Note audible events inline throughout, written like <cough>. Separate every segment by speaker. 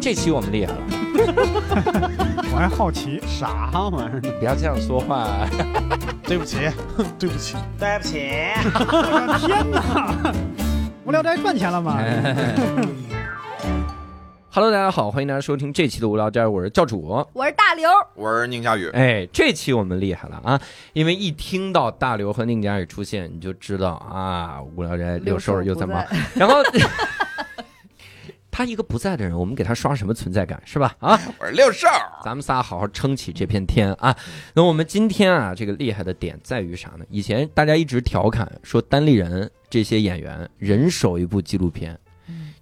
Speaker 1: 这期我们厉害了，
Speaker 2: 我还好奇，
Speaker 3: 啥玩意儿？
Speaker 1: 不要这样说话。
Speaker 3: 对不起，对不起，
Speaker 4: 对不起，
Speaker 2: 我的哎天哪！无聊斋赚钱了吗？
Speaker 1: <laughs> 哎 Hello，大家好，欢迎大家收听这期的无聊斋，我是教主。
Speaker 5: 我是大刘，
Speaker 6: 我是宁佳宇，
Speaker 1: 哎，这期我们厉害了啊！因为一听到大刘和宁佳宇出现，你就知道啊，无聊斋刘兽又
Speaker 5: 不在
Speaker 1: 在忙。
Speaker 7: <laughs>
Speaker 1: 然后 <laughs> 他一个不在的人，我们给他刷什么存在感是吧？啊，
Speaker 6: 我是六兽，
Speaker 1: 咱们仨好好撑起这片天啊！那我们今天啊，这个厉害的点在于啥呢？以前大家一直调侃说单立人这些演员人手一部纪录片，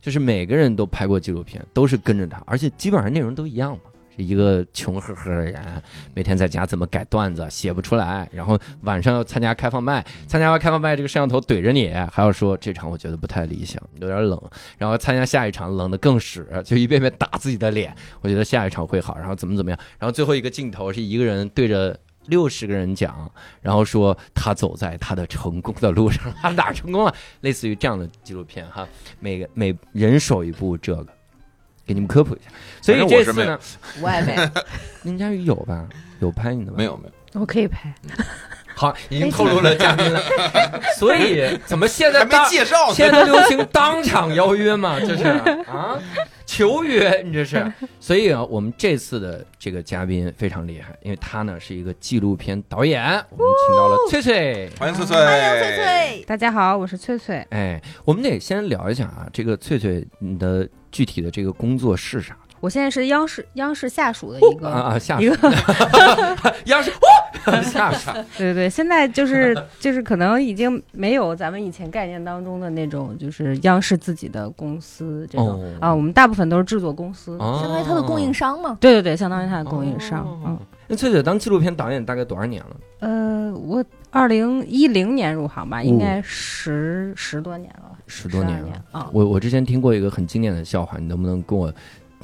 Speaker 1: 就是每个人都拍过纪录片，都是跟着他，而且基本上内容都一样嘛。是一个穷呵呵的人，
Speaker 6: 嗯
Speaker 1: 每天在家怎么改段子，写不出来，然后晚上要参加开放麦，参加完开放麦，这个摄像头怼着你，还要说这场我觉得不太理想，有点冷，然后参加下一场冷的更屎，就一遍遍打自己的脸，我觉得下一场会好，然后怎么怎么样，然后最后一个镜头是一个人对着。六十个人讲，然后说他走在他的成功的路上，他哪儿成功了？ <laughs> 类似于这样的纪录片哈，每个每人手一部这个，给你们科普一下。所以
Speaker 6: 反正
Speaker 1: 这
Speaker 6: 我是
Speaker 1: 次
Speaker 6: 没有
Speaker 1: 呢，
Speaker 5: 我也没有，
Speaker 1: 林佳宇有吧？有拍你的吗？
Speaker 6: 没有没有，
Speaker 7: <laughs> 我可以拍，
Speaker 1: 好，已经透露了嘉宾了。所以怎么现在
Speaker 6: 还没
Speaker 1: 当
Speaker 6: 介绍呢，
Speaker 1: 现在流行当场邀约嘛，这是啊，求约你这是。所以啊，我们这次的这个嘉宾非常厉害，因为他呢是一个纪录片导演，我们请到了翠翠。
Speaker 6: 欢迎翠
Speaker 5: 欢迎翠
Speaker 6: 翠，
Speaker 5: 翠，
Speaker 7: 大家好，我是翠翠，
Speaker 1: 哎，我们得先聊一下啊，这个翠翠你的具体的这个工作是啥？
Speaker 7: 我现在是央视央视下属的一个、
Speaker 1: 啊啊，
Speaker 7: <laughs>
Speaker 1: 下
Speaker 7: 一
Speaker 1: 属，
Speaker 7: 个，
Speaker 1: 央视，哇，下属，
Speaker 7: 对对对，现在
Speaker 1: <laughs>
Speaker 7: 就是就是可能已经没有咱们以前概念当中的那种，就是央视自己的公司这种、
Speaker 1: 哦
Speaker 7: 啊，我们大部分都是制作公司，
Speaker 1: 哦
Speaker 5: 相当于他的供应商嘛。
Speaker 7: 对对对，相当于它的供应商，
Speaker 1: 哦那翠翠当纪录片导演大概多少年了？
Speaker 7: 嗯，呃，我二零一零年入行吧，应
Speaker 1: 哦
Speaker 7: 该十、十多年了，
Speaker 1: 十多年
Speaker 7: 12
Speaker 1: 了。
Speaker 7: 啊，
Speaker 1: 我我之前听过一个很经典的笑话，你能不能跟我，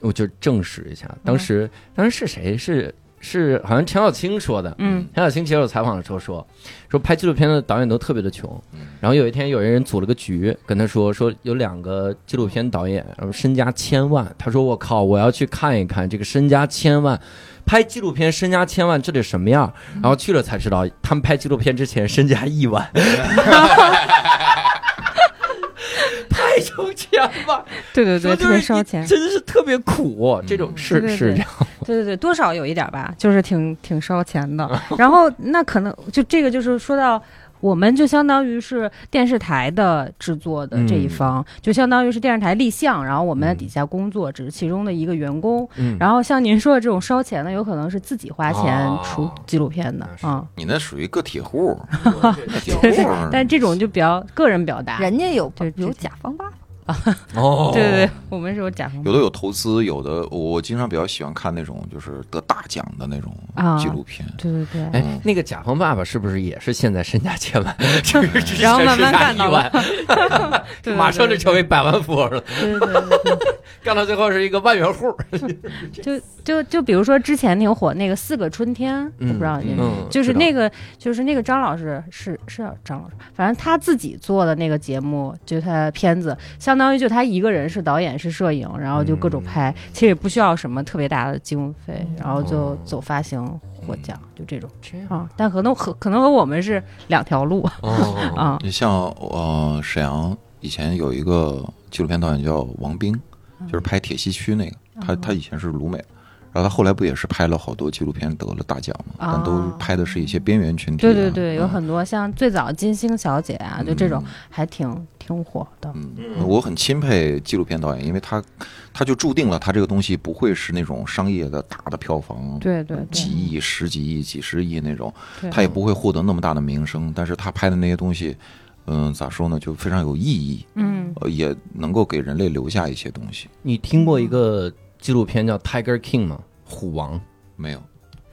Speaker 1: 我就证实一下？
Speaker 7: 嗯
Speaker 1: 当时、当时是谁？是是好像陈小青说的。
Speaker 7: 嗯，
Speaker 1: 陈小青接受采访的时候说，说拍纪录片的导演都特别的穷
Speaker 6: 嗯。
Speaker 1: 然后有一天有人组了个局，跟他说说有两个纪录片导演，然后身家千万。他说我靠，我要去看一看这个身家千万。拍纪录片身家千万，这得什么样？然后去了才知道，他们拍纪录片之前身家亿
Speaker 7: <laughs>
Speaker 1: 万，拍成千万，
Speaker 7: 对对
Speaker 1: 说就
Speaker 7: 对，特
Speaker 1: 是
Speaker 7: 别
Speaker 1: 一
Speaker 7: 烧钱，嗯
Speaker 1: 真是特别苦。这种是
Speaker 7: 对对
Speaker 1: 是
Speaker 7: 对
Speaker 1: 这样，
Speaker 7: <laughs> 对对对，多少有一点吧，就是挺挺烧钱
Speaker 1: <laughs>
Speaker 7: 的。然后那可能就这个就是说到。我们就相当于是电视台的制作的
Speaker 1: 嗯
Speaker 7: 这一方，就相当于是电视台立项，然后我们在底下工作，只是其中的一个员工。
Speaker 1: 嗯
Speaker 7: 然后像您说的这种烧钱的，有可能是自己花钱
Speaker 1: 哦
Speaker 7: 出纪录片的
Speaker 1: 那
Speaker 7: 啊、
Speaker 6: 你那属于个体户，个体
Speaker 7: 对对
Speaker 6: 户，
Speaker 7: 但这种就比较个人表达。
Speaker 5: 啊人家有
Speaker 7: 对
Speaker 5: 有
Speaker 7: 对
Speaker 5: 甲方爸爸，
Speaker 1: 哦
Speaker 7: 对对对，我们是有甲方
Speaker 6: 有的有投资，有的我经常比较喜欢看那种就是得大奖的那种
Speaker 7: 啊
Speaker 6: 纪录片，
Speaker 7: 对对对，
Speaker 1: 哎，那个甲方爸爸是不是也是现在身家千万， <laughs> 就是
Speaker 7: 然后慢慢干
Speaker 1: <laughs>
Speaker 7: 到了
Speaker 1: 身家亿
Speaker 7: 对
Speaker 1: 万，马上就成为百万富翁了，
Speaker 7: 对对对对
Speaker 1: <laughs> 干到最后是一个万元户。
Speaker 7: 就就就比如说之前挺火那个《四个春天》，
Speaker 1: 嗯
Speaker 7: 我不知道你们
Speaker 1: 嗯，
Speaker 7: 就是
Speaker 1: 知道
Speaker 7: 那个，就是那个张老师是是叫张老师，反正他自己做的那个节目，就他片子，相当于就他一个人是导演是摄影，然后就各
Speaker 6: 嗯
Speaker 7: 种拍，其实也不需要什么特别大的经费，然后
Speaker 6: 哦
Speaker 7: 就走发行获
Speaker 6: 嗯
Speaker 7: 奖，就这种
Speaker 1: 这样
Speaker 7: 啊。但可能和可能和我们是两条路
Speaker 1: 哦，
Speaker 7: 啊，
Speaker 6: 你像呃沈阳以前有一个纪录片导演叫王冰，
Speaker 7: 嗯
Speaker 6: 就是拍铁西区那个，
Speaker 7: 哦
Speaker 6: 他他以前是鲁美，然后他后来不也是拍了好多纪录片得了大奖嘛，但都
Speaker 7: 哦
Speaker 6: 拍的是一些边缘群体啊、
Speaker 7: 对对对，有
Speaker 6: 嗯
Speaker 7: 很多像最早金星小姐啊，就这种还挺挺火的，
Speaker 6: 嗯，我很钦佩纪录片导演，因为他他就注定了他这个东西不会是那种商业的大的票房，
Speaker 7: 对对对
Speaker 6: 几亿、十几亿、几十亿那种，
Speaker 7: 对，
Speaker 6: 他也不会获得那么大的名声，但是他拍的那些东西，嗯、咋说呢，就非常有意义，
Speaker 7: 嗯
Speaker 6: 呃，也能够给人类留下一些东西。
Speaker 1: 你听过一个纪录片叫《Tiger King》吗？虎王，
Speaker 6: 没有，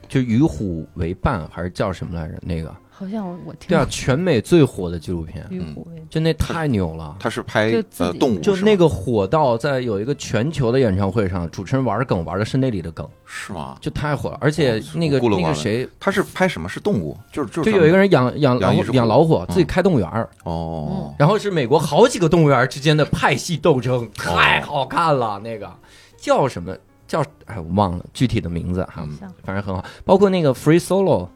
Speaker 1: 就与虎为伴还是叫什么来着？那个
Speaker 7: 好像我我听
Speaker 1: 对啊，
Speaker 7: 过
Speaker 1: 全美最火的纪录片，
Speaker 7: 与
Speaker 6: 嗯
Speaker 7: 虎为
Speaker 1: 就那太牛了。
Speaker 6: 他是拍
Speaker 7: 就自
Speaker 6: 呃
Speaker 7: 己
Speaker 6: 动物
Speaker 1: 就是
Speaker 6: 吗
Speaker 1: 那个火到在有一个全球的演唱会上，主持人玩梗玩的是那里的梗，
Speaker 6: 是吗？
Speaker 1: 就太火了。而且那个
Speaker 6: 咕噜
Speaker 1: 那个
Speaker 6: 娃的
Speaker 1: 谁，
Speaker 6: 他是拍什么？是动物，就是就
Speaker 1: 就
Speaker 6: 是咱们
Speaker 1: 有一个人养养
Speaker 6: 养
Speaker 1: 老
Speaker 6: 一
Speaker 1: 虎
Speaker 6: 只虎
Speaker 1: 养老虎，自己开动物园儿，
Speaker 6: 哦，
Speaker 7: 嗯
Speaker 1: 然后是美国好几个动物园之间的派系斗争，太好看了那个。叫什么叫哎我忘了具体的名字哈，
Speaker 6: 嗯
Speaker 1: 反正很好。包括那个 Free Solo，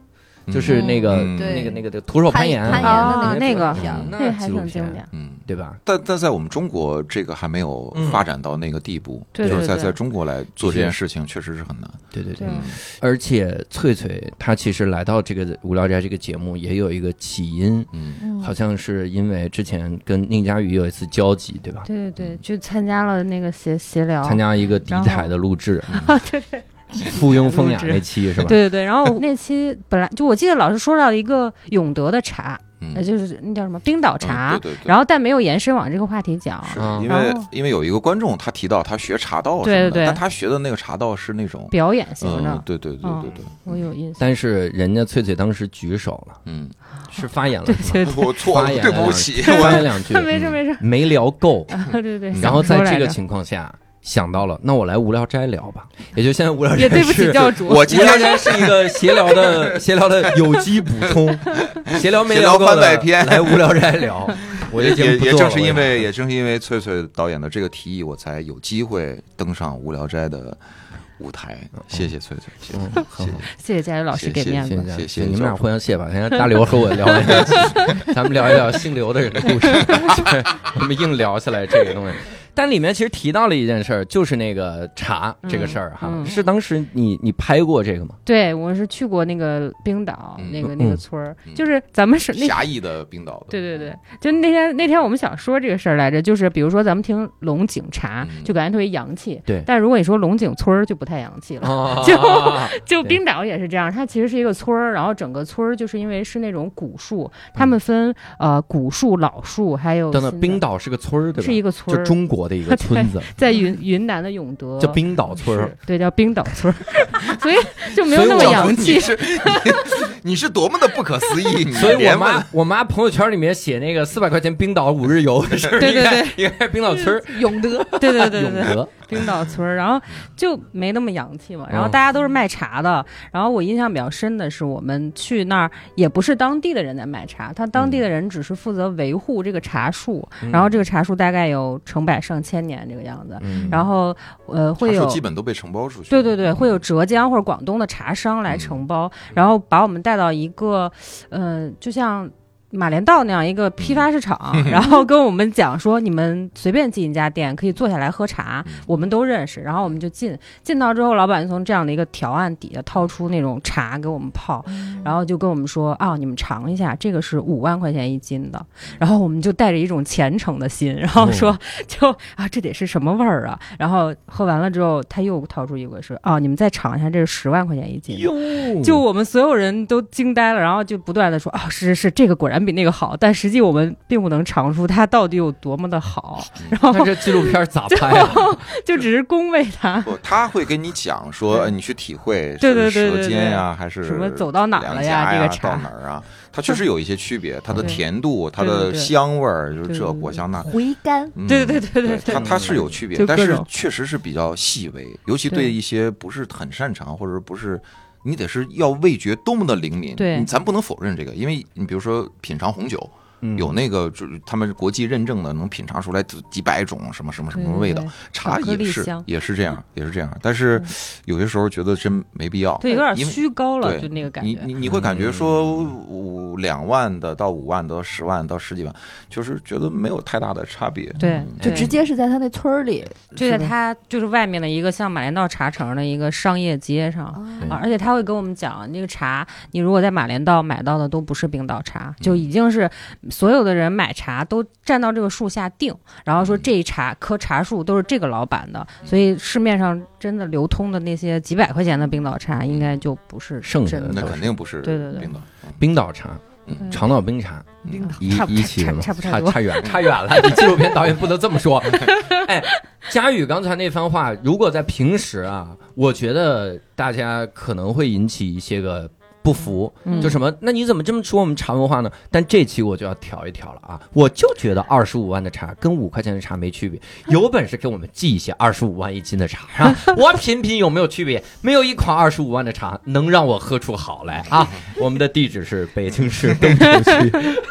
Speaker 1: 就是那个
Speaker 6: 嗯
Speaker 1: 那个
Speaker 5: 对
Speaker 1: 那个的徒手攀岩
Speaker 7: 岩
Speaker 5: 攀
Speaker 7: 的那个
Speaker 1: 纪录片
Speaker 6: 那
Speaker 7: 那
Speaker 1: 那
Speaker 7: 还
Speaker 1: 纪录
Speaker 7: 挺经
Speaker 1: 片
Speaker 7: 典。
Speaker 6: 嗯。
Speaker 1: 对吧？
Speaker 6: 但但在我们中国，这个还没有
Speaker 1: 嗯
Speaker 6: 发展到那个地步，
Speaker 7: 对对
Speaker 6: 就是在
Speaker 7: 对
Speaker 6: 在中国来做这
Speaker 1: 是
Speaker 6: 件事情，确实是很难。嗯
Speaker 1: 对对
Speaker 7: 对
Speaker 1: 对。而且翠翠她其实来到这个《无聊斋》这个节目也有一个起因，
Speaker 6: 嗯，
Speaker 1: 好像是因为之前跟宁佳宇有一次交集，对吧？
Speaker 7: 对对对，就参加了那个协协聊，
Speaker 1: 参加一个敌台的录制，嗯
Speaker 7: 哦对对
Speaker 1: 附庸风雅
Speaker 7: 录制
Speaker 1: 那期是吧？
Speaker 7: 对对对。然后 <laughs> 那期本来就我记得老师说到一个永德的茶，
Speaker 6: 嗯
Speaker 7: 呃，就是那叫什么冰岛茶
Speaker 6: 嗯，对对对
Speaker 7: 然后但没有延伸往这个话题讲，
Speaker 6: 是
Speaker 1: 嗯
Speaker 6: 因为
Speaker 7: 然后
Speaker 6: 因为有一个观众他提到他学茶道什么
Speaker 7: 对
Speaker 6: 的，
Speaker 7: 对对
Speaker 6: 但他学的那个茶道是那种
Speaker 7: 表演型
Speaker 6: 嗯
Speaker 7: 的，，
Speaker 6: 对对对对对，
Speaker 7: 我有印象。
Speaker 1: 但是人家翠翠当时举手了，
Speaker 6: 嗯，
Speaker 1: 是发言了
Speaker 7: 对
Speaker 1: 是吗，
Speaker 7: 对对，
Speaker 6: <laughs> 我错
Speaker 1: 发
Speaker 6: 了，
Speaker 1: 言
Speaker 6: 对不起，
Speaker 1: 发言两句
Speaker 7: 没事没 <laughs> 事，
Speaker 1: 没聊够，
Speaker 7: 对对对。
Speaker 1: 嗯然后在
Speaker 7: 嗯想不出来
Speaker 1: 这个
Speaker 7: 着
Speaker 1: 情况下想到了，那我来无聊斋聊吧，也就现在无聊斋
Speaker 7: <laughs> 也对不起
Speaker 1: 是
Speaker 7: 教主，
Speaker 6: <laughs> 我
Speaker 1: <laughs> 无聊斋是一个闲聊的闲聊的有机补
Speaker 7: <laughs>
Speaker 1: 充，闲聊没聊够
Speaker 6: 闲聊翻
Speaker 1: 的
Speaker 6: 百篇
Speaker 1: 来无聊斋聊，我这
Speaker 6: 也
Speaker 1: 节目
Speaker 6: 也
Speaker 1: 不
Speaker 6: 也
Speaker 1: 做了
Speaker 6: 正是因为也正是因为翠翠导演的这个提议，我才有机会登上《无聊斋》的舞台。谢谢翠翠，谢谢
Speaker 1: 嗯很好
Speaker 7: <laughs> 谢谢佳宇老师
Speaker 6: 谢
Speaker 7: 给
Speaker 6: 谢
Speaker 7: 面
Speaker 1: 谢
Speaker 7: 子
Speaker 1: 谢。
Speaker 6: 谢谢
Speaker 1: 谢
Speaker 6: 谢
Speaker 1: 你们俩
Speaker 6: 教主
Speaker 1: 互相谢吧。现在大刘和我聊完
Speaker 6: <laughs>
Speaker 1: 这期，咱们聊一聊姓刘的人的故事， <laughs> 就是我们硬聊下来这个东西。但里面其实提到了一件事儿，就是那个茶这个事儿哈，
Speaker 7: 嗯嗯
Speaker 1: 是当时你你拍过这个吗？
Speaker 7: 对，我是去过那个冰岛
Speaker 6: 嗯
Speaker 7: 那个
Speaker 1: 嗯
Speaker 7: 那个
Speaker 1: 嗯
Speaker 7: 村儿
Speaker 6: 嗯，
Speaker 7: 就是咱们是那
Speaker 6: 侠义的冰岛的，
Speaker 7: 对对对，就那天那天我们想说这个事儿来着，就是比如说咱们听龙井茶，
Speaker 6: 嗯
Speaker 7: 就感觉特别洋气，
Speaker 1: 对
Speaker 7: 但如果你说龙井村儿就不太洋气了，
Speaker 1: 啊，
Speaker 7: 哦就
Speaker 1: 就
Speaker 7: 就
Speaker 1: 对
Speaker 7: 冰岛也是这样，它其实是一个村儿，然后整个村儿就是因为是那种古树，他们分呃古树、老树，还有
Speaker 1: <laughs> 嗯等等，
Speaker 7: 新的
Speaker 1: 冰岛是个村儿对吧？
Speaker 7: 是一个村
Speaker 1: 就
Speaker 7: 儿，
Speaker 1: 中国的一个村
Speaker 7: <laughs>
Speaker 1: 子，
Speaker 7: 在云云南的永德
Speaker 1: 叫冰岛村儿
Speaker 7: 是。对，叫冰岛村儿， <laughs> 所以就没有那么
Speaker 1: 所以我
Speaker 7: 洋气。
Speaker 6: 是 <laughs> 你你是多么的不可思议，你
Speaker 1: 所以我
Speaker 6: 连
Speaker 1: 妈，我妈朋友圈里面写那个四百块钱冰岛五日游的事儿，
Speaker 7: <laughs> 对对
Speaker 1: 应
Speaker 7: 对
Speaker 1: 该，应该是冰岛村儿，
Speaker 5: 永德，
Speaker 7: <laughs> 对对对对
Speaker 1: 永
Speaker 7: 对。
Speaker 1: 德，
Speaker 7: 冰岛村儿，然后就没那么洋气
Speaker 6: <laughs>
Speaker 7: 嘛。然后
Speaker 6: 哦
Speaker 1: 嗯
Speaker 7: 大家都是卖茶的。然后我印象比较深的是，我们去那儿也不是当地的人在卖茶，他当地的
Speaker 6: 嗯
Speaker 7: 人只是负责维护这个茶树。然后这个茶树大概有成百上千年这个样子。
Speaker 1: 嗯，
Speaker 7: 然后呃，
Speaker 6: 茶
Speaker 7: 会有
Speaker 6: 树基本都被承包出去。
Speaker 7: 对对对，会有浙江或者广东的茶商来承包，
Speaker 6: 嗯
Speaker 7: 然后把我们带到一个，呃，就像。马连道那样一个批发市场，
Speaker 6: <laughs>
Speaker 7: 然后跟我们讲说，你们随便进一家店可以坐下来喝茶
Speaker 6: 嗯，
Speaker 7: 我们都认识。然后我们就进，进到之后，老板就从这样的一个条案底下掏出那种茶给我们泡，然后就跟我们说啊，你们尝一下，这个是五万块钱一斤的。然后我们就带着一种虔诚的心，然后说就啊，这得是什么味儿啊？然后喝完了之后，他又掏出一个说啊，你们再尝一下，这是十万块钱一斤的。
Speaker 1: 哟
Speaker 7: 就我们所有人都惊呆了，然后就不断的说啊，是是是，这个果然比那个好，但实际我们并不能尝出它到底有多么的好，然后
Speaker 1: 那这纪录片儿咋拍
Speaker 7: <laughs>
Speaker 1: 啊？
Speaker 7: 就只是恭维它，
Speaker 6: 不，他会跟你讲说，呃你去体会，
Speaker 7: 对对对对
Speaker 6: 舌尖呀，还是
Speaker 7: 什么走到哪儿
Speaker 6: 梁
Speaker 7: 了
Speaker 6: 家呀，
Speaker 7: 这个
Speaker 6: 到
Speaker 7: 茶
Speaker 6: 哪儿啊？它确实有一些区别，它的
Speaker 7: 对
Speaker 6: 甜度、它
Speaker 7: 对对
Speaker 6: 的
Speaker 7: 对
Speaker 6: 香味儿，就是
Speaker 7: 对
Speaker 6: 这
Speaker 7: 对对
Speaker 6: 果香那。
Speaker 5: 回甘，
Speaker 6: 嗯
Speaker 7: 对对对对对
Speaker 6: 对
Speaker 7: 对
Speaker 6: 它它是有区别
Speaker 7: 就，各
Speaker 6: 但是
Speaker 7: 种
Speaker 6: 确实是比较细微，尤其
Speaker 7: 对
Speaker 6: 对一些不是很擅长或者不是。你得是要味觉多么的灵敏，
Speaker 7: 对
Speaker 6: 你咱不能否认这个，因为你比如说品尝红酒，
Speaker 1: 嗯
Speaker 6: 有那个就是他们国际认证的，能品尝出来几几百种什么什么什
Speaker 7: 对
Speaker 6: 么
Speaker 7: 对
Speaker 6: 味道
Speaker 7: 对，
Speaker 6: 茶
Speaker 7: 巧克
Speaker 6: 也
Speaker 7: 力
Speaker 6: 是
Speaker 7: 香嗯
Speaker 6: 也是这样，也是这样，但是有些时候觉得真没必要，
Speaker 7: 对，有点
Speaker 6: 因为
Speaker 7: 虚高了，就
Speaker 6: 对
Speaker 7: 那个感
Speaker 6: 你
Speaker 7: 觉。嗯
Speaker 6: 你你会感觉说五两万的到五万的十万到十几万，就是觉得没有太大的差别。
Speaker 7: 对
Speaker 6: 嗯
Speaker 7: 对
Speaker 5: 就直接是在他那村儿里，
Speaker 7: 就在
Speaker 5: 是吧
Speaker 7: 它就是外面的一个像马连道茶城的一个商业街上，
Speaker 5: 啊
Speaker 7: 啊，而且他会跟我们讲，那个茶，你如果在马连道买到的都不是冰岛茶，就已经是所有的人买茶都站到这个树下定，然后说这一茶棵茶树都是这个老板的，所以市面上真的流通的那些几百块钱的冰岛茶，应该就不是
Speaker 1: 剩下的
Speaker 7: 真
Speaker 6: 那
Speaker 7: 的。
Speaker 6: 肯定不是
Speaker 7: 对对对
Speaker 6: 冰岛，
Speaker 1: 冰岛茶
Speaker 6: 嗯，
Speaker 1: 长岛冰茶，
Speaker 6: 嗯
Speaker 1: 一
Speaker 7: 差不
Speaker 1: 一起
Speaker 7: 差
Speaker 1: 的吗
Speaker 7: 差不
Speaker 1: 差
Speaker 7: 多
Speaker 1: 差远差远了，你纪录片导演不能这么 <laughs> 说。哎，佳宇刚才那番话，如果在平时啊，我觉得大家可能会引起一些个。不服，
Speaker 7: 嗯
Speaker 1: 就什么？那你怎么这么说我们茶文化呢？但这期我就要挑一挑了啊！我就觉得二十五万的茶跟五块钱的茶没区别，
Speaker 7: 嗯
Speaker 1: 有本事给我们寄一些二十五万一斤的茶啊！我品品有没有区别？没有一款二十五万的茶能让嗯我喝出好来啊！我们的地址是北京市东城区。 <laughs>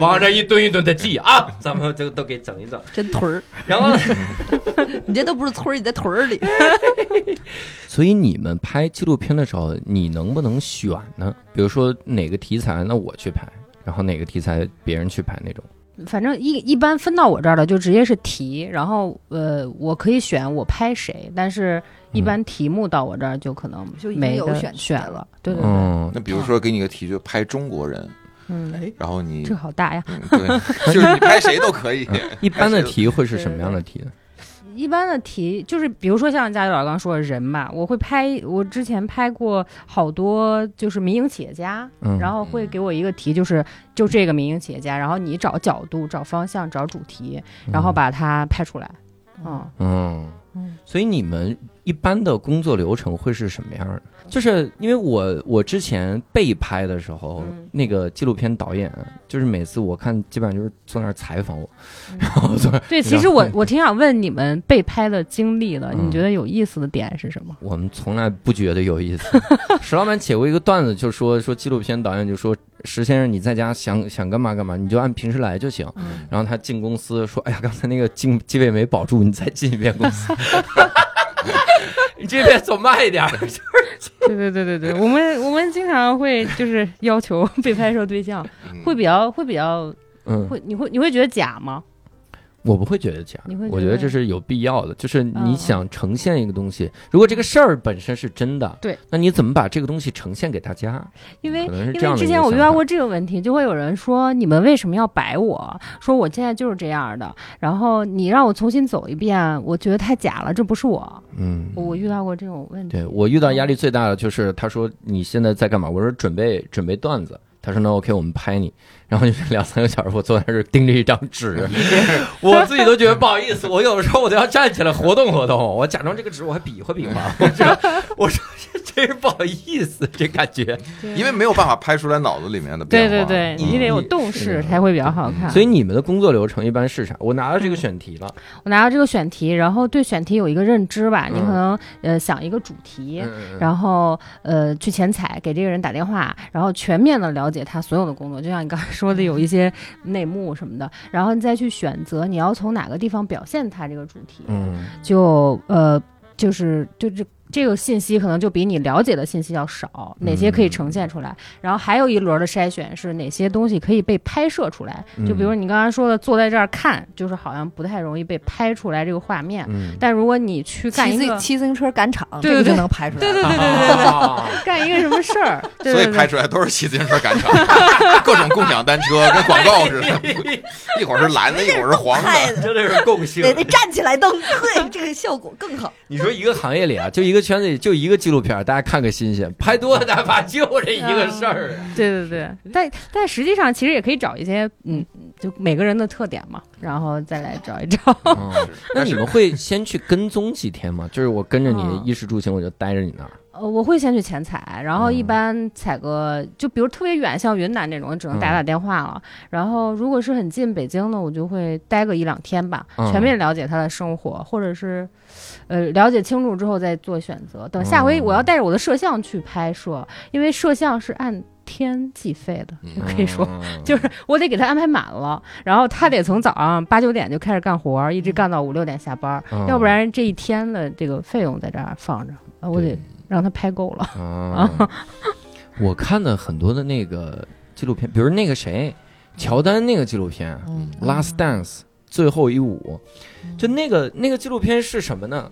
Speaker 1: 往这一蹲一蹲的记啊， <laughs> 咱们就都给整一整。
Speaker 5: 真屯儿，
Speaker 1: <laughs> 然后，
Speaker 5: <laughs> 你这都不是村儿，你在屯
Speaker 7: <laughs>
Speaker 5: 儿里。
Speaker 1: 所以你们拍纪录片的时候，你能不能选呢？比如说哪个题材，那我去拍，然后哪个题材别人去拍那种。
Speaker 7: 反正一一般分到我这儿的就直接是题，然后呃，我可以选我拍谁，但是一般题目到我这儿就可能
Speaker 5: 就已经
Speaker 7: 没
Speaker 5: 有
Speaker 7: 得
Speaker 5: 选题
Speaker 7: 选
Speaker 5: 了
Speaker 7: 了，对对对，
Speaker 1: 嗯，
Speaker 6: 那比如说给你个题，就拍中国人，
Speaker 7: 嗯，
Speaker 5: 哎
Speaker 6: 然后你
Speaker 7: 这个好大呀。 <laughs>
Speaker 6: 嗯对，就是你拍谁都可以。
Speaker 1: 一般的题会是什么样的题呢？
Speaker 7: 一般的题就是，比如说像佳宇老师刚说的人嘛，我会拍，我之前拍过好多就是民营企业家，
Speaker 1: 嗯，
Speaker 7: 然后会给我一个题，就是就这个民营企业家，然后你找角度、找方向、找主题，然后把它拍出来。嗯，
Speaker 1: 嗯，所以你们一般的工作流程会是什么样的？就是因为我我之前被拍的时候，
Speaker 7: 嗯
Speaker 1: 那个纪录片导演，就是每次我看基本上就是坐那儿采访我， <laughs> 然后坐那儿
Speaker 7: 对，其实我我挺想问你们被拍的经历的，
Speaker 1: 嗯
Speaker 7: 你觉得有意思的点是什么？
Speaker 1: 我们从来不觉得有意
Speaker 7: <laughs>
Speaker 1: 思。石老板写过一个段子，就说说纪录片导演就说石先生你在家想想干嘛干嘛，你就按平时来就行。
Speaker 7: 嗯
Speaker 1: 然后他进公司说：“哎呀，刚才那个进机位没保住，你再进一遍公
Speaker 7: <laughs>
Speaker 1: 司。”你这边走慢一点儿。
Speaker 7: <laughs> 对对对对对，我们我们经常会就是要求 <laughs> 被拍摄对象
Speaker 6: 嗯
Speaker 7: 会比较会比较
Speaker 1: 嗯，
Speaker 7: 会你会你会觉得假吗？
Speaker 1: 我不会觉得假
Speaker 7: 你会，觉
Speaker 1: 我觉得
Speaker 7: 得
Speaker 1: 这是有必要的。就是你
Speaker 7: 嗯
Speaker 1: 想呈现一个东西，如果这个事儿本身是真的，
Speaker 7: 对，
Speaker 1: 那你怎么把这个东西呈现给大家？
Speaker 7: 因为
Speaker 1: 可能是
Speaker 7: 因
Speaker 1: 这样的
Speaker 7: 为之
Speaker 1: 一
Speaker 7: 前
Speaker 1: 个
Speaker 7: 我遇
Speaker 1: 想
Speaker 7: 到
Speaker 1: 法
Speaker 7: 过这个问题，就会有人说你们为什么要摆我？说我现在就是这样的，然后你让我重新走一遍，我觉得太假了，这不是我。
Speaker 1: 嗯，
Speaker 7: 我我遇到过这种问题，
Speaker 1: 对我遇到压力最大的就是他说你现在在干嘛？我说准备准备段子。他说那 OK，我们拍你。然后就两三个小时，我坐在这儿盯着一张纸，我自己都觉得不好意思。我有的时候我都要站起来活动活动，我假装这个纸我还比划比划。 <laughs> 我说我说这真是不好意思，这感觉。
Speaker 6: 因为没有办法拍出来脑子里面的
Speaker 7: 对
Speaker 6: 变
Speaker 7: 对
Speaker 6: 化。
Speaker 7: 对，
Speaker 1: 嗯
Speaker 7: 你得有
Speaker 1: 你
Speaker 7: 动
Speaker 1: 是嗯
Speaker 7: 势才会比较好看。
Speaker 1: 所以你们的工作流程一般是啥？我拿到这个选题了，
Speaker 7: 我拿到这个选题，然后对选题有一个认知吧，你可能呃想一个主题。
Speaker 1: 嗯
Speaker 7: 然后，呃，去前采给这个人打电话，然后全面的了解他所有的工作，就像你刚才说的，有一些内幕什么的，然后你再去选择你要从哪个地方表现他这个主题，
Speaker 1: 嗯
Speaker 7: 就呃，就是就这这个信息可能就比你了解的信息要少，哪些可以呈现出来。然后还有一轮的筛选是哪些东西可以被拍摄出来，就比如你刚刚说的坐在这儿看，就是好像不太容易被拍出来这个画面。
Speaker 1: 嗯，
Speaker 7: 但如果你去干
Speaker 5: 骑
Speaker 7: 一
Speaker 5: 自
Speaker 7: <laughs> 个，
Speaker 5: 骑自行车赶场，
Speaker 7: 对
Speaker 5: 这个
Speaker 7: 对
Speaker 5: 就能拍出来。
Speaker 7: 对对对对对对，
Speaker 1: 对，
Speaker 7: 干一个什么事儿，对
Speaker 6: 所
Speaker 7: 对
Speaker 6: 以拍
Speaker 7: 对。
Speaker 6: 出来都是骑自行车赶场， <laughs> 各种共享单车，跟广告
Speaker 7: <laughs>
Speaker 6: 似的，一会儿是蓝的，一会儿是黄的。
Speaker 5: 太
Speaker 1: <laughs> 真的是共性。
Speaker 5: 得得站起来蹬， <laughs> 对，这个效果更好。
Speaker 1: <laughs> 你说一个行业里啊，就一个圈子里就一个纪录片儿，大家看个新鲜，拍多了大把就这一个事儿啊。
Speaker 7: 对对对，但但实际上其实也可以找一些，嗯，就每个人的特点嘛，然后再来找一找。
Speaker 1: 嗯那你们会先去跟踪几天吗？就是我跟着你
Speaker 7: 嗯
Speaker 1: 衣食住行，我就待着你那 <laughs> 儿。
Speaker 7: 呃，我会先去前采，然后一
Speaker 1: 嗯
Speaker 7: 般采个、就比如特别远，像云南这种，只能打
Speaker 1: 嗯
Speaker 7: 打电话了。然后如果是很近北京的，我就会待个一两天吧，
Speaker 1: 嗯
Speaker 7: 全面了解他的生活，或者是呃了解清楚之后再做选择。等下回我
Speaker 1: 嗯
Speaker 7: 要带着我的摄像去拍摄，因为摄像是按天计费的，
Speaker 6: 嗯
Speaker 7: 也可以说。
Speaker 1: 嗯
Speaker 7: 就是我得给他安排满了，然后他得从早上八九点就开始干活儿，一直干到五六点下班儿，
Speaker 1: 嗯
Speaker 7: 要不然这一天的这个费用在这儿放着，啊我得让他拍够了。
Speaker 1: 啊， <laughs> 我看的很多的那个纪录片，比如那个谁，乔丹那个纪录片，
Speaker 5: 嗯，
Speaker 1: 《Last Dance》最后一舞，就那个那个纪录片是什么呢？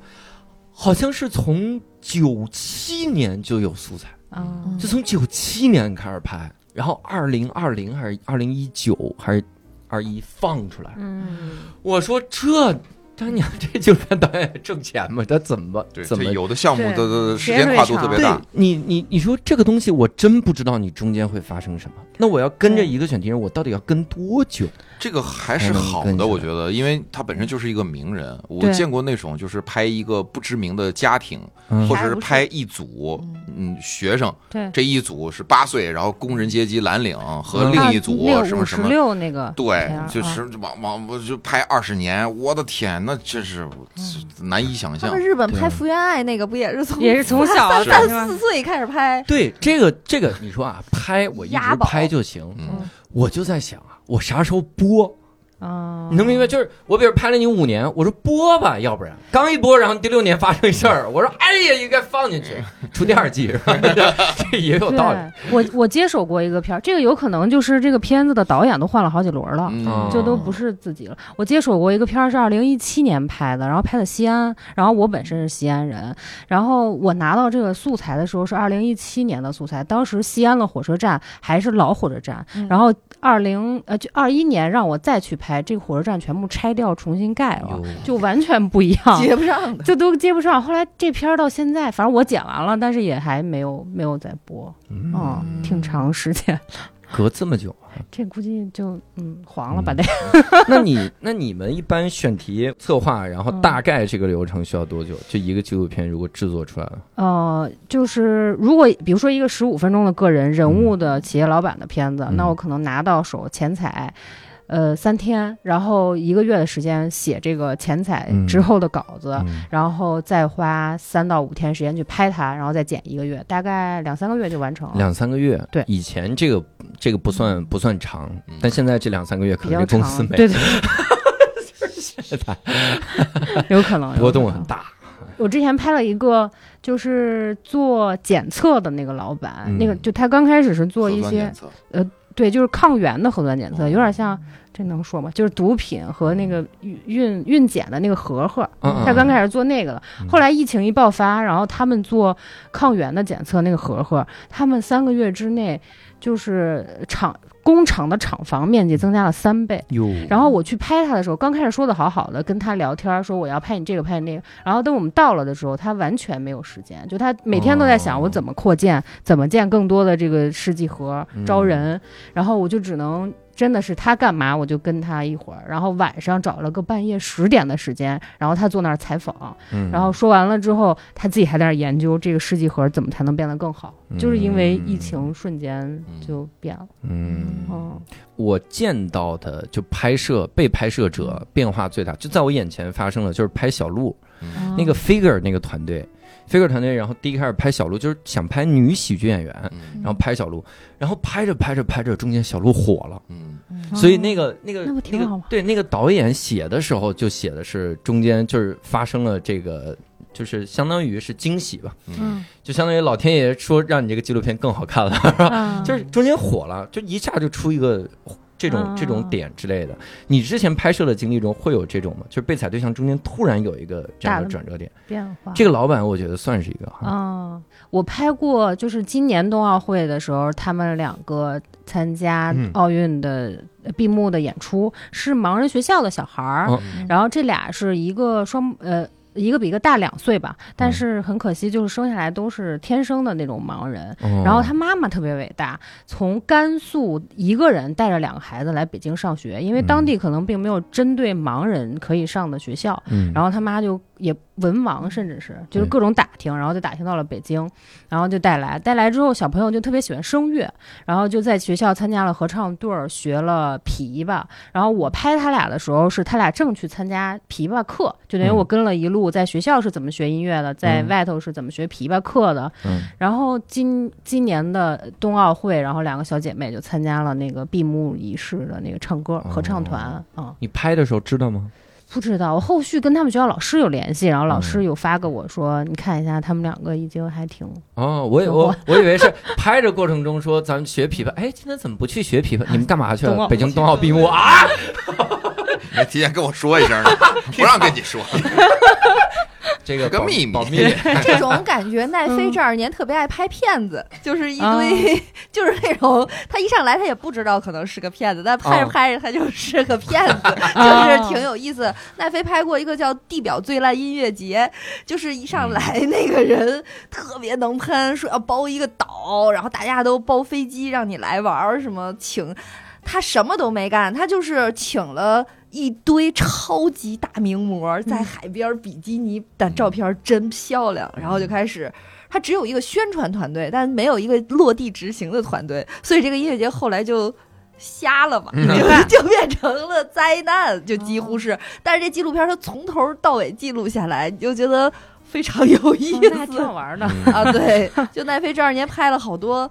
Speaker 1: 好像是从九七年就有素材，
Speaker 7: 啊
Speaker 5: 嗯
Speaker 1: 就从九七年开始拍，然后二零二零还是二零一九还是二一放出来。
Speaker 7: 嗯，
Speaker 1: 我说这张娘这纪录片导演挣钱吗？他怎么
Speaker 6: 对，
Speaker 1: 怎
Speaker 6: 这
Speaker 1: 么
Speaker 6: 有的项目
Speaker 7: 对
Speaker 6: 的的时间跨度特别
Speaker 1: 对
Speaker 6: 大，
Speaker 1: 你你你说这个东西，我真不知道你中间会发生什么。那我要跟着一个选题人，我到底要跟多久？
Speaker 6: 这个还是好的，我觉得，因为他本身就是一个名人。我
Speaker 7: 对
Speaker 6: 见过那种就是拍一个不知名的家庭，
Speaker 1: 嗯
Speaker 6: 或者是拍一组，嗯，学生
Speaker 7: 对，
Speaker 6: 这一组是八岁，然后工人阶级蓝领和另一组
Speaker 7: 那
Speaker 6: 什
Speaker 7: 个五
Speaker 6: 么
Speaker 7: 十
Speaker 6: 什么。
Speaker 7: 啊六哎啊那个
Speaker 6: 对
Speaker 7: 片儿，
Speaker 6: 就是往往我就拍二十年，我的天，那真是
Speaker 7: 嗯
Speaker 6: 这难以想
Speaker 5: 他
Speaker 6: 象
Speaker 5: 们。日本
Speaker 1: 对
Speaker 5: 拍《福原爱》那个不也是从
Speaker 7: 也是从小
Speaker 5: <laughs> 三
Speaker 6: 是
Speaker 5: 三
Speaker 7: 吧
Speaker 5: 四岁开始拍？
Speaker 1: 对这个这个，你说啊，拍我一
Speaker 5: 押
Speaker 1: 直
Speaker 5: 宝
Speaker 1: 拍就行。
Speaker 6: 嗯，
Speaker 1: 我就在想啊，我啥时候播？
Speaker 7: 啊，
Speaker 1: 你能明白？就是我比如拍了你五年，我说播吧，要不然刚一播，然后第六年发生一事儿，我说哎呀，应该放进去，出第二季是吧？ <laughs> 这也有
Speaker 7: 对
Speaker 1: 道理。
Speaker 7: 我我接手过一个片儿，这个有可能就是这个片子的导演都换了好几轮了。
Speaker 1: 嗯
Speaker 7: 就
Speaker 5: 哦
Speaker 7: 都不是自己了。我接手过一个片儿，是二零一七年拍的，然后拍的西安，然后我本身是西安人，然后我拿到这个素材的时候是二零一七年的素材，当时西安的火车站还是老火车站，
Speaker 5: 嗯
Speaker 7: 然后二零呃就二一年让我再去拍，这个火车站全部拆掉重新盖了，就完全不一样。
Speaker 5: 接不上的。
Speaker 7: 就都接不上，后来这片儿到现在，反正我剪完了，但是也还没有没有再播，嗯，
Speaker 5: 哦
Speaker 7: 挺长时间，
Speaker 5: 嗯
Speaker 1: 隔这么久，
Speaker 7: 这估计就嗯黄了吧
Speaker 1: 嗯
Speaker 7: 得。
Speaker 1: 那你那你们一般选题策划，然后
Speaker 7: 嗯
Speaker 1: 大概这个流程需要多久？就一个纪录片如果制作出来了，
Speaker 7: 呃，就是如果比如说一个十五分钟的个人人物的企业老板的片子，
Speaker 1: 嗯
Speaker 7: 那我可能拿到手钱彩，呃，三天，然后一个月的时间写这个钱彩
Speaker 1: 嗯
Speaker 7: 之后的稿子，然后再花三到五天时间去拍它，然后再剪一个月，大概两三个月就完成了。
Speaker 1: 两三个月。
Speaker 7: 对
Speaker 1: 以前这个这个不算不算长
Speaker 6: 嗯，
Speaker 1: 但现在这两三个月可
Speaker 7: 比
Speaker 1: 能是
Speaker 7: 较长
Speaker 1: 公司，没
Speaker 7: 对对， <laughs> 有可能有
Speaker 1: 波动
Speaker 7: 可能
Speaker 1: 很大。
Speaker 7: 我之前拍了一个，就是做检测的那个老板，
Speaker 1: 嗯
Speaker 7: 那个就他刚开始是做一
Speaker 6: 核酸
Speaker 7: 些
Speaker 6: 检测
Speaker 7: 对，就是抗原的核酸检测，
Speaker 6: 哦
Speaker 7: 有点像这能说吗？就是毒品和那个运运运检的那个盒盒。
Speaker 1: 嗯嗯
Speaker 7: 他刚开始做那个的，
Speaker 1: 嗯
Speaker 7: 后来疫情一爆发，然后他们做抗原的检测那个盒盒，他们三个月之内就是厂工厂的厂房面积增加了三倍。
Speaker 1: 哟，
Speaker 7: 然后我去拍他的时候，刚开始说的好好的，跟他聊天说我要拍你这个拍你那个，然后等我们到了的时候，他完全没有时间，就他每天都在想
Speaker 1: 哦
Speaker 7: 我怎么扩建，怎么建更多的这个试剂盒
Speaker 1: 嗯
Speaker 7: 招人，然后我就只能。真的是他干嘛我就跟他一会儿，然后晚上找了个半夜十点的时间，然后他坐那儿采访，
Speaker 1: 嗯
Speaker 7: 然后说完了之后，他自己还在那儿研究这个试剂盒怎么才能变得更好，就是因为疫情瞬间就变了，
Speaker 1: 嗯，
Speaker 7: 嗯，
Speaker 1: 我见到的就拍摄被拍摄者变化最大，就在我眼前发生了，就是拍小鹿那个 Figure 那个团队，Figure 团队，然后第一开始拍小鹿，就是想拍女喜剧演员，
Speaker 6: 嗯
Speaker 1: 然后拍小鹿，然后拍着拍着拍着，中间小鹿火了，
Speaker 6: 嗯
Speaker 1: 所以那个那个
Speaker 7: 哦那不挺好
Speaker 1: 那
Speaker 7: 吗
Speaker 1: 个对，那个导演写的时候就写的是中间就是发生了这个，就是相当于是惊喜吧，
Speaker 6: 嗯
Speaker 1: 就相当于老天爷说让你这个纪录片更好看了，
Speaker 7: 嗯
Speaker 1: 就是中间火了，就一下就出一个这种
Speaker 7: 嗯
Speaker 1: 这种点之类的。你之前拍摄的经历中会有这种吗？就是被踩对象中间突然有一个这样
Speaker 7: 大
Speaker 1: 的
Speaker 7: 的
Speaker 1: 转折点。
Speaker 7: 变化
Speaker 1: 这个老板我觉得算是一个哈，
Speaker 7: 啊、我拍过，就是今年冬奥会的时候，他们两个参加
Speaker 1: 嗯
Speaker 7: 奥运的呃闭幕的演出，是盲人学校的小孩儿，
Speaker 1: 哦
Speaker 7: 然后这俩是一个双呃。一个比一个大两岁吧，但
Speaker 1: 嗯
Speaker 7: 是很可惜，就是生下来都是天生的那种盲人。
Speaker 1: 哦
Speaker 7: 然后他妈妈特别伟大，从甘肃一个人带着两个孩子来北京上学，因为当
Speaker 1: 嗯
Speaker 7: 地可能并没有针对盲人可以上的学校，
Speaker 1: 嗯，
Speaker 7: 然后他妈就也文盲，甚至是就是
Speaker 1: 对
Speaker 7: 各种打听，然后就打听到了北京，然后就带来，带来之后小朋友就特别喜欢声乐，然后就在学校参加了合唱队儿，学了琵琶。然后我拍他俩的时候，是他俩正去参加琵琶课，就等于
Speaker 1: 嗯
Speaker 7: 我跟了一路，在学校是怎么学音乐的，在
Speaker 1: 嗯
Speaker 7: 外头是怎么学琵琶课的。
Speaker 1: 嗯
Speaker 7: 然后今今年的冬奥会，然后两个小姐妹就参加了那个闭幕仪式的那个唱歌合
Speaker 1: 哦
Speaker 7: 唱团啊。嗯
Speaker 1: 你拍的时候知道吗？
Speaker 7: 不知道，我后续跟他们学校老师有联系，然后老师
Speaker 1: 嗯
Speaker 7: 有发给我说，你看一下，他们两个已经还 <laughs> 挺
Speaker 1: 哦，我以
Speaker 7: 有
Speaker 1: 我我以为是拍的过程中说咱们学琵琶，哎，今天怎么不去学琵琶？你们干嘛去
Speaker 7: 冬
Speaker 1: 了？
Speaker 7: 奥
Speaker 1: 北京冬奥闭幕啊？
Speaker 6: 你还提前跟我说一声
Speaker 1: <laughs>
Speaker 6: 呢，不让跟你说，
Speaker 1: 这个
Speaker 6: 个
Speaker 1: 保
Speaker 6: 秘密 <laughs>
Speaker 1: 保密。
Speaker 5: 这种感觉，奈飞这二年特别爱拍骗子，就是一堆， <laughs> 就是那种他一上来他也不知道可能是个骗子，但拍着
Speaker 1: 啊
Speaker 5: 拍着他就是 <laughs> 个骗子，
Speaker 7: 啊
Speaker 5: 就是挺有意思。奈飞拍过一个叫《地表最烂音乐节》，就是一上来那个人特别能喷，说要包一个岛，然后大家都包飞机让你来玩儿，什么请他什么都没干，他就是请了。一堆超级大名模在海边比基尼，但
Speaker 1: 嗯
Speaker 5: 照片真漂亮。然后就开始，他只有一个宣传团队，但没有一个落地执行的团队，所以这个音乐节后来就瞎了吧，
Speaker 1: 嗯
Speaker 5: <laughs> 就就变成了灾难，就几乎是。但是这纪录片它从头到尾记录下来，你就觉得非常有意
Speaker 7: 那还
Speaker 1: 嗯
Speaker 7: 挺
Speaker 5: 思
Speaker 7: 好玩的。
Speaker 5: 啊。对，就奈飞这二年拍了好多。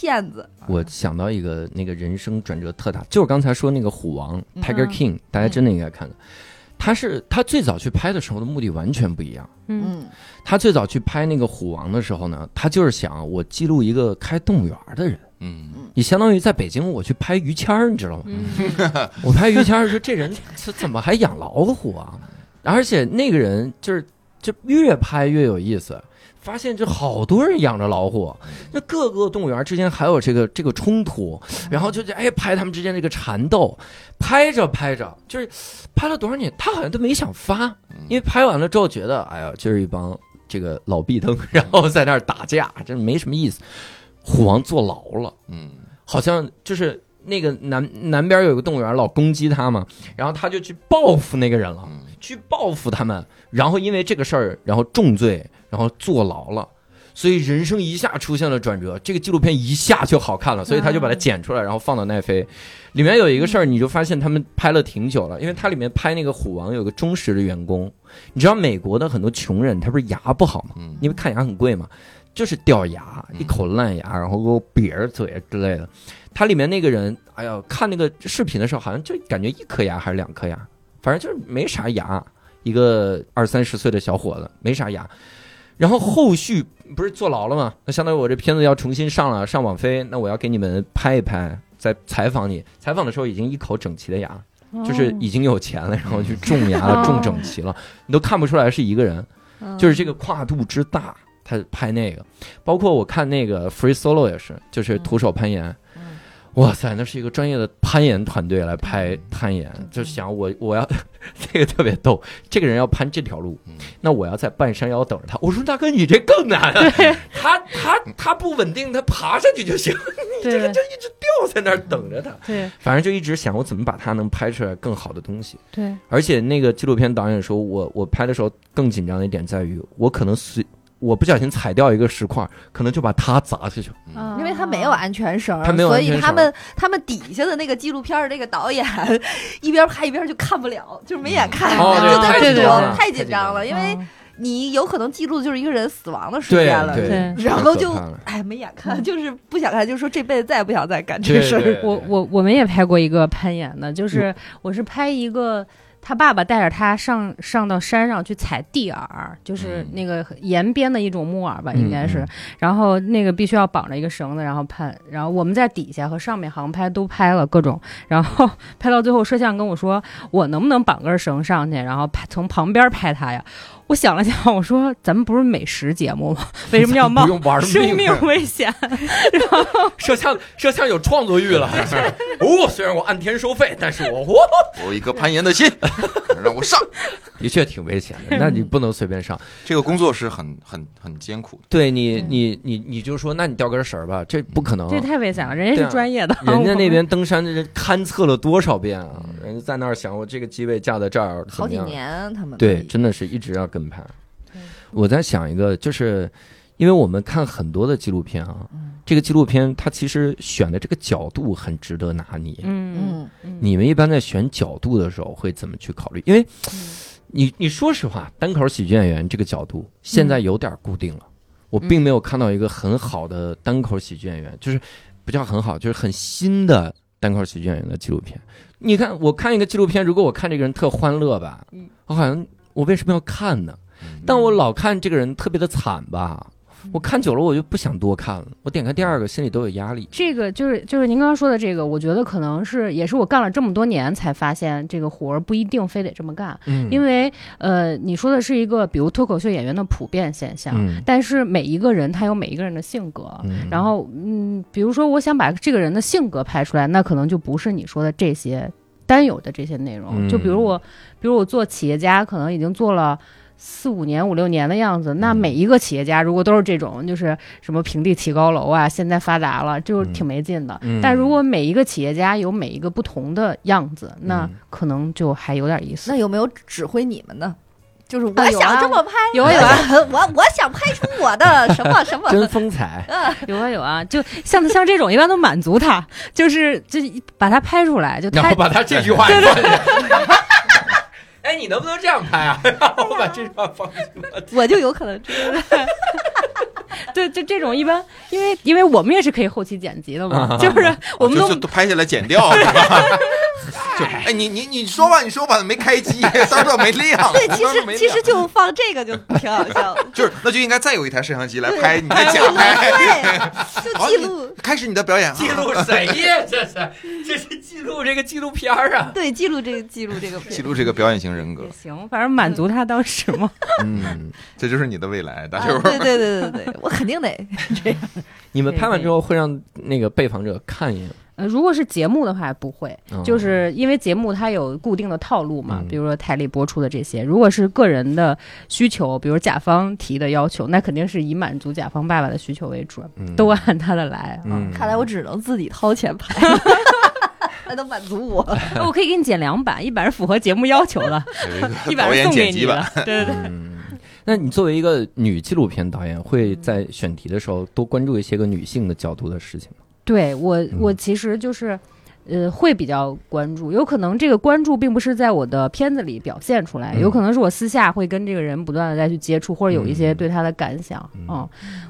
Speaker 5: 骗子。
Speaker 1: 我想到一个那个人生转折特大，就是刚才说那个虎王
Speaker 5: 嗯
Speaker 1: Tiger
Speaker 7: 嗯
Speaker 1: King，大家真的应该看看。他是他最早去拍的时候的目的完全不一样。
Speaker 7: 嗯
Speaker 5: 嗯
Speaker 1: 他最早去拍那个虎王的时候呢，他就是想我记录一个开动物园的人，
Speaker 6: 嗯，
Speaker 1: 你相当于在北京我去拍于谦儿，你知道吗？
Speaker 7: 嗯
Speaker 1: 我拍于谦儿说这人这怎么还养老虎啊？而且那个人就是就越拍越有意思，发现这好多人养着老虎，那各个动物园之间还有这个这个冲突，然后就是哎拍他们之间这个缠斗，拍着拍着就是拍了多少年，他好像都没想发，因为拍完了之后觉得哎呀就是一帮这个老壁灯， <laughs> 然后在那儿打架，这没什么意思。虎王坐牢了。
Speaker 6: 嗯
Speaker 1: 好像就是那个南南边有个动物园老攻击他嘛，然后他就去报复那个人了，
Speaker 6: 嗯
Speaker 1: 去报复他们，然后因为这个事儿，然后重罪，然后坐牢了。所以人生一下出现了转折，这个纪录片一下就好看了，所以他就把它剪出来，然后放到奈飞。里面有一个事儿，你就发现他们拍了挺久了，因为它里面拍那个虎王有个忠实的员工，你知道美国的很多穷人他不是牙不好吗？
Speaker 6: 嗯
Speaker 1: 因为看牙很贵嘛，就是掉牙，
Speaker 6: 嗯
Speaker 1: 一口烂牙，然后给我瘪着嘴之类的。它里面那个人，哎呀，看那个视频的时候，好像就感觉一颗牙还是两颗牙，反正就是没啥牙，一个二三十岁的小伙子没啥牙。然后后续不是坐牢了吗？那相当于我这片子要重新上了，上网飞，那我要给你们拍一拍，再采访你。采访的时候已经一口整齐的牙了， <laughs> 就是已经有钱了，然后去种牙了，
Speaker 7: 哦
Speaker 1: 种整齐了，你都看不出来是一个人。
Speaker 5: 嗯
Speaker 7: 哦
Speaker 1: 就是这个跨度之大，他拍那个，包括我看那个 Free Solo 也是，就是徒手攀岩，
Speaker 5: 嗯
Speaker 1: 哇塞，那是一个专业的攀岩团队来拍攀岩，就想我我要 <laughs> 这个特别逗，这个人要攀这条路，
Speaker 6: 嗯
Speaker 1: 那我要在半山腰等着他。我说大哥，你这更难啊，他他他不稳定，他爬上去就行，你这个
Speaker 7: 对
Speaker 1: 就一直吊在那儿等着他。
Speaker 7: 对
Speaker 1: 反正就一直想我怎么把他能拍出来更好的东西。
Speaker 7: 对，
Speaker 1: 而且那个纪录片导演说我，我拍的时候更紧张的一点在于，我可能随我不小心踩掉一个石块，可能就把它砸下去了。
Speaker 7: 嗯
Speaker 5: 因为他没
Speaker 7: 啊
Speaker 5: 有安全绳儿，
Speaker 1: 哦他没有
Speaker 5: 所
Speaker 1: 安全
Speaker 5: 以
Speaker 1: 绳
Speaker 5: 他
Speaker 1: 儿
Speaker 5: 们他们底下的那个纪录片儿那个导演一边拍一边就看不了，就是没眼看，
Speaker 1: 哦
Speaker 5: 就
Speaker 7: 对对
Speaker 5: 紧
Speaker 7: 对
Speaker 5: 张
Speaker 1: 对
Speaker 5: 了，
Speaker 1: 对
Speaker 5: 太
Speaker 1: 太
Speaker 5: 紧
Speaker 1: 紧张
Speaker 5: 张了，因为
Speaker 7: 嗯
Speaker 5: 你有可能记录就是一个人死亡的时间了，
Speaker 7: 对对
Speaker 5: 然后就
Speaker 1: 太可
Speaker 5: <laughs>
Speaker 1: 怕了
Speaker 5: 哎没眼看，就是不想看，就说这辈子再也不想再干这
Speaker 1: 对
Speaker 5: 个事儿。
Speaker 1: 对嗯
Speaker 7: 我我我们也拍过一个攀岩的，就是我是拍一个。他爸爸带着他上上到山上去采地饵，就是
Speaker 6: 嗯
Speaker 7: 那个岩边的一种木饵吧，应该是
Speaker 1: 嗯。
Speaker 7: 然后那个必须要绑着一个绳子，然后攀。然后我们在底下和上面航拍都拍了各种，然后 <laughs> 拍到最后，摄像跟我说：“我能不能绑根绳上去，然后拍从旁边拍他呀？”我想了想，我说：“咱们不是美食节目吗？ <laughs> 为什么要冒
Speaker 1: 不用玩
Speaker 7: 生
Speaker 1: 命哦
Speaker 7: 命危险？”
Speaker 1: 摄像摄像有创作欲了，还是哦，虽然我按天收费，但是我我
Speaker 6: 我有一颗攀岩的心， <laughs> 让我上。
Speaker 1: 的确挺危险的，那你不能随便上。
Speaker 6: 这个工作是很很很艰苦的，
Speaker 1: 对你
Speaker 7: 嗯
Speaker 1: 你你你就说，那你掉根绳儿吧，这不可能。啊
Speaker 7: 这太危险了，人家
Speaker 1: 对
Speaker 7: 是
Speaker 1: 啊
Speaker 7: 专业的，
Speaker 1: <laughs> 人家
Speaker 7: 我
Speaker 1: 那
Speaker 7: 们
Speaker 1: 边
Speaker 5: 哦
Speaker 1: 登山的人勘测了多少遍啊？
Speaker 6: 嗯
Speaker 1: 人家在那儿想，我这个机位架在这儿，怎
Speaker 5: 好
Speaker 1: 么
Speaker 5: 几
Speaker 1: 样
Speaker 5: 年啊他们
Speaker 1: 啊对，真的是一直要跟拍
Speaker 7: 对。
Speaker 1: 我在想一个，就是因为我们看很多的纪录片啊，
Speaker 5: 嗯
Speaker 1: 这个纪录片它其实选的这个角度很值得拿捏。
Speaker 7: 嗯
Speaker 5: 嗯
Speaker 7: 嗯，
Speaker 1: 你们一般在选角度的时候会怎么去考虑？因为
Speaker 7: 嗯
Speaker 1: 你你说实话，单口喜剧演员这个角度现在有点固定了，我
Speaker 7: 嗯
Speaker 1: 并没有看到一个很好的单口喜剧演员，就是不叫很好，就是很新的单口喜剧演员的纪录片。你看，我看一个纪录片，如果我看这个人特欢乐吧，
Speaker 7: 嗯
Speaker 1: 我好像我为什么要看呢？
Speaker 6: 嗯
Speaker 1: 但我老看这个人特别的惨吧，
Speaker 7: 嗯
Speaker 1: 我看久了我就不想多看了，我点开第二个心里都有压力。
Speaker 7: 这个就是就是您刚刚说的这个，我觉得可能是也是我干了这么多年才发现，这个活儿不一定非得这么干，
Speaker 1: 嗯
Speaker 7: 因
Speaker 1: 为
Speaker 7: 为呃，你说的是一个比如脱口秀演员的普遍现象，
Speaker 1: 嗯
Speaker 7: 但是每一个人他有每一个人的性格。
Speaker 1: 嗯
Speaker 7: 然后，嗯，比如说，我想把这个人的性格拍出来，那可能就不是你说的这些单有的这些内
Speaker 1: 嗯
Speaker 7: 容。就比如我，比如我做企业家，可能已经做了四五年、五六年的样子。那
Speaker 1: 嗯
Speaker 7: 每一个企业家如果都是这种，就是什么平地起高楼啊，现在发达了，就是
Speaker 1: 嗯
Speaker 7: 挺没劲的。
Speaker 1: 嗯
Speaker 7: 但如果每一个企业家有每一个不同的样子，那
Speaker 1: 嗯，
Speaker 7: 可能就还有点意思。
Speaker 5: 那有没有指挥你们的？就是我
Speaker 7: 啊有啊
Speaker 5: 想这么拍，
Speaker 7: 有啊有啊，
Speaker 5: <laughs> 我我想拍出我的什么什么
Speaker 1: 真风采，
Speaker 7: 有啊有啊，就 <laughs> 像像这种一般都满足他，就是就把他拍出来，就
Speaker 1: 然
Speaker 7: 他
Speaker 1: 后把他这句话也放进去。哎，你能不 <laughs> 能这样拍啊？然后把这句话放进去。
Speaker 5: 我就有可能这样
Speaker 7: <laughs> 对，就这种一般，因为因为我们也是可以后期剪辑的
Speaker 6: 啊
Speaker 7: <laughs> 嘛，就是我们
Speaker 6: 就
Speaker 7: 都
Speaker 6: 哦就都拍下来剪掉，是吧就哎，你你你说吧，你说吧，没开机， <laughs> 当时没亮，
Speaker 5: 对，其
Speaker 6: 当时没亮，
Speaker 5: 实其实就放这个就挺好笑的
Speaker 6: 就是那就应该再有一台摄像机来
Speaker 5: 对
Speaker 6: 拍你的假
Speaker 5: <laughs>
Speaker 6: 拍，
Speaker 5: 对，就记录，
Speaker 6: 开始你的表演啊，
Speaker 1: 记录谁呀？ <laughs> 这是这是记录这个纪录片儿啊！
Speaker 5: 对，记录这个记录这个片
Speaker 6: 记录这个表演型人格
Speaker 7: 也，行，反正满足他当时嘛。
Speaker 1: 嗯，
Speaker 6: 这就是你的未来，大
Speaker 5: 啊
Speaker 6: 家伙
Speaker 5: 对对对对对，我肯定得，
Speaker 1: 你们拍完之后会让那个被访者看一眼，
Speaker 7: <laughs> 呃，如果是节目的话不会，
Speaker 6: 哦
Speaker 1: 嗯
Speaker 7: 就是因为节目它有固定的套路嘛，
Speaker 1: 嗯
Speaker 7: 比如说台里播出的这些。如果是个人的需求，比如甲方提的要求，那肯定是以满足甲方爸爸的需求为主，
Speaker 1: 嗯
Speaker 7: 都按他的来啊。 <laughs>
Speaker 1: 嗯，
Speaker 5: 看来我只能自己掏钱拍， <laughs> 才能满足我。
Speaker 7: 哦我可以给你剪两版，一版是符合节目要求
Speaker 6: <laughs>
Speaker 7: 的，一版
Speaker 6: 导
Speaker 7: 是
Speaker 6: 演
Speaker 7: 送给
Speaker 6: 剪
Speaker 7: 你
Speaker 6: 辑
Speaker 7: 的
Speaker 6: 版，。
Speaker 7: 对对对。
Speaker 1: 嗯，那你作为一个女纪录片导演，会
Speaker 7: 嗯
Speaker 1: 在选题的时候多关注一些个女性的角度的事情吗？
Speaker 7: 对我，我
Speaker 1: 嗯
Speaker 7: 其实就是，呃，会比较关注。有可能这个关注并不是在我的片子里表现出来，有
Speaker 1: 嗯
Speaker 7: 可能是我私下会跟这个人不断的再去接触，或者有一些
Speaker 1: 嗯
Speaker 7: 对他的感想。
Speaker 1: 嗯
Speaker 7: 嗯，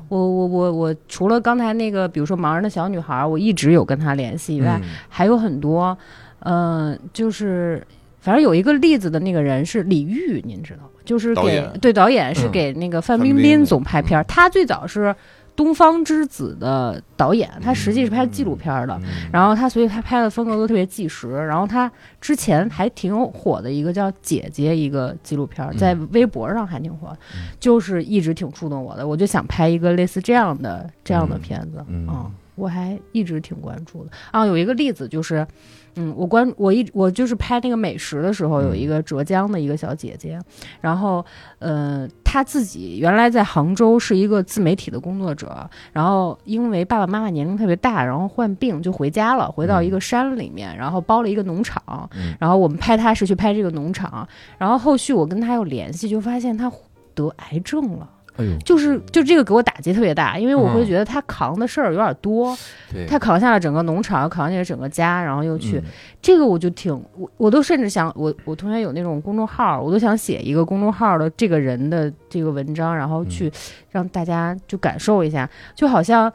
Speaker 7: 我我我我除了刚才那个，比如说盲人的小女孩，我一直有跟她联系以外，
Speaker 1: 嗯
Speaker 7: 还有很多，呃，就是反正有一个例子的那个人是李玉，您知道吗？就是
Speaker 6: 导
Speaker 7: 给
Speaker 6: 演
Speaker 7: 对导演是
Speaker 1: 嗯
Speaker 7: 给那个范
Speaker 6: 范
Speaker 7: 冰
Speaker 6: 冰
Speaker 7: 冰
Speaker 6: 冰
Speaker 7: 总拍片儿，他最早是《东方之子》的导演，他实际是拍纪录片儿的。
Speaker 1: 嗯，
Speaker 7: 啊然后他，所以他拍的风格都特别纪实。然后他之前还挺火的一个叫《姐姐》一个纪录片儿，在
Speaker 1: 嗯
Speaker 7: 微博上还挺火，就是一直挺触动我的。我就想拍一个类似这样的这样的
Speaker 1: 嗯
Speaker 7: 片子，
Speaker 1: 嗯
Speaker 7: 我还一直挺关注的啊。有一个例子就是，嗯，我关我一我就是拍那个美食的时候，
Speaker 1: 嗯
Speaker 7: 有一个浙江的一个小姐姐，然后呃，她自己原来在杭州是一个自媒体的工作者，然后因为爸爸妈妈年龄特别大，然后患病就回家了，回到一个山里面，然后包了一个农场
Speaker 1: 嗯，
Speaker 7: 然后我们拍她是去拍这个农场，然后后续我跟她有联系，就发现她得癌症了。
Speaker 1: 哎呦，
Speaker 7: 就是就这个给我打击特别大，因为我
Speaker 1: 嗯
Speaker 7: 会觉得他扛的事儿有点多，
Speaker 1: 对，
Speaker 7: 他扛下了整个农场，扛下了整个家，然后又去、
Speaker 1: 嗯
Speaker 7: 这个我就挺我我都甚至想我我同学有那种公众号，我都想写一个公众号的这个人的这个文章，然后去让大家就感受一下，就好像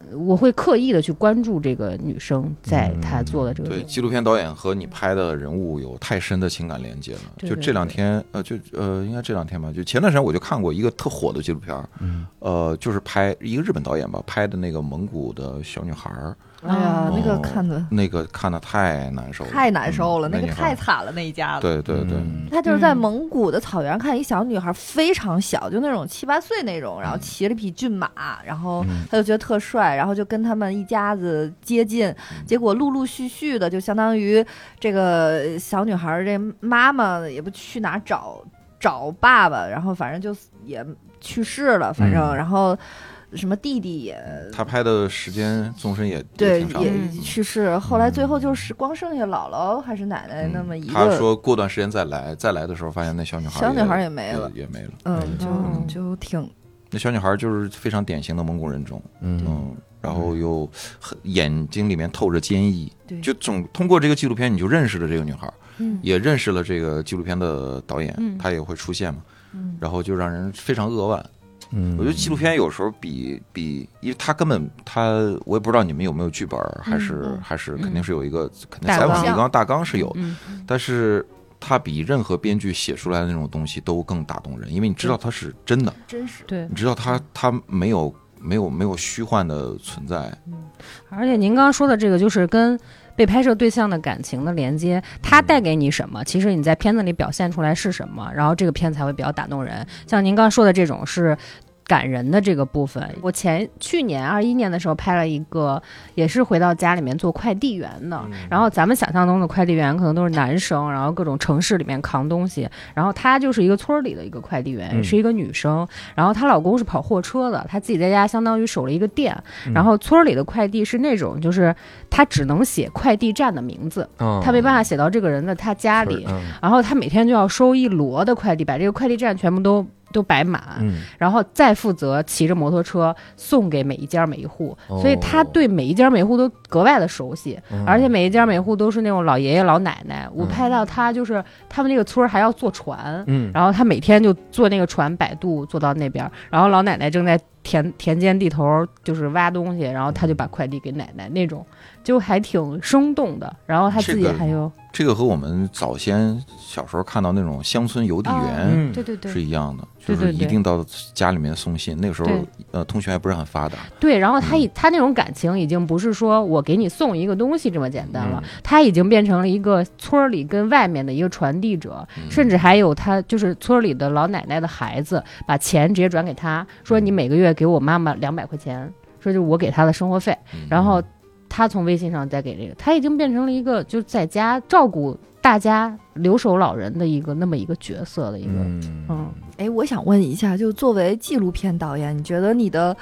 Speaker 7: 呃我会刻意的去关注这个女生在她做的这个
Speaker 6: 对，
Speaker 7: 东西、
Speaker 6: 纪录片导演和你拍的人物有太深的情感连接了。
Speaker 7: 对
Speaker 6: 就
Speaker 7: 对
Speaker 6: 这两天，呃，就呃，应该这两天吧，就前段时间我就看过一个特火的纪录片儿，
Speaker 1: 嗯
Speaker 6: 呃，就是拍一个日本导演吧拍的那个蒙古的小女孩儿，
Speaker 5: 哎呀，那个
Speaker 6: 哦
Speaker 5: 看的
Speaker 6: 那个看的太难受了，
Speaker 5: 太难受了，
Speaker 6: 嗯
Speaker 5: 那个
Speaker 6: 女孩
Speaker 5: 太惨了，那一家子。
Speaker 6: 对对对，
Speaker 5: 他就是在
Speaker 7: 嗯
Speaker 5: 蒙古的草原看一小女孩，非常小，就那种七八岁那种，然后骑了匹骏马，然后
Speaker 1: 嗯
Speaker 5: 他就觉得特帅，然后就跟他们一家子接近，结果陆陆续续的，就相当于这个小女孩儿这妈妈也不去哪儿找找爸爸，然后反正就也去世了，反正、
Speaker 1: 嗯
Speaker 5: 然后什么弟弟也
Speaker 6: 他拍的时间纵深也
Speaker 5: 对
Speaker 6: 挺长的
Speaker 5: 也
Speaker 7: 嗯
Speaker 5: 去世，后来最后就是光剩下姥姥还是奶奶那么一
Speaker 6: 他
Speaker 5: 个，
Speaker 6: 嗯说过段时间再来，再来的时候发现那小女孩
Speaker 5: 小女孩儿也
Speaker 6: 也
Speaker 5: 没了，
Speaker 6: 也没了。
Speaker 5: 嗯，就
Speaker 7: 嗯
Speaker 5: 就挺
Speaker 6: 那小女孩就是非常典型的蒙古人种，
Speaker 1: 嗯
Speaker 6: 嗯，然后又很眼睛里面透着坚毅，
Speaker 5: 对，
Speaker 6: 就总通过这个纪录片，你就认识了这个女孩，
Speaker 5: 嗯
Speaker 6: 也认识了这个纪录片的导
Speaker 7: 嗯
Speaker 6: 演，他也会出现嘛，
Speaker 5: 嗯
Speaker 6: 然后就让人非常扼腕。
Speaker 1: 嗯，
Speaker 6: 我觉得纪录片有时候比比，因为他根本他，我也不知道你们有没有剧本儿，还是
Speaker 5: 嗯
Speaker 6: 还是
Speaker 7: 嗯
Speaker 6: 肯定是有一个肯定
Speaker 7: 大
Speaker 6: 采访
Speaker 5: 纲
Speaker 6: 提纲大纲是有，
Speaker 7: 嗯，
Speaker 6: 但是他比任何编剧写出来的那种东西都更打动人，因为你知道它是真的，
Speaker 5: 真实。
Speaker 7: 对。
Speaker 6: 你知道它它没有没有没有虚幻的存在，
Speaker 7: 而且您刚刚说的这个，就是跟被拍摄对象的感情的连接，它带给你什么？其实你在片子里表现出来是什么，然后这个片子才会比较打动人。像您刚刚说的这种是。感人的这个部分，我前去年二一年的时候拍了一个，也是回到家里面做快递员的。然后咱们想象中的快递员可能都是男生，然后各种城市里面扛东西，然后她就是一个村儿里的一个快递员，
Speaker 1: 嗯
Speaker 7: 是一个女生。然后她老公是跑货车的，她自己在家相当于守了一个店，
Speaker 1: 嗯
Speaker 7: 然后村儿里的快递是那种，就是他只能写快递站的名字，他没办法写到这个人的他家里。
Speaker 1: 哦嗯
Speaker 7: 然后他每天就要收一摞的快递，把这个快递站全部都都摆满，
Speaker 1: 嗯
Speaker 7: 然后再负责骑着摩托车送给每一家每一户。所以他
Speaker 1: 哦
Speaker 7: 对每一家每一户都格外的熟悉，
Speaker 1: 嗯，
Speaker 7: 啊而且每一家每户都是那种老爷爷老奶奶。我
Speaker 1: 嗯
Speaker 7: 拍到他就是他们那个村儿还要坐船，
Speaker 1: 嗯，
Speaker 7: 然后他每天就坐那个船摆渡坐到那边儿，然后老奶奶正在田田间地头就是挖东西，然后他就把快递给奶奶那种，就还挺生动的。然后他自己
Speaker 6: 这个
Speaker 7: 还有，
Speaker 6: 这个和我们早先小时候看到那种乡村邮递员
Speaker 1: 嗯
Speaker 7: 对对哦对
Speaker 6: 是一样的，
Speaker 7: 对
Speaker 6: 就是
Speaker 7: 对
Speaker 6: 一
Speaker 7: 对
Speaker 6: 定到家里面送信。那个时候
Speaker 7: 对，
Speaker 6: 呃，通讯还不是很发达，
Speaker 7: 对。然后他已他那种感情已经不是说我给你送一个东西这么简单了
Speaker 6: 嗯，
Speaker 7: 他已经变成了一个村儿里跟外面的一个传递者，
Speaker 6: 嗯
Speaker 7: 甚至还有他就是村儿里的老奶奶的孩子，把钱直接转给他，说
Speaker 6: 嗯
Speaker 7: 你每个月给我妈妈两百块钱，说就是我给她的生活费，
Speaker 6: 嗯
Speaker 7: 然后他从微信上再给这个，他已经变成了一个就是在家照顾大家留守老人的一个那么一个角色的一个，嗯
Speaker 5: 哎，我想问一下，就作为纪录片导演，你觉得你的，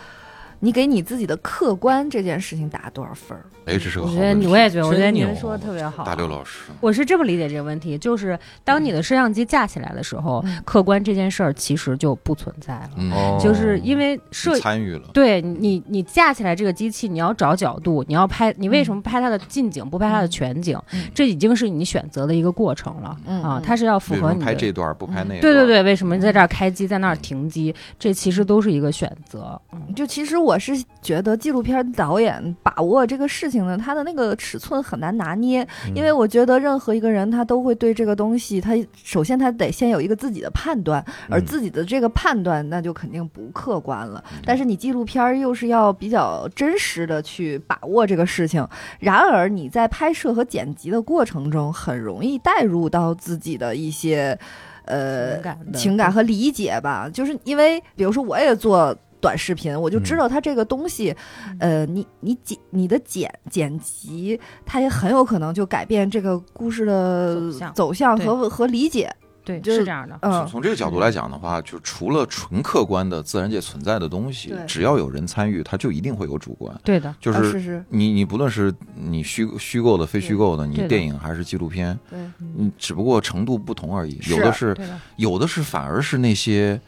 Speaker 5: 你给你自己的客观这件事情打多少分儿？
Speaker 6: 哎，这是个
Speaker 7: 我
Speaker 6: 好
Speaker 7: 觉得
Speaker 6: 问
Speaker 7: 你
Speaker 6: 题
Speaker 7: 我。也觉得，我觉得
Speaker 1: 真
Speaker 7: 你
Speaker 1: 牛
Speaker 7: 们说的特别好，哦
Speaker 6: 大刘老师，
Speaker 7: 我是这么理解这个问题，就是当
Speaker 6: 嗯
Speaker 7: 你的摄像机架起来的时候，
Speaker 5: 嗯
Speaker 7: 客观这件事儿其实就不存在了，
Speaker 6: 嗯，
Speaker 1: 哦
Speaker 7: 就是因为摄
Speaker 6: 你参与了，
Speaker 7: 对你，你架起来这个机器，你要找角度，你要拍，你为什么拍它的近景，不拍它的全景？
Speaker 6: 嗯
Speaker 7: 这已经是你选择的一个过程了
Speaker 5: 嗯
Speaker 7: 啊，它是要符
Speaker 6: 为什
Speaker 7: 合
Speaker 6: 么
Speaker 7: 你
Speaker 6: 拍
Speaker 7: 的。嗯
Speaker 6: 这段不拍那？
Speaker 7: 对对，对，为什么在这儿开机，在那儿停机？这其实都是一个选择。嗯
Speaker 5: 就其实我是觉得纪录片导演把握这个事情呢，他的那个尺寸很难拿捏，
Speaker 7: 嗯
Speaker 1: 嗯
Speaker 5: 因为我觉得任何一个人他都会对这个东西，他首先他得先有一个自己的判断，而自己的这个判断那就肯定不客观了。
Speaker 7: 嗯
Speaker 5: 但是你纪录片儿又是要比较真实的去把握这个事情，然而你在拍摄和剪辑的过程中，很容易带入到自己的一些呃
Speaker 7: 情感的
Speaker 5: 情感和理解吧，就是因为比如说我也做。短视频，我就知
Speaker 7: 嗯
Speaker 5: 道它这个东西，呃，你你剪你的剪剪辑，它也很有可能就改变这个故事的
Speaker 7: 走向
Speaker 5: 走向
Speaker 7: 对
Speaker 5: 和和理解。
Speaker 7: 对，
Speaker 5: 就是
Speaker 7: 是这样的。
Speaker 5: 嗯，
Speaker 6: 从这个角度来讲的话，就除了纯客观的自然界存在的东西
Speaker 5: 对，
Speaker 6: 只要有人参与，它就一定会有主观。
Speaker 7: 对的，
Speaker 6: 就
Speaker 5: 啊
Speaker 6: 是
Speaker 5: 是是，
Speaker 6: 你你不论是你虚虚构的、非虚构的，
Speaker 7: 对
Speaker 6: 你
Speaker 7: 的
Speaker 6: 电影还是纪录片，
Speaker 5: 对，
Speaker 6: 嗯，只不过程度不同而已。
Speaker 5: 是
Speaker 6: 有的是
Speaker 7: 对的，
Speaker 6: 有的是反而是那些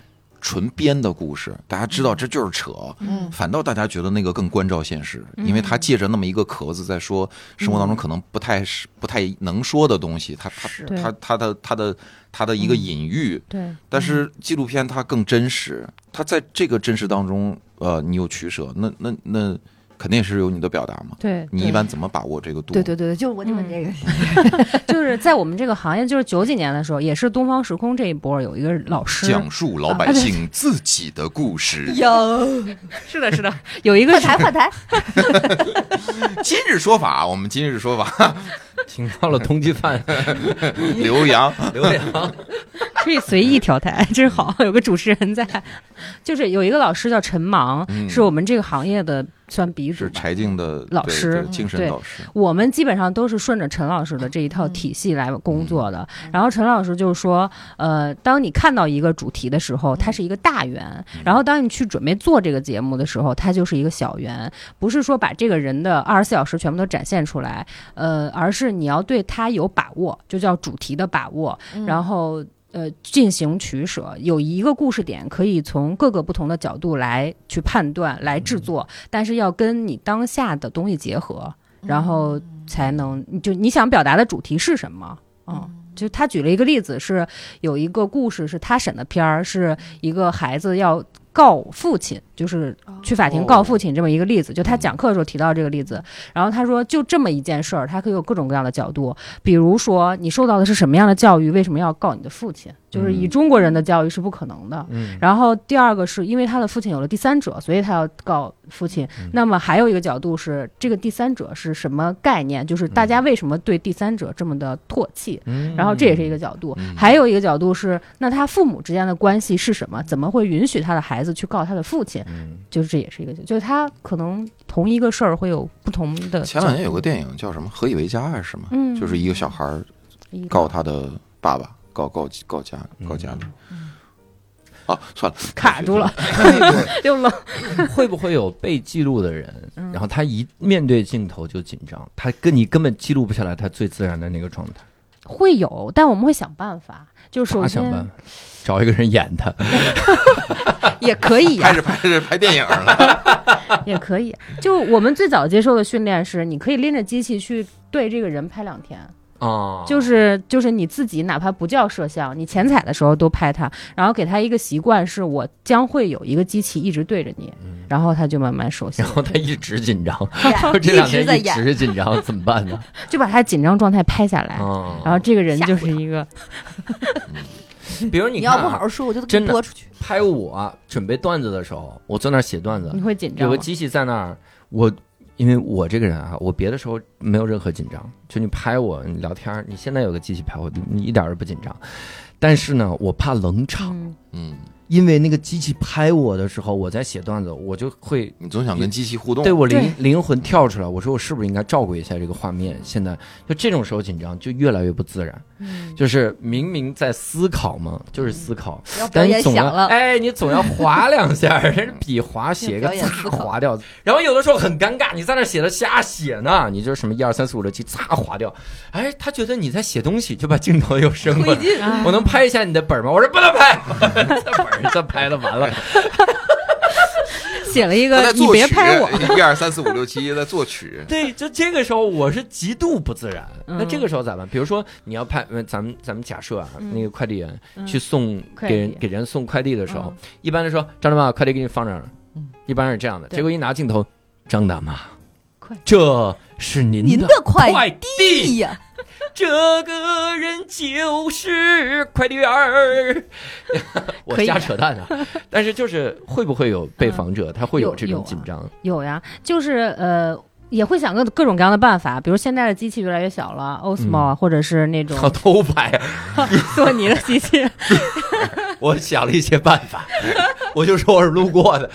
Speaker 6: 纯编的故事，大家知道这就是扯，
Speaker 5: 嗯
Speaker 6: 反倒大家觉得那个更关照现实，
Speaker 7: 嗯
Speaker 6: 因为他借着那么一个壳子在说生活当中可能不太是不太能说的东西，他他
Speaker 5: 是
Speaker 7: 对
Speaker 6: 他他的他的他的一个隐喻，
Speaker 7: 对
Speaker 6: 但是纪录片它更真实，它在这个真实当中，呃，你有取舍，那那那肯定是有你的表达嘛。
Speaker 7: 对。
Speaker 6: 你一般怎么把握这个度？
Speaker 5: 对对对对，就我就问
Speaker 7: 嗯
Speaker 5: 这个，
Speaker 7: 就是在我们这个行业，就是九几年的时候，也是东方时空这一波有一个老师，
Speaker 6: 讲述
Speaker 7: 啊
Speaker 6: 老百姓自己的故事。
Speaker 5: <laughs> 有
Speaker 7: <laughs> 是的，是的，有一个
Speaker 5: 换台换台，
Speaker 6: 今日说法，我们今日说法，
Speaker 1: 请到了通缉 <laughs> 犯
Speaker 7: <laughs>
Speaker 6: 刘洋，
Speaker 1: 刘洋，
Speaker 7: 可以随意调台，真好， <laughs> 有个主持人在。就是有一个老师叫陈芒，
Speaker 6: 嗯
Speaker 7: 是我们这个行业的算鼻祖
Speaker 6: 是
Speaker 7: 吧。
Speaker 6: 柴静的
Speaker 7: 老
Speaker 6: 对
Speaker 7: 师嗯
Speaker 6: 对精神
Speaker 7: 对
Speaker 6: 导师。
Speaker 7: 我们基本上都是顺着陈老师的这一套体系来工作的。
Speaker 6: 嗯
Speaker 7: 然后陈老师就是说，呃，当你看到一个主题的时候，它是一个大圆；
Speaker 6: 嗯
Speaker 7: 然后当你去准备做这个节目的时候，它就是一个小圆。不是说把这个人的二十四小时全部都展现出来，呃，而是你要对他有把握，就叫主题的把握。
Speaker 5: 嗯
Speaker 7: 然后呃进行取舍，有一个故事点可以从各个不同的角度来去判断、来制作，但是要跟你当下的东西结合，然后才能你就你想表达的主题是什么，嗯。就他举了一个例子，是有一个故事是他审的片儿，是一个孩子要告父亲，就是去法庭告父亲这么一个例子。就他讲课的时候提到这个例子，然后他说就这么一件事儿，他可以有各种各样的角度，比如说你受到的是什么样的教育，为什么要告你的父
Speaker 6: 嗯
Speaker 7: 亲？就是以中国人的教育是不可能的。
Speaker 1: 嗯
Speaker 7: 然后第二个是因为他的父亲有了第三者，所以他要告父亲。
Speaker 6: 嗯
Speaker 7: 那么还有一个角度是，这个第三者是什么概念？就是大家为什么对第三者这么的唾弃？
Speaker 1: 嗯
Speaker 7: 然后这也是一个角度，
Speaker 6: 嗯
Speaker 7: 还有一个角度是，那他父母之间的关系是什么？怎么会允许他的孩子去告他的父亲？
Speaker 1: 嗯
Speaker 7: 就是这也是一个，就是他可能同一个事儿会有不同的角度。
Speaker 6: 前两年有个电影叫什么《何以为家》还是什么，
Speaker 7: 嗯
Speaker 6: 就是一个小孩儿
Speaker 7: 一个
Speaker 6: 告他的爸爸，告告告家
Speaker 7: 嗯
Speaker 6: 告家里。哦，算了，
Speaker 7: 卡住了， <laughs> 又冷。
Speaker 1: 会不会有被记录的人，
Speaker 5: 嗯
Speaker 1: 然后他一面对镜头就紧张，他跟你根本记录不下来他最自然的那个状态。
Speaker 7: 会有，但我们会想办法。就首
Speaker 1: 他想办
Speaker 7: 先
Speaker 1: 法找一个人演他，
Speaker 7: 也可以 <laughs> 哎呀、
Speaker 6: 开始拍着拍电影
Speaker 7: <laughs>
Speaker 6: 了。
Speaker 7: 也可以。就我们最早接受的训练是，你可以拎着机器去对这个人拍两天，
Speaker 1: 哦，
Speaker 7: 就是就是你自己，哪怕不叫摄像，你前采的时候都拍它，然后给它一个习惯，是我将会有一个机器一直对着你，
Speaker 1: 嗯
Speaker 7: 然后它就慢慢熟
Speaker 1: <laughs>
Speaker 7: 悉
Speaker 1: 然
Speaker 7: 了，
Speaker 1: 后他一直紧
Speaker 5: <laughs>
Speaker 1: 张，
Speaker 5: 演
Speaker 1: 就 <laughs> 这两
Speaker 5: 一直
Speaker 1: 天
Speaker 5: 在
Speaker 1: 一
Speaker 5: 演，哎
Speaker 1: 直紧
Speaker 5: <laughs>
Speaker 1: 张，怎么办呢？
Speaker 7: 就把它紧张状态拍下来，
Speaker 1: 哦，
Speaker 7: 然后这个人
Speaker 5: 吓
Speaker 7: 就
Speaker 5: 唬
Speaker 7: 是一个
Speaker 1: 比如
Speaker 5: 你
Speaker 1: 你看
Speaker 5: 要不
Speaker 1: 啊
Speaker 5: 好好说，我就给
Speaker 1: 真
Speaker 5: 你
Speaker 1: 的
Speaker 5: 播出去。
Speaker 1: 拍我准备段子的时候，我坐那儿写段子
Speaker 7: 你，会紧
Speaker 1: 嗯有
Speaker 7: 张
Speaker 1: 个
Speaker 7: 吗，
Speaker 1: 机器在那儿，我因为我这个人啊，我别的时候没有任何紧张，就你拍我你聊天儿，你现在有个机器拍我，你一点儿都不紧张。但是呢，我怕冷场，
Speaker 7: 嗯，
Speaker 6: 嗯，
Speaker 1: 因为那个机器拍我的时候，我在写段子，我就会
Speaker 6: 你总想跟机器互动，
Speaker 1: 对我灵
Speaker 7: 对
Speaker 1: 灵魂跳出来，我说我是不是应该照顾一下这个画面？现在就这种时候紧张，就越来越不自然，
Speaker 7: 嗯
Speaker 1: 就是明明在思考嘛，就是思考，
Speaker 5: 嗯要表
Speaker 1: 但你
Speaker 5: 演
Speaker 1: 总
Speaker 5: 响
Speaker 1: 要
Speaker 5: 了，
Speaker 1: 哎，你总要划两下儿，这笔划
Speaker 5: <laughs>
Speaker 1: 写个
Speaker 5: 表演思
Speaker 1: 擦
Speaker 5: 考
Speaker 1: 划掉，然后有的时候很尴尬，你在那儿写的瞎写呢，你就是什么一二三四五六七擦划掉，哎，他觉得你在写东西，就把镜头又伸过来。
Speaker 5: 推进。
Speaker 7: 啊
Speaker 1: 我能拍一下你的本儿吗？我说不能拍， <laughs> 在本儿上拍了完了。
Speaker 7: 写了一
Speaker 6: 他在
Speaker 7: 个你
Speaker 6: 作曲
Speaker 7: 别拍我，，
Speaker 6: <laughs> 一二三四五六七在作曲，
Speaker 1: <laughs> 对，就这个时候我是极度不自然。
Speaker 7: 嗯
Speaker 1: 那这个时候咋办？比如说你要拍，呃咱们咱们假设啊，
Speaker 7: 嗯
Speaker 1: 那个快递员
Speaker 7: 嗯
Speaker 1: 去送
Speaker 7: 快
Speaker 1: 给人
Speaker 7: 递
Speaker 1: 给人送快递的时候，一般的说张大妈，快递给你放这儿了
Speaker 7: 嗯，
Speaker 1: 一般是这样的。
Speaker 7: 对
Speaker 1: 结果一拿镜头，张大妈
Speaker 7: 快，
Speaker 1: 这是您
Speaker 5: 您
Speaker 1: 的
Speaker 5: 的快
Speaker 1: 递，
Speaker 5: 递呀，
Speaker 1: 这个人就是快递员
Speaker 7: <laughs>
Speaker 1: 儿。我
Speaker 7: 可以
Speaker 1: 瞎
Speaker 7: 啊
Speaker 1: 扯淡
Speaker 7: <laughs>
Speaker 1: 啊，但是就是会不会有被访者，他会有
Speaker 7: 有
Speaker 1: 这
Speaker 7: 有
Speaker 1: 种
Speaker 7: 啊
Speaker 1: 紧张？
Speaker 7: 有呀，就是呃。也会想各各种各样的办法，比如现在的机器越来越小了，Osmo
Speaker 1: 嗯
Speaker 7: 啊、或者是那种
Speaker 1: 偷拍啊，
Speaker 7: 索尼的机
Speaker 1: <laughs>
Speaker 7: 器，
Speaker 1: 我想了一些办 <laughs> 法，我就说我是路过的。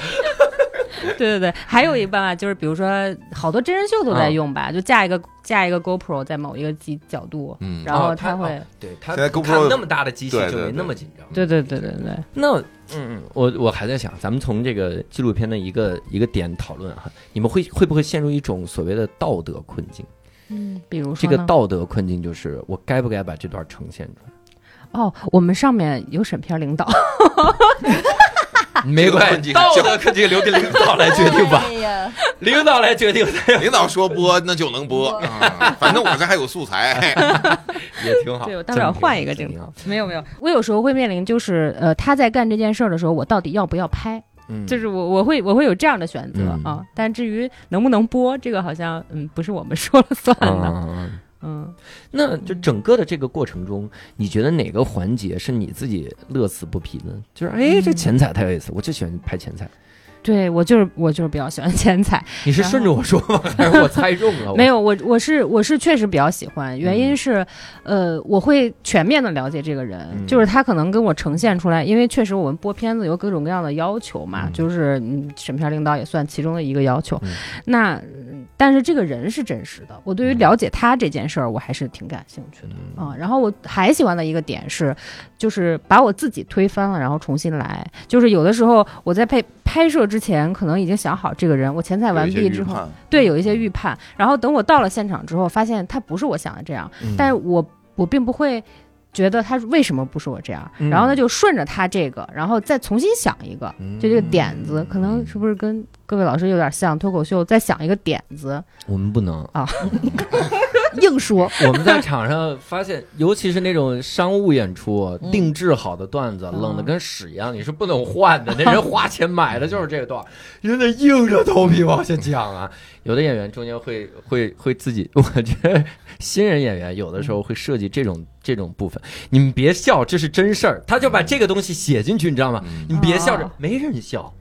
Speaker 7: 对对对，还有一个办法就是，比如说好多真人秀都
Speaker 1: 啊
Speaker 7: 在用吧，就架一个架一个 GoPro 在某一个机角度，
Speaker 6: 嗯，
Speaker 7: 然后
Speaker 1: 哦它
Speaker 7: 它会，
Speaker 1: 对他
Speaker 6: 现在
Speaker 1: 他
Speaker 6: GoPro
Speaker 1: 那么大的机器
Speaker 6: 对
Speaker 1: 就
Speaker 6: 对
Speaker 1: 没
Speaker 6: 对
Speaker 1: 那么紧张。
Speaker 7: 对对对对对，
Speaker 1: 那嗯，我我还在想，咱们从这个纪录片的一个一个点讨论哈，你们会会不会陷入一种所谓的道德困境？
Speaker 7: 嗯，比如
Speaker 1: 这
Speaker 7: 说
Speaker 1: 个
Speaker 7: 呢
Speaker 1: 道德困境就是我该不该把这段呈现出
Speaker 7: 哦，我们上面有审片领
Speaker 1: 啊
Speaker 7: 导，
Speaker 1: 来？没关系，道德困境留给领导来决定吧
Speaker 5: <laughs> 哎，呀，
Speaker 1: <laughs> 领导来决定
Speaker 6: 领导说播那就能
Speaker 7: <laughs>
Speaker 6: 播，啊反正我这还有素材。
Speaker 1: 也挺好。
Speaker 7: 对我大不了换一个镜
Speaker 1: 头，
Speaker 7: 没有没有，我有时候会面临就是呃他在干这件事儿的时候，我到底要不要拍？
Speaker 1: 嗯，
Speaker 7: 就是我我会我会有这样的选择、
Speaker 1: 嗯
Speaker 7: 啊，但至于能不能播，这个好像嗯不是我们 <laughs> 说了算
Speaker 1: 嗯。
Speaker 7: 的，
Speaker 1: 嗯嗯
Speaker 7: 嗯
Speaker 1: 那就整个的这个过程中，你觉得哪个环节是你自己乐此不疲的？就是
Speaker 7: 嗯
Speaker 1: 哎，这前彩太有意思，我就喜欢拍前彩。
Speaker 7: 对我就是我就是比较喜欢 <laughs> 剪彩，
Speaker 1: 你是
Speaker 7: 然后
Speaker 1: 顺着我说吗？还是我猜中了？我
Speaker 7: <laughs> 没，有，我我是我是确实比较喜欢，原因
Speaker 1: 嗯
Speaker 7: 是，呃，我会全面的了解这个人，
Speaker 1: 嗯
Speaker 7: 就是他可能跟我呈现出来，因为确实我们播片子有各种各样的要求嘛，
Speaker 1: 嗯
Speaker 7: 就是嗯，审片领导也算其中的一个要求。
Speaker 1: 嗯
Speaker 7: 那嗯但是这个人是真实的，我对于
Speaker 1: 嗯
Speaker 7: 了解他这件事儿，我还是挺感兴趣的。啊、然后我还喜欢的一个点是，就是把我自己推翻了，然后重新来。就是有的时候我在拍拍摄之前，可能已经想好这个人，我前菜完毕之后，对，有一些预判。然后等我到了现场之后，发现他不是我想的这样，
Speaker 1: 嗯
Speaker 7: 但是我我并不会觉得他为什么不是我这样，然后
Speaker 1: 嗯
Speaker 7: 呢就顺着他这个，然后再重新想一个，就这个点子，可能是不是跟各位老师有点像脱口秀，再想一个点子，
Speaker 1: 我们不能。
Speaker 5: 啊
Speaker 1: <laughs>
Speaker 5: 硬说，
Speaker 1: 我们在场上发现，尤其是那种商务演出，
Speaker 5: 嗯
Speaker 1: 定制好的段子，
Speaker 7: 嗯
Speaker 1: 冷的跟屎一样，你是不能换的。那人花钱买的就是这个段儿，
Speaker 5: 嗯
Speaker 1: 人得硬着头皮往下讲啊。有的演员中间会会会自己， <laughs> 我觉得新人演员有的时候会设计这种这种部分。你们别笑，这是真事儿，他就把这个东西写进去，你知道吗？
Speaker 6: 嗯
Speaker 1: 你们别笑着
Speaker 7: 哦，
Speaker 1: 没人笑。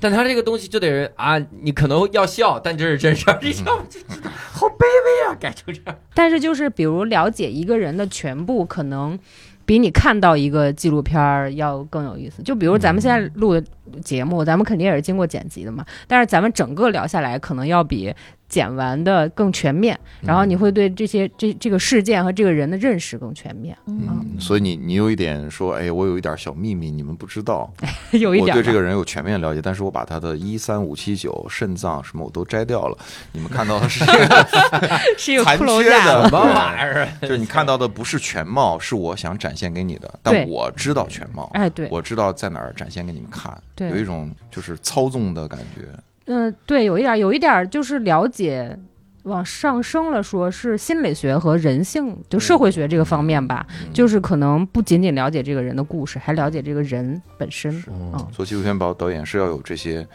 Speaker 1: 但他这个东西就得人啊，你可能要笑，但这是真事儿，
Speaker 7: 嗯
Speaker 1: 你笑就知
Speaker 7: <laughs>
Speaker 1: 道好卑微啊，改成这样。
Speaker 7: 但是就是比如了解一个人的全部，可能比你看到一个纪录片儿要更有意思。就比如咱们现在录的节目，咱们肯定也是经过剪辑的嘛，但是咱们整个聊下来，可能要比剪完
Speaker 6: 嗯
Speaker 7: 的更全面。然后你会对这些这这个事件和这个人的认识更全面， <laughs>
Speaker 6: 嗯，所以你你有一点说，哎，我有一点小秘密，你们不知道。
Speaker 7: 有一
Speaker 6: 我
Speaker 7: 点
Speaker 6: 对
Speaker 7: 儿
Speaker 6: 这
Speaker 7: 吧。
Speaker 6: 个人有全面了解，但是我把他的一三五七九肾脏什么我都摘掉了。你们看到的是
Speaker 7: <laughs>
Speaker 6: <laughs>
Speaker 7: 是有
Speaker 6: 残
Speaker 7: 骷髅
Speaker 6: 缺
Speaker 7: 架
Speaker 6: 的
Speaker 7: 了。
Speaker 1: 什么玩意儿？啊
Speaker 6: 就是你看到的不是全貌，是我想展现给你的，但
Speaker 7: 对
Speaker 6: 我知道全貌，
Speaker 7: 哎，对，
Speaker 6: 我知道在哪儿展现给你们看，
Speaker 7: 对
Speaker 6: 有一种就是操纵的感觉。
Speaker 7: 嗯、对，有一点儿，有一点儿就是了解。往上升了说，是心理学和人性，就社会学这个方面吧，就是可能不仅仅了解这个人的故事，还了解这个人本身。
Speaker 1: 嗯
Speaker 7: 嗯，
Speaker 6: 做纪录片导导演是要有这些，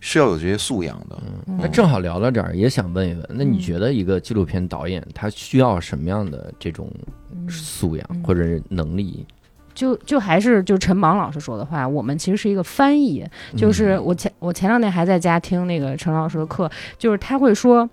Speaker 6: 是要有这些素养的。
Speaker 1: 那正好聊到这儿，也想问一问，那你觉得一个纪录片导演他需要什么样的这种素养
Speaker 7: 嗯
Speaker 1: 或者是能力？
Speaker 7: 就就还是就陈芒老师说的话，我们其实是一个翻译，
Speaker 1: 嗯
Speaker 7: 就是我前我前两天还在家听那个陈老师的课，就是他会说，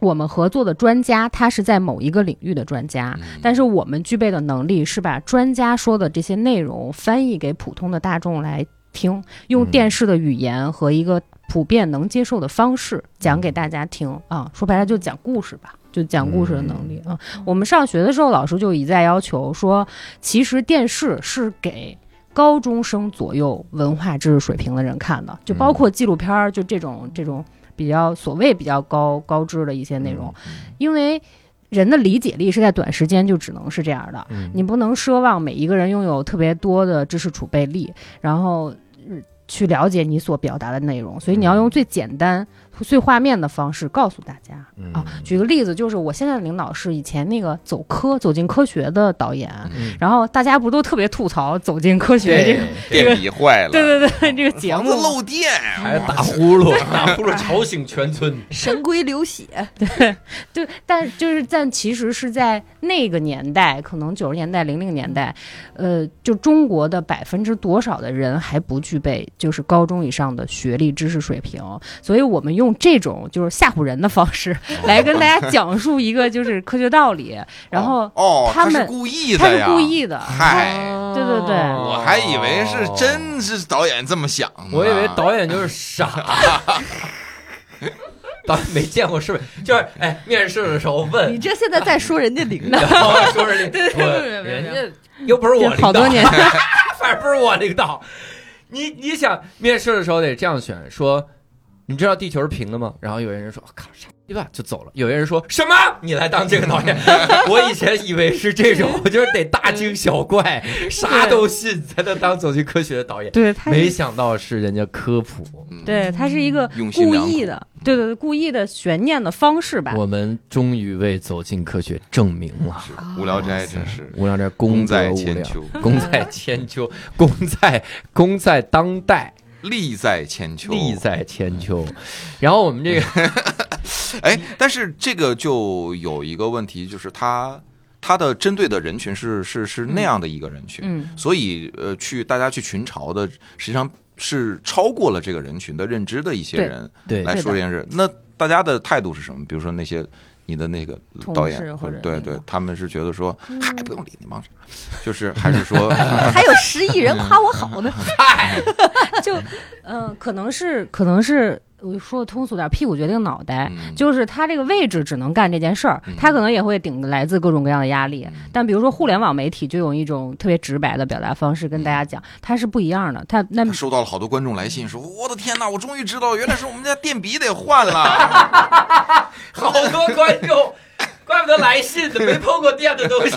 Speaker 7: 我们合作的专家他是在某一个领域的专家，啊
Speaker 6: 嗯
Speaker 7: 但是我们具备的能力是把专家说的这些内容翻译给普通的大众来听，用
Speaker 1: 嗯
Speaker 7: 电视的语言和一个普遍能接受的方式讲给大家听啊。说白了就讲故事吧，就讲故事的能力啊。我们上学的时候，老师就一再要求说，其实电视是给。高中生左右文化知识水平的人看的，就包括纪录片儿，就这种这种比较所谓比较高高知的一些内容，因为人的理解力是在短时间就只能是这样的，
Speaker 1: 嗯
Speaker 7: 你不能奢望每一个人拥有特别多的知识储备力，然后嗯去了解你所表达的内容，所以你要用最简单、最画面的方式告诉大家啊。举个例子，就是我现在的领导是以前那个走科走进科学的导演，
Speaker 1: 嗯
Speaker 7: 然后大家不都特别吐槽走进科学这个。
Speaker 6: 电笔坏了，
Speaker 7: <laughs> 对对对，这个节目嘛
Speaker 6: 漏电，
Speaker 1: 还是打呼
Speaker 7: <laughs>
Speaker 1: 噜，打呼噜吵醒全村。
Speaker 5: 神龟流 <laughs> 血，
Speaker 7: 就但就是但其实是在那个年代，可能九十年代、零零年代，呃，就中国的百分之多少的人还不具备就是高中以上的学历知识水平，所以我们用这种就是吓唬人的方式来跟大家讲述一个就是科学道理，然后
Speaker 4: 哦，
Speaker 7: 他
Speaker 4: 是
Speaker 7: 们
Speaker 4: 故意
Speaker 7: 他
Speaker 4: 的
Speaker 7: 是
Speaker 4: 呀，
Speaker 7: 故意哦的，
Speaker 4: 嗨，
Speaker 7: 对对对
Speaker 1: 哦
Speaker 4: 我还以为是，真是导演这么想呢，
Speaker 1: <laughs> 我以
Speaker 6: 嗯
Speaker 1: 为导演就是傻。 <laughs> 导演没见过世面，就是哎，面试的时候问
Speaker 5: 你，这现在在说人家 <laughs> 领导，
Speaker 1: 然后说是领，
Speaker 7: 对对
Speaker 1: 我
Speaker 7: 没有没有
Speaker 1: 人
Speaker 7: 没
Speaker 1: 家又不是我
Speaker 7: 就
Speaker 1: 领导，
Speaker 7: 好多年，
Speaker 1: <laughs> 反正不是我领导。你你想面试的时候得这样选，说你知道地球是平的吗？然后有人说，我、哦靠，傻逼吧，就走了。有人说什么？你来当这个导演？
Speaker 7: <laughs>
Speaker 1: 我以前以为是这种，我就是得大惊小怪，啥都信才能当走进科学的导演。
Speaker 7: 对他
Speaker 1: 没想到是人家科普，
Speaker 6: 嗯，
Speaker 7: 对他是一个
Speaker 6: 用心
Speaker 7: 故
Speaker 6: 良苦
Speaker 7: 意的，对对对，故意的悬念的方式吧。
Speaker 1: 我们终于为走进科学证明了。
Speaker 6: 是无聊斋真是
Speaker 1: 无聊这
Speaker 6: 功
Speaker 1: 功德
Speaker 6: 在
Speaker 1: 无
Speaker 6: 千
Speaker 1: 量，
Speaker 6: 秋，
Speaker 1: 功在千秋， <laughs> 功在功在当代，
Speaker 6: 利在千秋，
Speaker 1: 利在千秋。然后我们这 <laughs> 个
Speaker 6: 哎，但是这个就有一个问题，就是他他的针对的人群是是是那样的一个人群，
Speaker 7: 嗯，
Speaker 6: 所以呃，去大家去群嘲的，实际上是超过了这个人群的认知的一些
Speaker 7: 对
Speaker 6: 人
Speaker 1: 对
Speaker 6: 来
Speaker 7: 对
Speaker 6: 说
Speaker 7: 的
Speaker 6: 这件事。那大家的态度是什么？比如说那些你的那个
Speaker 7: 同
Speaker 6: 导
Speaker 7: 事
Speaker 6: 演，
Speaker 7: 或
Speaker 6: 或
Speaker 7: 者
Speaker 6: 对
Speaker 7: 那
Speaker 6: 对
Speaker 7: 个，
Speaker 6: 他们是觉得说，嗨，不用理你忙啥，就是还是说
Speaker 5: 还有十亿人夸我好呢，
Speaker 7: 就，嗯、可能是，可能是，我说的通俗点儿，屁股决定脑袋，
Speaker 6: 嗯
Speaker 7: 就是他这个位置只能干这件事儿
Speaker 6: 嗯，
Speaker 7: 他可能也会顶来自各种各样的压力。但比如说互联网媒体就有一种特别直白的表达方式跟大
Speaker 6: 嗯
Speaker 7: 家讲，他是不一样的，他那 <laughs>
Speaker 6: 他收到了好多观众来信，说我的天哪，我终于知道，原来是我们家电笔得换了。
Speaker 1: 好多观众， <laughs> 怪不得来信的，没碰过电的东西。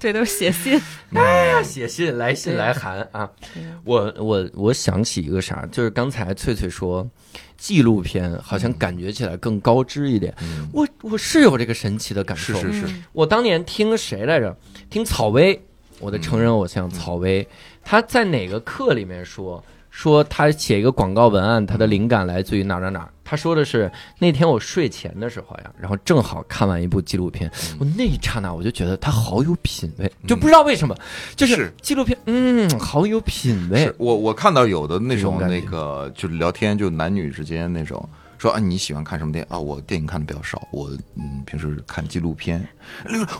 Speaker 7: 这都是写信，
Speaker 1: 哎
Speaker 6: 嗯
Speaker 1: 写信来信来函啊！
Speaker 6: 哎
Speaker 1: 我我我想起一个啥，就是刚才翠翠说，纪录片好像感觉起来更高知一点。我我是有这个神奇的感受。
Speaker 6: 嗯是是是，
Speaker 1: 我当年听谁来着？听草薇，我的成人偶像
Speaker 6: 嗯
Speaker 1: 草薇，她在哪个课里面说？说她写一个广告文案，她的灵感来自于哪儿哪儿哪儿。她说的是那天我睡前的时候呀，然后正好看完一部纪录片，我那一刹那我就觉得她好有品味，就不知道为什么，就是
Speaker 6: 是
Speaker 1: 纪录片，嗯，好有品味
Speaker 6: 是。我我看到有的那
Speaker 1: 这种
Speaker 6: 种
Speaker 1: 感觉
Speaker 6: 那个就聊天就男女之间那种。说啊，你喜欢看什么电影啊？我电影看的比较少，我嗯平时看纪录片。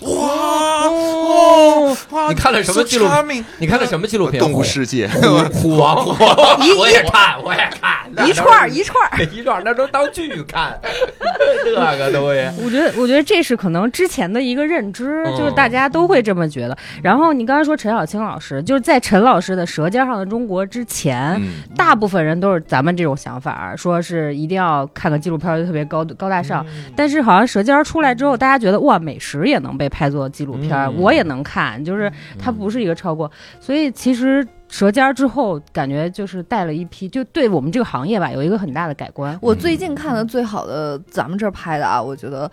Speaker 6: 哇哦哇！
Speaker 1: 你看了什么
Speaker 6: so
Speaker 1: 纪录
Speaker 6: charming
Speaker 1: 你看了什么纪录片？
Speaker 6: 动物世界。
Speaker 1: 虎虎王，我也看，我也看，
Speaker 5: 一串儿一串儿，
Speaker 1: 一串儿那都当剧看，这个东西。
Speaker 7: <laughs> 我觉得，我觉得这是可能之前的一个认知，
Speaker 1: 嗯
Speaker 7: 就是大家都
Speaker 6: 哦
Speaker 7: 会这么觉得。
Speaker 6: 嗯
Speaker 7: 然后你刚才说陈小青老师，就是在陈老师的《舌尖上的中国》之前，
Speaker 6: <laughs> 嗯，
Speaker 7: 大部分人都是咱们这种想法儿，说是一定要看个纪录片儿就特别高高大上。但是好像《舌尖》儿出来之后，大家觉得哇，美食也能被拍作纪录片儿，
Speaker 1: 嗯
Speaker 7: 我也能看，就是它不是一个超过。所以其实舌尖儿之后，感觉就是带了一批，就对我们这个行业吧，有一个很大的改
Speaker 1: 嗯
Speaker 7: 观。
Speaker 5: 我最近看的最好的咱们这儿拍的啊，我觉得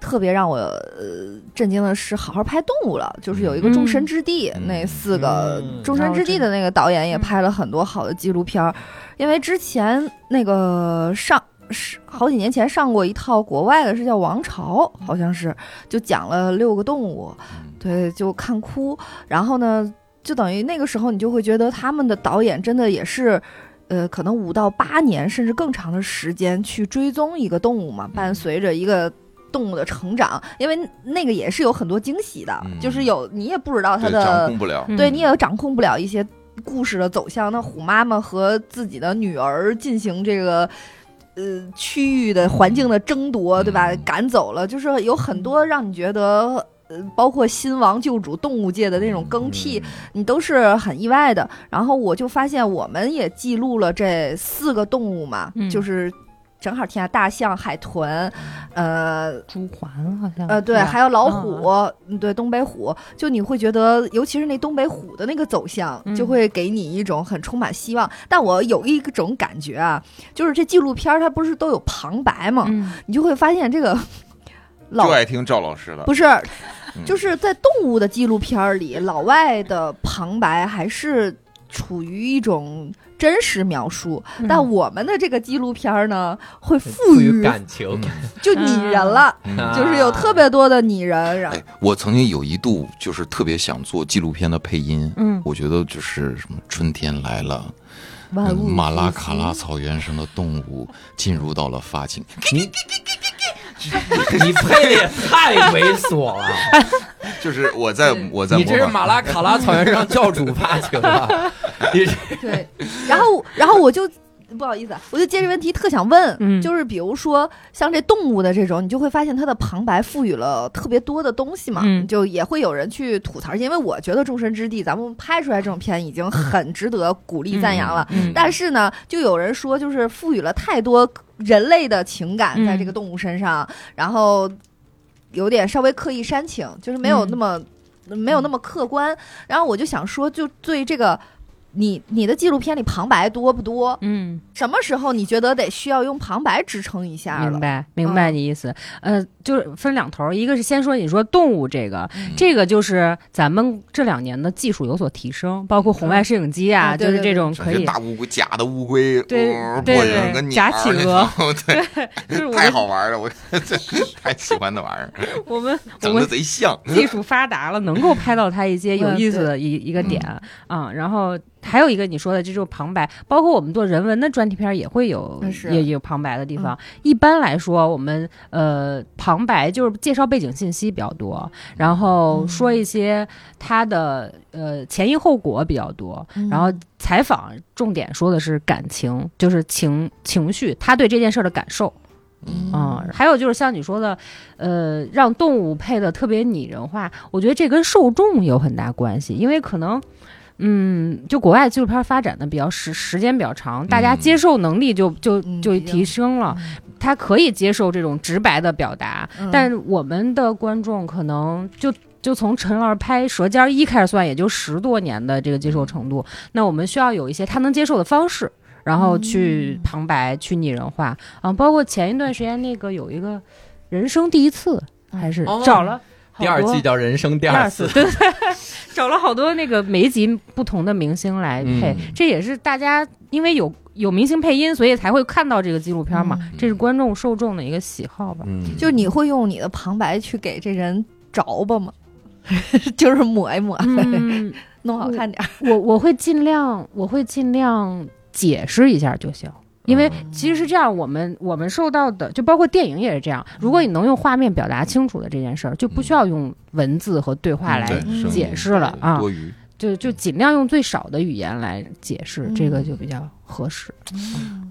Speaker 5: 特别让我呃震惊的是，好好拍动物了，就是有一个《众神之地》
Speaker 6: 嗯
Speaker 5: 那四个
Speaker 1: 嗯
Speaker 5: 《众神之地》的那个导演也拍了很多好的纪录片儿，因为之前那个上。是好几年前上过一套国外的，是叫《王朝》，好像是，就讲了六个动物，
Speaker 6: 嗯
Speaker 5: 对，就看哭。然后呢，就等于那个时候你就会觉得他们的导演真的也是。呃，可能五到八年甚至更长的时间去追踪一个动物嘛，
Speaker 4: 嗯
Speaker 5: 伴随着一个动物的成长，因为那个也是有很多惊喜的，
Speaker 6: 嗯
Speaker 5: 就是有你也不知道它
Speaker 4: 对，掌
Speaker 5: 的，
Speaker 4: 控不了。
Speaker 7: 嗯
Speaker 5: 对你也掌控不了一些故事的走向。那虎妈妈和自己的女儿进行这个呃区域的环境的争夺，对吧？
Speaker 6: 嗯
Speaker 5: 赶走了，就是有很多让你觉得。呃，包括新王救主、动物界的那种更替，你都是很意外的。然后我就发现，我们也记录了这四个动物嘛，
Speaker 7: 嗯
Speaker 5: 就是正好天下大象、海豚，呃，
Speaker 7: 朱鹮好像
Speaker 5: 呃，对，还
Speaker 7: 有
Speaker 5: 有老虎，嗯对，东北虎，就你会觉得，尤其是那东北虎的那个走向，
Speaker 7: 嗯
Speaker 5: 就会给你一种很充满希望。但我有一种感觉啊，就是这纪录片儿它不是都有旁白嘛，
Speaker 7: 嗯
Speaker 5: 你就会发现这个老
Speaker 4: 就爱听赵老师的，
Speaker 5: 不是
Speaker 6: 嗯
Speaker 5: 就是在动物的纪录片儿里，老外的旁白还是处于一种真实描述，
Speaker 7: 嗯
Speaker 5: 但我们的这个纪录片儿呢，会赋
Speaker 1: 赋
Speaker 5: 予
Speaker 1: 予感情，
Speaker 5: 就拟人了，
Speaker 7: 啊
Speaker 6: 嗯
Speaker 5: 就是有特别多的拟人，然后
Speaker 6: 哎，我曾经有一度就是特别想做纪录片的配音，
Speaker 7: 嗯，
Speaker 6: 我觉得就是什么春天来了，嗯
Speaker 7: 万物
Speaker 6: 马拉
Speaker 7: 复
Speaker 6: 卡
Speaker 7: 苏
Speaker 6: 拉草原上的动物进入到了
Speaker 7: <laughs>
Speaker 6: 发情，
Speaker 1: 你配的也太猥琐了。
Speaker 4: 就是我在我在
Speaker 1: 你这是
Speaker 4: 模
Speaker 1: 马
Speaker 4: 仿，
Speaker 1: 拉卡拉草原上教主发情了，你这
Speaker 5: 对，然后然后我就不好意思啊，我就接着问题特想问，
Speaker 7: 嗯
Speaker 5: 就是比如说像这动物的这种，你就会发现它的旁白赋予了特别多的东西嘛，
Speaker 7: 嗯
Speaker 5: 就也会有人去吐槽，因为我觉得《众神之地》咱们拍出来这种片已经很值得鼓励赞扬了，
Speaker 7: 嗯
Speaker 5: 但是呢，就有人说就是赋予了太多人类的情感在这个
Speaker 7: 嗯
Speaker 5: 动物身上，然后有点稍微刻意煽情，就是没有
Speaker 7: 嗯
Speaker 5: 那么、没有那么客观。然后我就想说，就对这个。你你的纪录片里旁白多不多？
Speaker 7: 嗯，
Speaker 5: 什么时候你觉得得需要用旁白支撑一下
Speaker 7: 明
Speaker 5: 了？
Speaker 7: 白明白
Speaker 5: 嗯
Speaker 7: 你意思，呃，就是分两头儿，一个是先说你说动物这个，
Speaker 4: 嗯
Speaker 7: 这个就是咱们这两年的技术有所提升，包括红外摄影机啊，
Speaker 5: 啊对
Speaker 7: 就是
Speaker 5: 对
Speaker 7: 这种
Speaker 6: 嗯
Speaker 4: 这
Speaker 7: 可以，
Speaker 4: 大乌龟假的乌龟，
Speaker 7: 对
Speaker 4: 哦
Speaker 7: 对
Speaker 4: 我有
Speaker 7: 对
Speaker 4: 个鸟
Speaker 7: 假企
Speaker 4: 那
Speaker 7: 鹅
Speaker 4: 种，对，
Speaker 7: 就是我
Speaker 4: 太
Speaker 7: 们
Speaker 4: 好玩了，我
Speaker 7: <laughs>
Speaker 4: 太喜欢那玩意儿，
Speaker 7: 我们我
Speaker 4: 整
Speaker 7: 们
Speaker 4: 的贼像。
Speaker 5: <laughs>
Speaker 7: 技术发达了，能够拍到它一些有意思
Speaker 5: 嗯
Speaker 7: 的一一个点啊。然后还有一个你说的这种旁白，包括我们做人文的专题片儿也会有
Speaker 5: 嗯是嗯
Speaker 7: 也也有旁白的地方。一般来说，我们呃旁白就是介绍背景信息比较多，然后说一些它的呃前因后果比较多，
Speaker 5: 嗯
Speaker 7: 然后采访重点说的是感情，就是情情绪，他对这件事儿的感受。
Speaker 5: 嗯
Speaker 7: 啊、还有就是像你说的，呃，让动物配的特别拟人化，我觉得这跟受众有很大关系，因为可能，嗯，就国外纪录片发展的比较时时间比较长，大家
Speaker 6: 嗯
Speaker 7: 接受能力就就
Speaker 5: 嗯
Speaker 7: 就
Speaker 5: 比较
Speaker 7: 提升了，他可以接受这种直白的表达，
Speaker 5: 嗯
Speaker 7: 但是我们的观众可能就。就从陈老师拍《舌尖一》开始算，也就十多年的这个接受程度。
Speaker 1: 嗯
Speaker 7: 那我们需要有一些他能接受的方式，然后去旁白、去拟人化啊。包括前一段时间那个有一个人生第一次，还是
Speaker 1: 哦
Speaker 7: 找了好
Speaker 1: 第二
Speaker 7: 多
Speaker 1: 季叫《人生第
Speaker 7: 第
Speaker 1: 二
Speaker 7: 二
Speaker 1: 次
Speaker 7: 次，》，对对对，找了好多那个每一集不同的明星来配，
Speaker 1: 嗯
Speaker 7: 这也是大家因为有有明星配音，所以才会看到这个纪录片嘛。这是
Speaker 6: 嗯
Speaker 7: 观众受众的一个喜好吧。
Speaker 1: 嗯，
Speaker 5: 嗯就你会用你的旁白去给这人着吧吗？ <laughs> 就是抹一抹，
Speaker 7: <laughs> 嗯，
Speaker 5: 弄好看点儿。
Speaker 7: 我我会尽量，我会尽量解释一下就行。因
Speaker 6: 嗯
Speaker 7: 为其实是这样，我们我们受到的，就包括电影也是这样。如果你能用画面表达清楚的这件事儿，
Speaker 6: 嗯
Speaker 7: 就不需要用文字和对话来，
Speaker 6: 对声音
Speaker 7: 解释了啊
Speaker 6: 多余。
Speaker 7: 就就尽量用最少的语言来解释，这个就比较合适。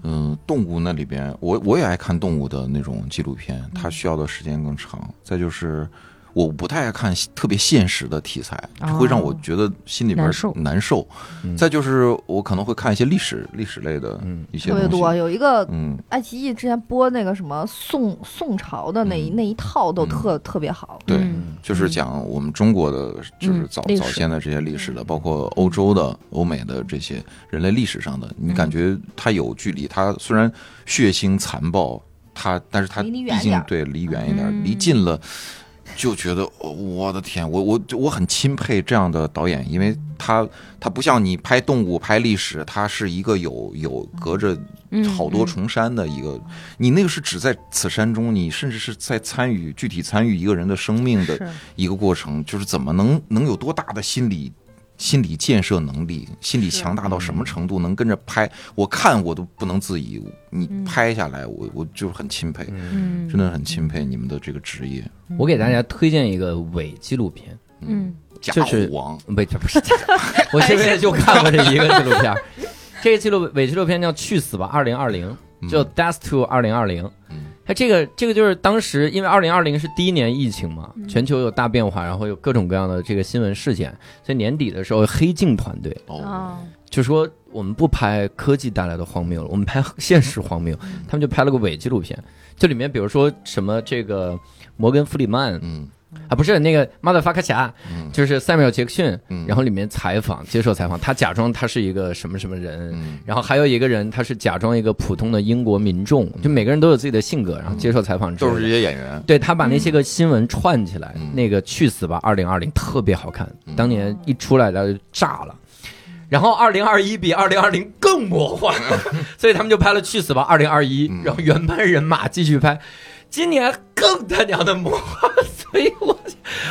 Speaker 6: 嗯，动物那里边，我我也爱看动物的那种纪录片，它需要的时间更长。再就是，我不太爱看特别现实的题材，
Speaker 7: 哦
Speaker 6: 会让我觉得心里边
Speaker 7: 难受
Speaker 6: 难受
Speaker 1: 嗯。
Speaker 6: 再就是我可能会看一些历史历史类的
Speaker 1: 嗯
Speaker 6: 一些
Speaker 5: 特别
Speaker 6: 东
Speaker 5: 多，
Speaker 6: 西，
Speaker 5: 有一个
Speaker 6: 嗯，
Speaker 5: 爱奇艺之前播那个什么宋宋朝的那一
Speaker 6: 嗯
Speaker 5: 那一套都
Speaker 6: 嗯
Speaker 5: 特特别好，
Speaker 6: 对
Speaker 7: 嗯
Speaker 6: 就是讲我们中国的，就是
Speaker 7: 嗯
Speaker 6: 早
Speaker 7: 历史
Speaker 6: 早先的这些历史的，包括欧洲的、欧美的这些人类历史上的，你感觉它有距离，它虽然血腥残暴，它但是它
Speaker 5: 离你
Speaker 6: 毕
Speaker 5: 远点
Speaker 6: 竟
Speaker 5: 儿
Speaker 6: 对离远一点儿，
Speaker 7: 嗯
Speaker 6: 离近了。就觉得、哦我的天，我我我很钦佩这样的导演，因为他他不像你拍动物、拍历史，他是一个有有隔着
Speaker 7: 嗯
Speaker 6: 好多重山的一个，你那个是只在此山中，你甚至是在参与具体参与一个人的生命的
Speaker 7: 是
Speaker 6: 一个过程，就是怎么能能有多大的心理心理建设能力，心理
Speaker 7: 是
Speaker 6: 强大到什么程度，能跟着拍，我看我都不能自已，你
Speaker 7: 嗯
Speaker 6: 拍下来，我我就是很钦佩，
Speaker 7: 嗯，
Speaker 6: 真的很钦佩你们的这个职业，
Speaker 1: 我给大家推荐一个伪纪录片，
Speaker 7: 嗯
Speaker 6: 假
Speaker 1: 就是
Speaker 6: 虎王，
Speaker 1: 不，这不是，我这辈子就看过这一个纪录片儿。这个纪录伪纪录片叫《去死吧二零二零》，
Speaker 4: 嗯
Speaker 1: 叫《Death to 二零二零》。
Speaker 6: 嗯
Speaker 1: 它这个这个就是当时因为二零二零是第一年疫情嘛，全球有大变化，然后有各种各样的这个新闻事件，所以年底的时候，黑镜团队
Speaker 6: 哦，
Speaker 7: 啊，
Speaker 1: 就说我们不拍科技带来的荒谬了，我们拍现实荒谬。他们就拍了个伪纪录片，这里面比如说什么这个摩根弗里曼
Speaker 6: 嗯
Speaker 1: 啊，不是那个马德法卡侠，
Speaker 6: 嗯
Speaker 1: 就是塞缪尔杰克逊，
Speaker 6: 嗯，
Speaker 1: 然后里面采访接受采访，他假装他是一个什么什么人，
Speaker 6: 嗯
Speaker 1: 然后还有一个人他是假装一个普通的英国民众，就每个人都有自己的性格，然后接受采访之类
Speaker 6: 都
Speaker 1: 的
Speaker 6: 是这些演员，
Speaker 1: 对他把那些
Speaker 7: 嗯
Speaker 1: 个新闻串起来，
Speaker 6: 嗯
Speaker 1: 那个去死吧二零二零特别好看，
Speaker 6: 嗯
Speaker 1: 当年一出来大家就炸了。然后二零二一比二零二零更魔幻，
Speaker 7: 嗯
Speaker 1: <laughs> 所以他们就拍了《去死吧二零二一》，
Speaker 6: 嗯
Speaker 1: 然后原班人马继续拍，今年更他娘的魔幻，所以我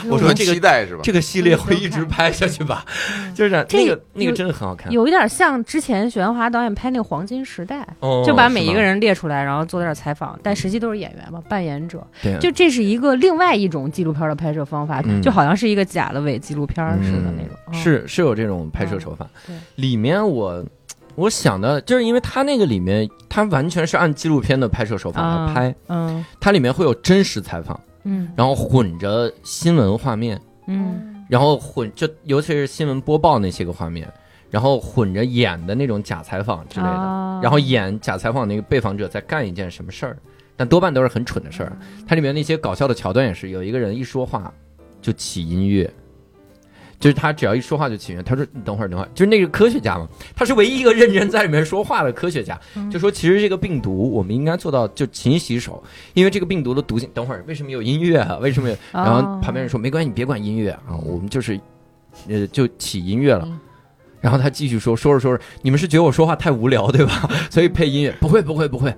Speaker 7: 嗯
Speaker 1: 我说
Speaker 6: 能
Speaker 1: 这个
Speaker 6: 期待是吧？
Speaker 1: 这个系列会一直拍下去吧，就是
Speaker 7: 嗯这
Speaker 1: 那个那
Speaker 7: 有
Speaker 1: 个真的很好看，
Speaker 7: 有一点像之前许鞍华导演拍那个《黄金时代》。
Speaker 1: 哦
Speaker 7: 就把每一个人列出来，然后做点采访，
Speaker 6: 嗯
Speaker 7: 但实际都是演员嘛，扮演者。
Speaker 1: 是吗对
Speaker 7: 就这是一个另外一种纪录片的拍摄方法，
Speaker 1: 嗯
Speaker 7: 就好像是一个假的伪纪录片似的那种。哦
Speaker 1: 嗯是是有这种拍摄手法
Speaker 7: 嗯。
Speaker 1: 里面我我想的就是因为它那个里面，它完全是按纪录片的拍摄手法来
Speaker 7: 啊
Speaker 1: 拍，
Speaker 7: 嗯
Speaker 1: 它里面会有真实采访，
Speaker 7: 嗯
Speaker 1: 然后混着新闻画面，
Speaker 7: 嗯
Speaker 1: 然后混就尤其是新闻播报那些个画面，然后混着演的那种假采访之类的。
Speaker 7: 啊
Speaker 1: 然后演假采访那个被访者在干一件什么事儿，但多半都是很蠢的事儿。它里面那些搞笑的桥段也是，有一个人一说话就起音乐，就是他只要一说话就起音乐。他说：“你等会儿，等会儿，就是那个科学家嘛，他是唯一一个认真在里面说话的科学家，就说其实这个病毒我们应该做到就勤洗手，因为这个病毒的毒性。等会儿为什么有音乐啊？为什么有？
Speaker 7: 哦
Speaker 1: 然后旁边人说没关系，你别管音乐啊，我们就是，呃，就起音乐了。
Speaker 7: 嗯
Speaker 1: 然后他继续说，说着说着，你们是觉得我说话太无聊对吧？ <laughs> 所以配音乐不会不会不会，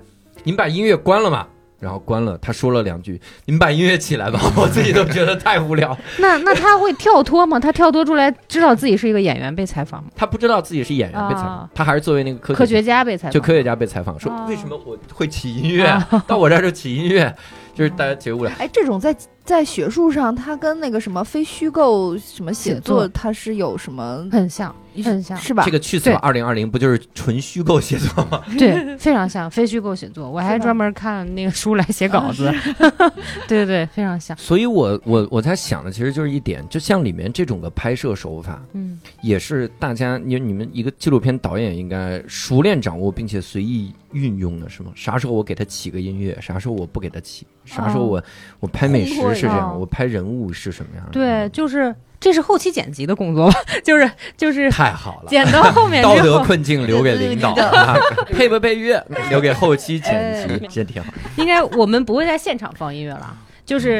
Speaker 1: 你们把音乐关了嘛。然后关了，他说了两句：“你们把音乐起来吧， <laughs> 我自己都觉得太无聊。
Speaker 7: 那那他会跳脱吗？他跳脱出来，知道自己是一个演员被采访吗”？
Speaker 1: 他不知道自己是演员被采访，
Speaker 7: 啊
Speaker 1: 他还是作为那个科
Speaker 7: 科学家被采访，
Speaker 1: 就科学家被采访，说
Speaker 7: 哦
Speaker 1: 为什么我会起音乐？
Speaker 7: 啊
Speaker 1: 到我这儿就起音乐，就是大家觉
Speaker 7: <laughs>
Speaker 1: 得无聊。
Speaker 5: 哎，这种在在学术上，它跟那个什么非虚构什么写
Speaker 7: 写
Speaker 5: 作，
Speaker 7: 作
Speaker 5: 它是有什么
Speaker 7: 很像，很像，
Speaker 5: 是吧？
Speaker 1: 这个去死吧二零二零不就是纯虚构写作吗？
Speaker 7: 对，非常像非虚构写
Speaker 5: <laughs>
Speaker 7: 作。我还
Speaker 5: 是吧
Speaker 7: 专门看那个书来写稿
Speaker 5: <laughs>
Speaker 7: 子， <laughs> 对对对，非常像。
Speaker 1: 所以我我我在想的其实就是一点，就像里面这种个拍摄手法，
Speaker 7: 嗯
Speaker 1: 也是大家你你们一个纪录片导演应该熟练掌握并且随意运用的是吗？啥时候我给他起个音乐，啥时候我不给他起，啥时候
Speaker 7: 嗯
Speaker 1: 我、我拍美食是这样，
Speaker 7: 哦
Speaker 1: 我拍人物是什么样的？
Speaker 7: 对，
Speaker 1: 嗯，
Speaker 7: 就是这是后期剪辑的工作吧， <laughs> 就是就是
Speaker 1: 太好了。
Speaker 7: 剪到后
Speaker 1: <laughs>
Speaker 7: 面
Speaker 1: 道
Speaker 7: 之
Speaker 1: 德
Speaker 7: 后，
Speaker 1: 困境留给领导，
Speaker 5: 对对
Speaker 1: 啊 <laughs> 配不配乐留给后期剪辑，这挺好。
Speaker 7: <laughs> 应该我们不会在现场放音乐了，就是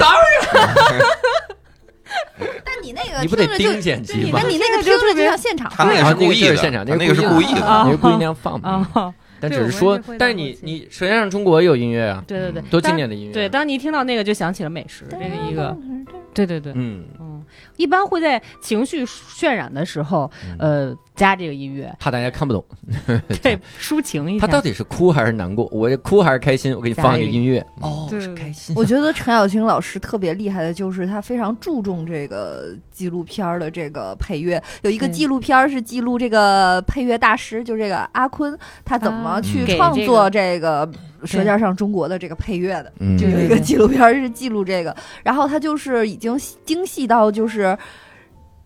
Speaker 5: 但你那个
Speaker 1: 你不
Speaker 5: 听
Speaker 1: 得
Speaker 5: 着就
Speaker 1: 盯，剪辑
Speaker 7: 你
Speaker 1: 吗
Speaker 5: 但？你那个
Speaker 7: 这
Speaker 5: 听
Speaker 7: 个
Speaker 5: 着
Speaker 7: 特
Speaker 5: 就
Speaker 7: 别
Speaker 5: 像现场
Speaker 6: 他
Speaker 5: 放
Speaker 6: 那
Speaker 1: 啊
Speaker 6: 个是故意
Speaker 1: 这
Speaker 6: 的，
Speaker 1: 是现场，
Speaker 6: 他那
Speaker 1: 个
Speaker 6: 个是故意的，
Speaker 7: 啊
Speaker 1: 你是故意那样放嘛？
Speaker 7: 啊，
Speaker 1: 但
Speaker 7: 对
Speaker 1: 只是
Speaker 7: 我们
Speaker 1: 说
Speaker 7: 是会，
Speaker 1: 但是
Speaker 7: 在后
Speaker 1: 你
Speaker 7: 期
Speaker 1: 你《舌尖上中国》也有音乐啊，
Speaker 7: <laughs> 对对对，
Speaker 1: 多经
Speaker 7: 当
Speaker 1: 典的音乐。
Speaker 7: 对，，当你一听到那个就想起了美食，这是一个，对对对，
Speaker 1: 嗯，
Speaker 7: 嗯，一般会在情绪渲染的时候，
Speaker 1: 嗯
Speaker 7: 呃，加这个音乐，
Speaker 1: 怕大家看不懂。
Speaker 7: <laughs> 对，抒情一
Speaker 1: 他
Speaker 7: 下。
Speaker 1: 到底是哭还是难过？我这哭还是开心？我给你放一个音乐。哦
Speaker 7: 对是开
Speaker 1: 心
Speaker 5: 我觉得陈小青老师特别厉害的就是他非常注重这个纪录片儿的这个配乐。有一个
Speaker 7: 对
Speaker 5: 纪录片儿是记录这个配乐大师，就这个阿坤，他怎么
Speaker 7: 啊
Speaker 5: 去
Speaker 7: 给
Speaker 5: 创
Speaker 7: 这
Speaker 5: 作
Speaker 7: 个
Speaker 5: 这个《舌尖上中国》的这个配乐的，
Speaker 1: 嗯
Speaker 5: 就有
Speaker 7: 对
Speaker 5: 一个
Speaker 7: 对
Speaker 5: 纪录片儿是记录这个，然后他就是已经细精细到就是。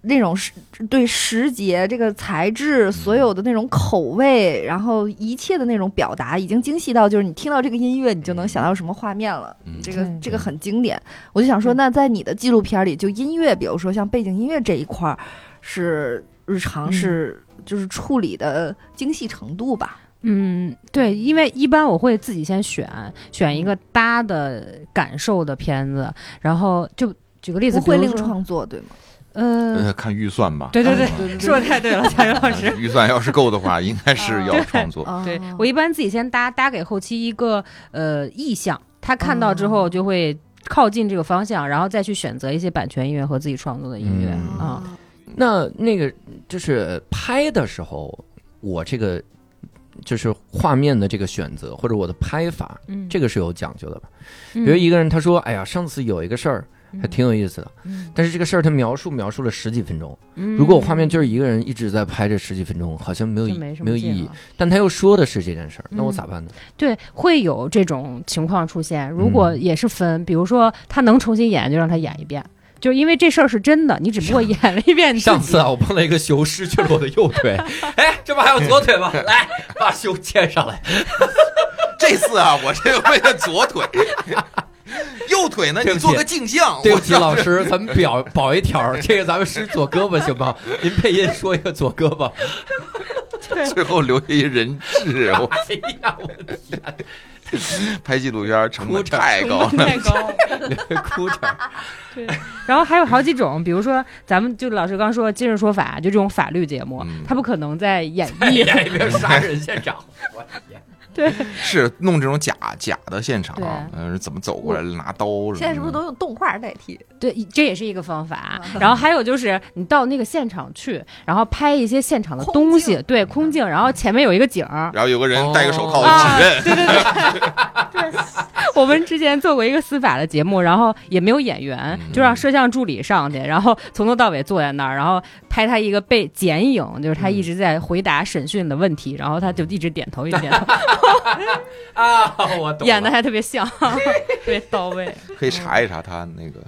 Speaker 5: 那种时对时节、这个材质、所有的那种口味，然后一切的那种表达，已经精细到就是你听到这个音乐，你就能想到什么画面了。
Speaker 6: 嗯
Speaker 5: 这个
Speaker 7: 对
Speaker 5: 这个很经典。我就想说，
Speaker 7: 嗯
Speaker 5: 那在你的纪录片里，就音乐，比如说像背景音乐这一块儿，是日常
Speaker 7: 嗯
Speaker 5: 是就是处理的精细程度吧？
Speaker 7: 嗯，对，因为一般我会自己先选选一个搭的感受的片子，然后就举个例子，
Speaker 5: 不会
Speaker 7: 比如
Speaker 5: 另
Speaker 7: 说
Speaker 5: 创作，对吗？
Speaker 7: 呃，
Speaker 1: 嗯
Speaker 6: 呃，看预算吧。
Speaker 7: 对对对
Speaker 6: 嗯
Speaker 7: 说的太对了，贾云老师。
Speaker 6: 预算要是够的话，应该是要创作。
Speaker 5: 啊
Speaker 7: 对我一般自己先搭搭给后期一个呃意向，他看到之后就会靠近这个方向，然后再去选择一些版权音乐和自己创作的音乐
Speaker 1: 嗯
Speaker 7: 啊。
Speaker 1: 那那个就是拍的时候，我这个就是画面的这个选择或者我的拍法，
Speaker 7: 嗯，
Speaker 1: 这
Speaker 7: 个
Speaker 1: 个是有讲究的吧？比如一个人他说：“哎呀，上次有一个事儿
Speaker 7: 嗯
Speaker 1: 还挺有意思的，但是这个事儿他描述描述了十几分钟。
Speaker 7: 嗯
Speaker 1: 如果我画面就是一个人一直在拍这十几分钟，好像没有
Speaker 7: 就
Speaker 1: 意
Speaker 7: 没什么
Speaker 1: 没有意
Speaker 7: 劲
Speaker 1: 义
Speaker 7: 了，
Speaker 1: 但他又说的是这件事儿，那我
Speaker 7: 嗯
Speaker 1: 咋办呢？
Speaker 7: 对，会有这种情况出现。如果
Speaker 1: 嗯
Speaker 7: 也是分，比如说他能重新演，就让他演一遍，就是因为这事儿是真的，你只不过演了一
Speaker 1: <laughs>
Speaker 7: 遍你自己。
Speaker 1: 上次啊，我碰到一个修失去了我的右 <laughs> 腿，哎，这不还有左腿吗？ <laughs> 来，把修牵上来。
Speaker 4: 这次啊，我这为了左腿，右腿呢，
Speaker 1: 对
Speaker 4: 你
Speaker 1: 不起
Speaker 4: 做个镜像。
Speaker 1: <laughs> 对不起，
Speaker 4: 我操
Speaker 1: 老师，咱们表保一条，这个咱们使左胳膊行 <laughs> 吗？您配音说一个左胳膊。
Speaker 6: 最后留下一人
Speaker 1: <laughs>
Speaker 6: 质，我
Speaker 1: 哎呀，我
Speaker 6: 拍纪录片成
Speaker 1: 哭
Speaker 6: 本
Speaker 1: 着
Speaker 6: 太高了。
Speaker 7: 太高了。
Speaker 1: 哭着。
Speaker 7: 然后还有好几种，比如说咱们就老师刚说《今日说法》，就这种法律节目，
Speaker 6: 嗯
Speaker 7: 他不可能在演
Speaker 1: 哎
Speaker 7: 绎。
Speaker 1: <laughs> 呀，一边杀人现场，我天！
Speaker 7: 对，
Speaker 6: 是弄这种假假的现场
Speaker 7: 对，
Speaker 6: 嗯，怎么走过来拿刀什么的？
Speaker 5: 现在是不是都用动画代替？
Speaker 7: 对，这也是一个方法。啊然后还有就是，你到那个现场去，然后拍一些现场的
Speaker 5: 空
Speaker 7: 东西，
Speaker 5: 镜
Speaker 7: 对，空镜，然后前面有一个景儿。
Speaker 6: 然后有个人戴个手铐
Speaker 4: 哦
Speaker 7: 啊
Speaker 6: 指认，，
Speaker 7: 对对对，
Speaker 5: <laughs>
Speaker 7: 对。我 <laughs> 们之前做过一个司法的节目，然后也没有演员，
Speaker 6: 嗯
Speaker 7: 就让摄像助理上去，然后从头到尾坐在那儿，然后拍他一个被剪影，就是
Speaker 6: 嗯
Speaker 7: 他一直在回答审讯的问题，然后他就一直点头，一直
Speaker 6: <laughs>
Speaker 7: 点头，
Speaker 1: 啊，我懂了。
Speaker 7: 演的还特别
Speaker 5: <laughs>
Speaker 7: 像，特别到位。
Speaker 6: 可以查一查他那个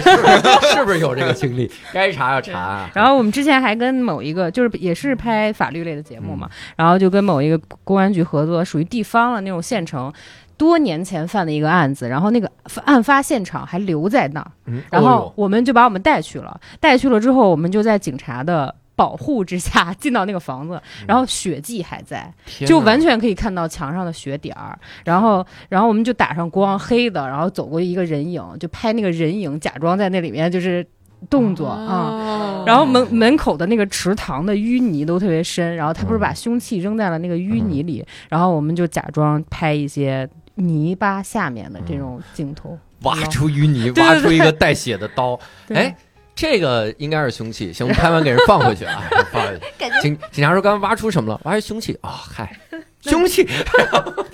Speaker 1: 是不是是不是有这个经历？该查要查啊。
Speaker 7: 然后我们之前还跟某一个，就是也是拍法律类的节目嘛，
Speaker 1: 嗯
Speaker 7: 然后就跟某一个公安局合作，属于地方的那种县城，多年前犯的一个案子，然后那个案发现场还留在那儿，
Speaker 1: 嗯，
Speaker 7: 然
Speaker 1: 哦
Speaker 7: 后
Speaker 1: 呦
Speaker 7: 我们就把我们带去了，带去了之后，我们就在警察的。保护之下进到那个房子，然后血迹还在，
Speaker 1: 嗯天
Speaker 7: 就
Speaker 1: 哪
Speaker 7: 完全可以看到墙上的血点儿。然后，然后我们就打上光，黑的，然后走过一个人影，就拍那个人影，假装在那里面就是动作啊、然后门门口的那个池塘的淤泥都特别深，然后他不是把凶器扔在了那个淤泥里，然后我们就假装拍一些泥巴下面的这种镜头。
Speaker 1: 挖出淤泥，
Speaker 7: 对
Speaker 1: 挖
Speaker 7: 对
Speaker 1: 出一个带血的刀。
Speaker 7: 对
Speaker 1: 哎，这个应该是凶器，行，我们拍完给人放回去
Speaker 7: <laughs>
Speaker 1: 啊，放回去。
Speaker 5: 感觉
Speaker 1: 警警察说刚刚挖出什么了？挖出凶器啊、嗨，凶器。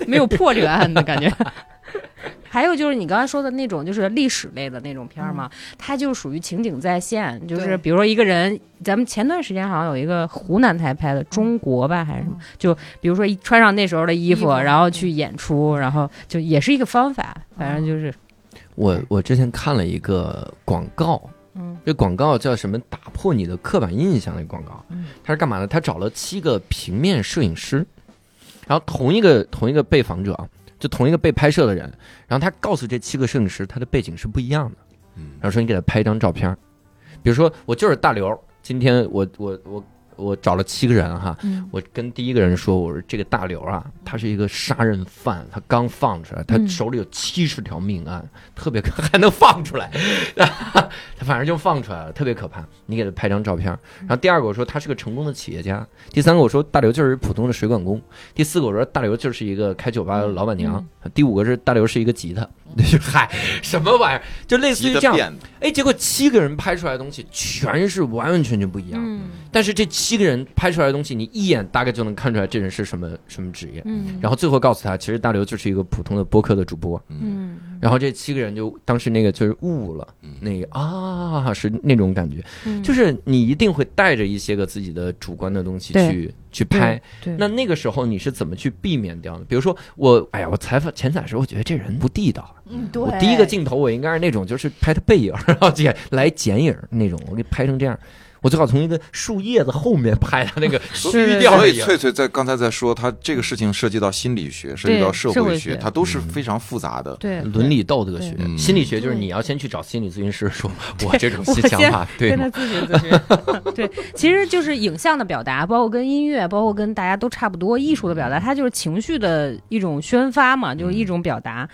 Speaker 7: 没有破这个案子感觉。还有就是你刚才说的那种，就是历史类的那种片儿嘛，它就属于情景再现，就是
Speaker 5: 对
Speaker 7: 比如说一个人，咱们前段时间好像有一个湖南台拍的《中国》吧，还是什么，就比如说一穿上那时候的衣服，
Speaker 5: 衣服
Speaker 7: 然后去演出，然后就也是一个方法，反正就是，
Speaker 1: 我我之前看了一个广告，
Speaker 7: 嗯
Speaker 1: 这广告叫什么？打破你的刻板印象的广告
Speaker 7: 嗯。
Speaker 1: 他是干嘛的？他找了七个平面摄影师，然后同一个同一个被访者啊，就同一个被拍摄的人，然后他告诉这七个摄影师，他的背景是不一样的。
Speaker 6: 嗯
Speaker 1: 然后说你给他拍一张照片儿，比如说我就是大刘，今天我我我我找了七个人哈，
Speaker 7: 嗯
Speaker 1: 我跟第一个人说，我说这个大刘啊，他是一个杀人犯，他刚放出来，他
Speaker 7: 嗯
Speaker 1: 手里有七十条命案，特别可 <laughs> 还能放出来，他反正就放出来了，特别可怕。你给他拍张照片儿。然后第二个我说他是个成功的企业家，第三个我说大刘就是普通的水管工，第四个我说大刘就是一个开酒吧的老板娘，
Speaker 7: 嗯
Speaker 1: 第五个是大刘是一个吉他， <laughs> 嗨，什么玩意儿？就类似于
Speaker 6: 急
Speaker 1: 这
Speaker 6: 得
Speaker 1: 样。
Speaker 6: 变，
Speaker 1: 哎，结果七个人拍出来的东西全是完完全全不一样的。
Speaker 7: 嗯
Speaker 1: 但是这七个人拍出来的东西，你一眼大概就能看出来这人是什么什么职业。
Speaker 7: 嗯
Speaker 1: 然后最后告诉他，其实大刘就是一个普通的播客的主播。
Speaker 6: 嗯，
Speaker 7: 嗯，
Speaker 1: 然后这七个人就当时那个就是悟了，
Speaker 6: 嗯
Speaker 1: 那个啊是那种感觉，
Speaker 7: 嗯
Speaker 1: 就是你一定会带着一些个自己的主观的东西
Speaker 7: 对
Speaker 1: 去去拍。
Speaker 7: 对，
Speaker 1: 那那个时候你是怎么去避免掉的？比如说我，哎呀，我采访前采的时候，我觉得这人不地道。
Speaker 5: 嗯，对，
Speaker 1: 我第一个镜头我应该是那种就是拍他背影，然后剪来剪影那种，我给拍成这样。我最好从一个树叶子后面拍他那个虚掉
Speaker 6: 所
Speaker 1: 的
Speaker 6: 以
Speaker 1: 影。
Speaker 6: 翠翠在刚才在说，她这个事情涉及到心理学，涉及到社
Speaker 7: 社
Speaker 6: 会
Speaker 7: 会
Speaker 6: 学，
Speaker 7: 学
Speaker 6: 它都是非常复杂的。
Speaker 7: 对
Speaker 1: 伦理道德
Speaker 7: 对
Speaker 1: 学、
Speaker 6: 嗯
Speaker 1: 心理学就是
Speaker 5: 对
Speaker 1: 你要先去找心理咨询师说，我这种
Speaker 7: 我
Speaker 1: 新想
Speaker 7: 先
Speaker 1: 法对
Speaker 7: 跟
Speaker 1: 吗
Speaker 7: 他？咨询咨询。对，其实就是影像的表达，包括跟音乐，包括跟大家都差不多，艺术的表
Speaker 1: 嗯
Speaker 7: 达，它就是情绪的一种宣发嘛，就是一种表达。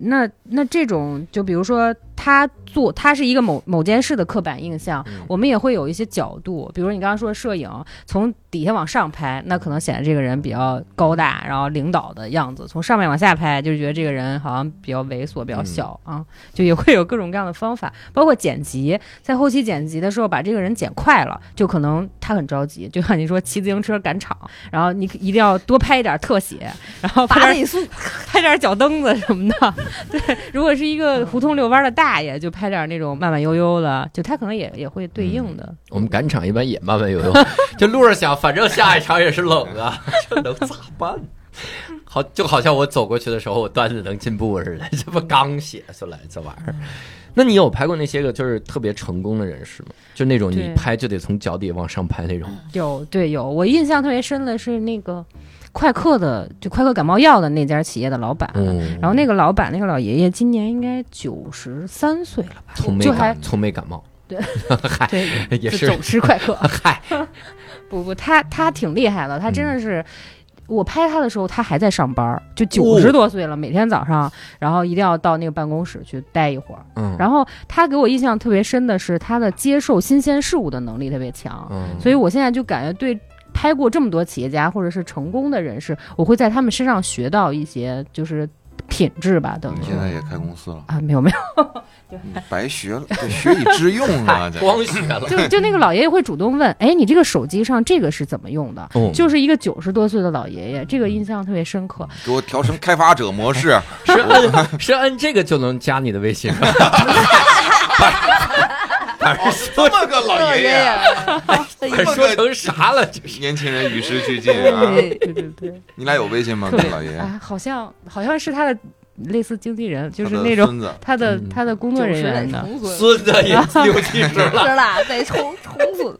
Speaker 7: 那那这种，就比如说他做，他是一个某某件事的刻板印象，
Speaker 1: 嗯
Speaker 7: 我们也会有一些角度，比如你刚刚说摄影，从底下往上拍，那可能显得这个人比较高大，然后领导的样子；从上面往下拍，就是觉得这个人好像比较猥琐、比较小、啊，就也会有各种各样的方法，包括剪辑，在后期剪辑的时候把这个人剪快了，就可能他很着急，就像你说骑自行车赶场，然后你一定要多拍一点特写，然后拍
Speaker 5: 法
Speaker 7: 点 <laughs>
Speaker 5: 美术，
Speaker 7: 拍点脚蹬子什么的。对，如果是一个胡同遛弯的大爷，就拍点那种慢慢悠悠的，就他可能也也会对应的。
Speaker 1: 我们赶场一般也慢慢有
Speaker 7: <laughs>
Speaker 1: 用，就路上想，反正下一场也是冷啊，这能咋办？好，就好像我走过去的时候，我段子能进步似
Speaker 7: <laughs>
Speaker 1: 的，这不刚写出来这玩意儿。那你有拍过那些个就是特别成功的人士吗？就那种你
Speaker 7: 对
Speaker 1: 拍就得从脚底往上拍那种，
Speaker 7: 有对有，我印象特别深的是那个快克的，就快克感冒药的那家企业的老板。
Speaker 1: 嗯，
Speaker 7: 然后那个老板，那个老爷爷今年应该九十三岁了吧？
Speaker 1: 从没
Speaker 7: 就还
Speaker 1: 感从没感冒，
Speaker 7: 对，
Speaker 1: 嗨，
Speaker 7: 对，
Speaker 1: 也
Speaker 7: 就是总吃快
Speaker 1: <laughs>
Speaker 7: 克。
Speaker 1: 嗨，
Speaker 7: 不不，他他挺厉害的，他真
Speaker 1: 嗯
Speaker 7: 的是。我拍他的时候，他还在上班儿，就
Speaker 1: 哦
Speaker 7: 九十多岁了，每天早上，然后一定要到那个办公室去待一会儿。
Speaker 1: 嗯，
Speaker 7: 然后他给我印象特别深的是，他的接受新鲜事物的能力特别强。
Speaker 1: 嗯，
Speaker 7: 所以我现在就感觉对拍过这么多企业家或者是成功的人士，我会在他们身上学到一些就是品质吧，等于
Speaker 6: 你现在也开公司了，
Speaker 7: 啊，没有没有，
Speaker 6: 你白学了，这学以致用啊！这
Speaker 1: 光学了，
Speaker 7: 就就那个老爷爷会主动问，哎，你这个手机上这个是怎么用的？
Speaker 1: 哦
Speaker 7: 就是一个九十多岁的老爷爷，这个印象特别深刻。
Speaker 6: 给我调成开发者模式，
Speaker 1: 是摁是摁这个就能加你的微
Speaker 7: <laughs>
Speaker 1: 信吗？ <laughs>
Speaker 7: 哦
Speaker 4: 这么个老爷
Speaker 1: <laughs>
Speaker 4: 爷，
Speaker 1: 快说成啥了？这是
Speaker 6: 年轻人与时俱进
Speaker 5: 哎
Speaker 6: 啊！
Speaker 5: 对，
Speaker 7: 对对 <laughs> 对，
Speaker 6: 你俩有微信吗？
Speaker 7: 特
Speaker 6: 跟
Speaker 7: 别
Speaker 6: 老爷爷，
Speaker 7: 啊，好像好像是他的类似经纪人，就
Speaker 6: 他
Speaker 7: 是
Speaker 6: 的
Speaker 7: 那种
Speaker 6: 孙子，
Speaker 7: <laughs> 他的
Speaker 1: 嗯
Speaker 7: 他的工作人员的。
Speaker 1: 孙
Speaker 5: 孙
Speaker 1: 子也六七十了。
Speaker 5: 是啦，得重重组，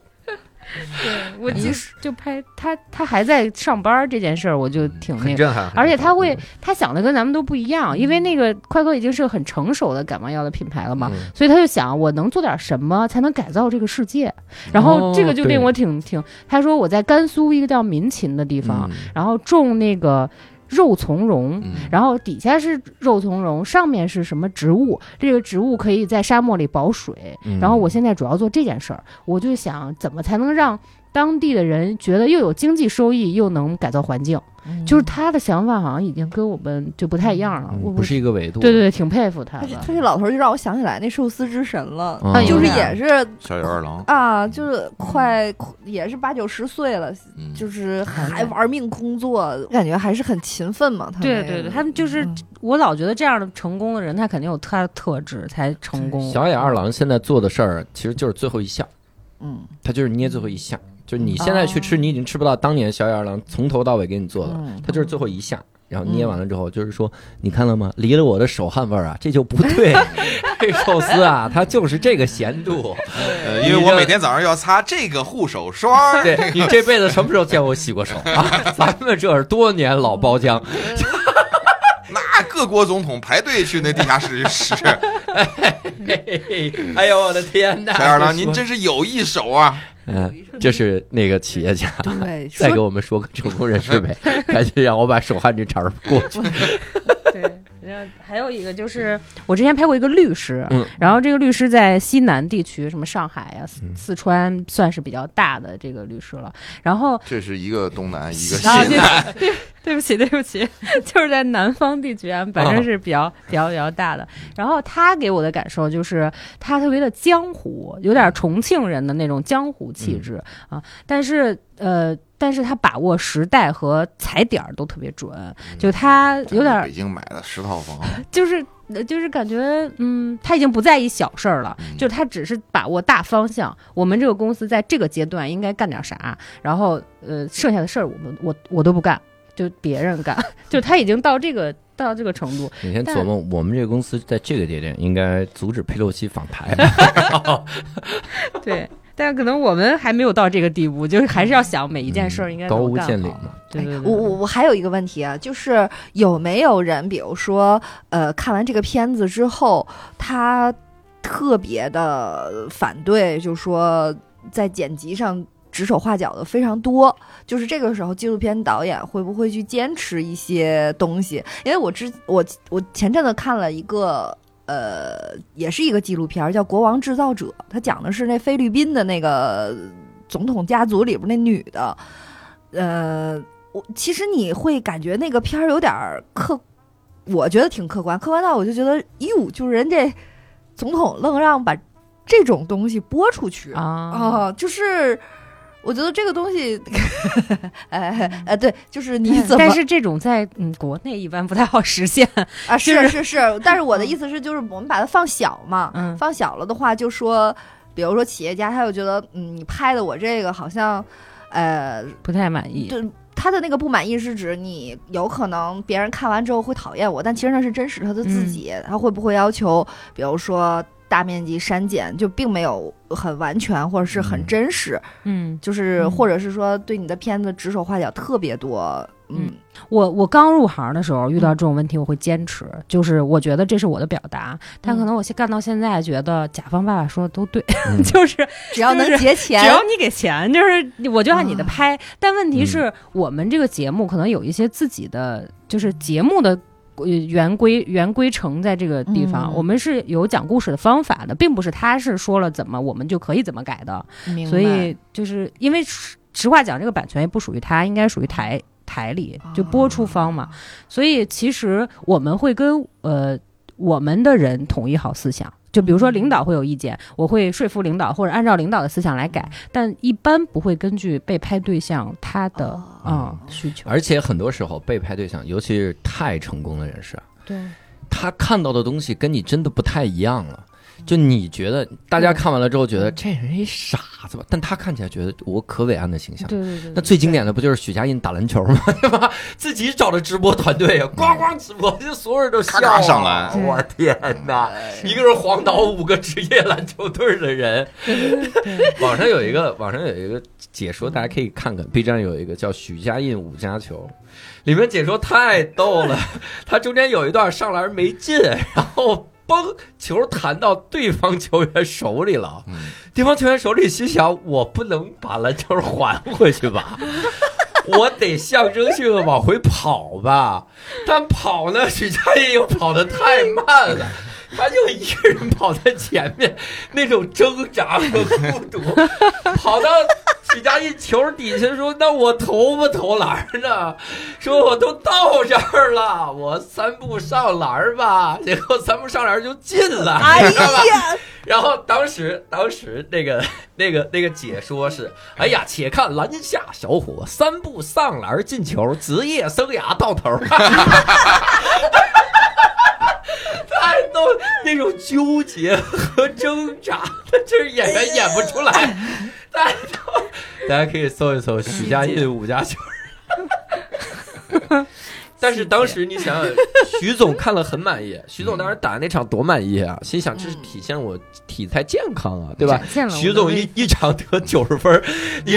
Speaker 7: 对，我就就拍他他还在上班儿这件事儿，我就挺那
Speaker 1: <laughs>
Speaker 7: 个
Speaker 1: 很。震撼，
Speaker 7: 而且他会，
Speaker 1: 嗯
Speaker 7: 他想的跟咱们都不一样，因为那个快克已经是很成熟的感冒药的品牌了嘛，
Speaker 1: 嗯
Speaker 7: 所以他就想我能做点什么才能改造这个世界，然后
Speaker 1: 哦
Speaker 7: 这个就令我挺挺，他说我在甘肃一个叫民勤的地
Speaker 1: 嗯
Speaker 7: 方，然后种那个肉苁蓉。
Speaker 6: 嗯，
Speaker 7: 然后底下是肉苁蓉，上面是什么植物？这个植物可以在沙漠里保水。
Speaker 1: 嗯
Speaker 7: 然后我现在主要做这件事儿，我就想怎么才能让当地的人觉得又有经济收益，又能改造环境。就是他的想法好像已经跟我们就不太一样了。
Speaker 1: 嗯
Speaker 7: 我
Speaker 1: 不是一个嗯维度，
Speaker 7: 对对对，挺佩服他
Speaker 5: 而且
Speaker 7: 的。
Speaker 5: 他这老头儿就让我想起来那寿司之神了，
Speaker 1: 嗯
Speaker 5: 就是也是
Speaker 6: 小野二郎，
Speaker 5: 啊，就是快也是八九十岁了，
Speaker 6: 嗯，
Speaker 5: 就是还玩命工作，感觉还是很勤奋嘛。他
Speaker 7: 对
Speaker 5: 那个
Speaker 7: 对对，他们就是
Speaker 5: 嗯
Speaker 7: 我老觉得这样的成功的人，他肯定有他的特质才成功。
Speaker 1: 小野二郎现在做的事儿其实就是最后一项，
Speaker 5: 嗯
Speaker 1: 他就是捏最后一项，就是你现在去吃，
Speaker 5: 哦
Speaker 1: 你已经吃不到当年小野二郎从头到尾给你做的，
Speaker 5: 嗯
Speaker 1: 他就是最后一项。然后捏完了之后，就是说，你看了吗？离了我的手汗味儿啊，这就不 <laughs> 对。这寿司啊，它就是这个咸 <laughs> 度。
Speaker 6: 呃因为我每天早上要擦这个护手霜，
Speaker 7: <laughs>
Speaker 1: 对你这辈子什么时候见我洗过手啊？ <laughs> 咱们这是多年老包浆，
Speaker 6: 那各国总统排队去那地下室
Speaker 7: <laughs>
Speaker 6: 去试。小
Speaker 1: 嘿嘿嘿哎呦我的天哪！
Speaker 6: 野二郎，您
Speaker 1: 说
Speaker 6: 真是有一手啊！
Speaker 1: 嗯，这是那个企业家，
Speaker 5: 对，
Speaker 1: 再给
Speaker 5: 说
Speaker 1: 我们说个成功人士呗，赶紧让我把手汗这茬儿过去。
Speaker 7: <laughs> 对，然后还有一个就是我之前拍过一个律师，
Speaker 1: 嗯
Speaker 7: 然后这个律师在西南地区，什么上海呀、
Speaker 1: 嗯
Speaker 7: 四四川，算是比较大的这个律师了。然后 <laughs>
Speaker 6: 这是一个东南，一个西
Speaker 7: 然后就
Speaker 6: 南，
Speaker 7: 啊对不起，对不起， <laughs> 就是在南方地区啊，反正是比较、比较比较大的。然后他给我的感受就是他特别的江湖，有点重庆人的那种江湖气质、啊。但是呃，但是他把握时代和踩点儿都特别准，就他有点
Speaker 6: 在
Speaker 7: 儿
Speaker 6: 北京买了十套房，
Speaker 7: 就是呃就是感觉嗯，他已经不在意小事儿了，
Speaker 6: 嗯
Speaker 7: 就是他只是把握大方向。我们这个公司在这个阶段应该干点啥，然后呃，剩下的事儿我们我我都不干，就别人干。 <laughs> 就他已经到这个到这个程度，
Speaker 1: 每天琢磨，我们这个公司在这个节点应该阻止佩洛西访台。
Speaker 7: <laughs>
Speaker 1: 嗯
Speaker 7: 对。但可能我们还没有到这个地步，就是还是要想每一件事儿应该怎
Speaker 1: 高
Speaker 7: 么
Speaker 1: 屋
Speaker 7: 干
Speaker 1: 嗯
Speaker 7: 好。
Speaker 1: 建瓴嘛。
Speaker 7: 对对对
Speaker 5: 哎我我我还有一个问题啊，就是有没有人，比如说，呃，看完这个片子之后，他特别的反对，就说在剪辑上指手画脚的非常多，就是这个时候纪录片导演会不会去坚持一些东西？因为我之我我前阵子看了一个。呃，也是一个纪录片儿，叫《国王制造者》，他讲的是那菲律宾的那个总统家族里边那女的，呃，我其实你会感觉那个片儿有点儿客，我觉得挺客观，客观到我就觉得，哟，就是人这总统愣让把这种东西播出去
Speaker 7: 啊
Speaker 5: 啊、就是我觉得这个东西， <laughs> 哎哎，对，就是你怎么，
Speaker 7: 嗯但是这种在嗯国内一般不太好实现。
Speaker 5: 啊，
Speaker 7: 就是嗯是
Speaker 5: 是是，但是我的意思是，就是我们把它放小嘛，
Speaker 7: 嗯
Speaker 5: 放小了的话，就说，比如说企业家，他就觉得，嗯，你拍的我这个好像，呃，
Speaker 7: <laughs> 不太满意。
Speaker 5: 对他的那个不满意是指你有可能别人看完之后会讨厌我，但其实那是真实他的自己。
Speaker 7: 嗯
Speaker 5: 他会不会要求，比如说大面积删减，就并没有很完全或者是很
Speaker 1: 嗯
Speaker 5: 真实，
Speaker 7: 嗯，
Speaker 5: 就是
Speaker 7: 嗯
Speaker 5: 或者是说对你的片子指手画脚特别多。嗯
Speaker 7: 我我刚入行的时候遇到这种问题，我会坚持，就是我觉得这是我的表达，但可能我现干到现在觉得甲方爸爸说的都对，
Speaker 1: 嗯
Speaker 7: <laughs> 就是
Speaker 5: 只要能
Speaker 7: 就是
Speaker 5: 结钱
Speaker 7: 只，要你给钱，就是我就按你的
Speaker 5: 啊
Speaker 7: 拍。但问题是我们这个节目可能有一些自己的，就是节目的。呃圆规圆规程在这个地方，
Speaker 5: 嗯
Speaker 7: 我们是有讲故事的方法的，并不是他是说了怎么我们就可以怎么改的，
Speaker 5: 明
Speaker 7: 所
Speaker 5: 白
Speaker 7: 以就是因为实实话讲，这个版权也不属于他，应该属于台台里就播出方嘛。所以其实我们会跟呃我们的人统一好思想。就比如说，领导会有意见，我会说服领导，或者按照领导的思想来改，但一般不会根据被拍对象他的
Speaker 1: 哦
Speaker 7: 嗯需求。
Speaker 1: 而且很多时候被拍对象，尤其是太成功的人士，啊
Speaker 7: 对，
Speaker 1: 他看到的东西跟你真的不太一样了。就你觉得大家看完了之后觉得这人一傻子吧，但他看起来觉得我可伟岸的形象。
Speaker 7: 对对对。
Speaker 1: 那最经典的不就是许家印打篮球吗？对吧？自己找的直播团队啊，呱呱直播，就所有人都笑啊
Speaker 6: 咔咔上来
Speaker 1: 我天哪！一个是黄岛五个职业篮球队的人，网上有一个网上有一个解说，大家可以看看，B 站有一个叫许家印五加球，里面解说太逗了， <laughs> 他中间有一段上篮没进，然后。嘣，球弹到对方球员手里了。
Speaker 6: 嗯
Speaker 1: 对方球员手里心想：我不能把篮球还回去吧， <laughs> 我得象征性的往回跑吧。但跑呢，许家印又跑得太慢了。他就一个人跑在前面，那种挣扎和孤独，跑到许家印球底下说：“那我投不投篮呢？”说：“我都到这儿了，我三步上篮吧。”结果三步上篮就进了，
Speaker 5: 哎
Speaker 1: 你知道吧？
Speaker 5: 呀，
Speaker 1: 然后当时当时那个那个那个解说是，哎呀，且看篮下小伙三步上篮进球，职业生涯到头。 <laughs> 太逗，那种纠结和挣扎，这是演员演不出来。太逗， <laughs> 大家可以搜一搜许家印武家球。但是当时你想想， <laughs> 徐总看了很满意。徐总当时打那场多满意啊，心想这是体现我体态健康啊，对吧？
Speaker 7: 展现了我
Speaker 1: 徐
Speaker 7: 的
Speaker 1: 总
Speaker 7: 威
Speaker 1: 一一场得九十分儿，你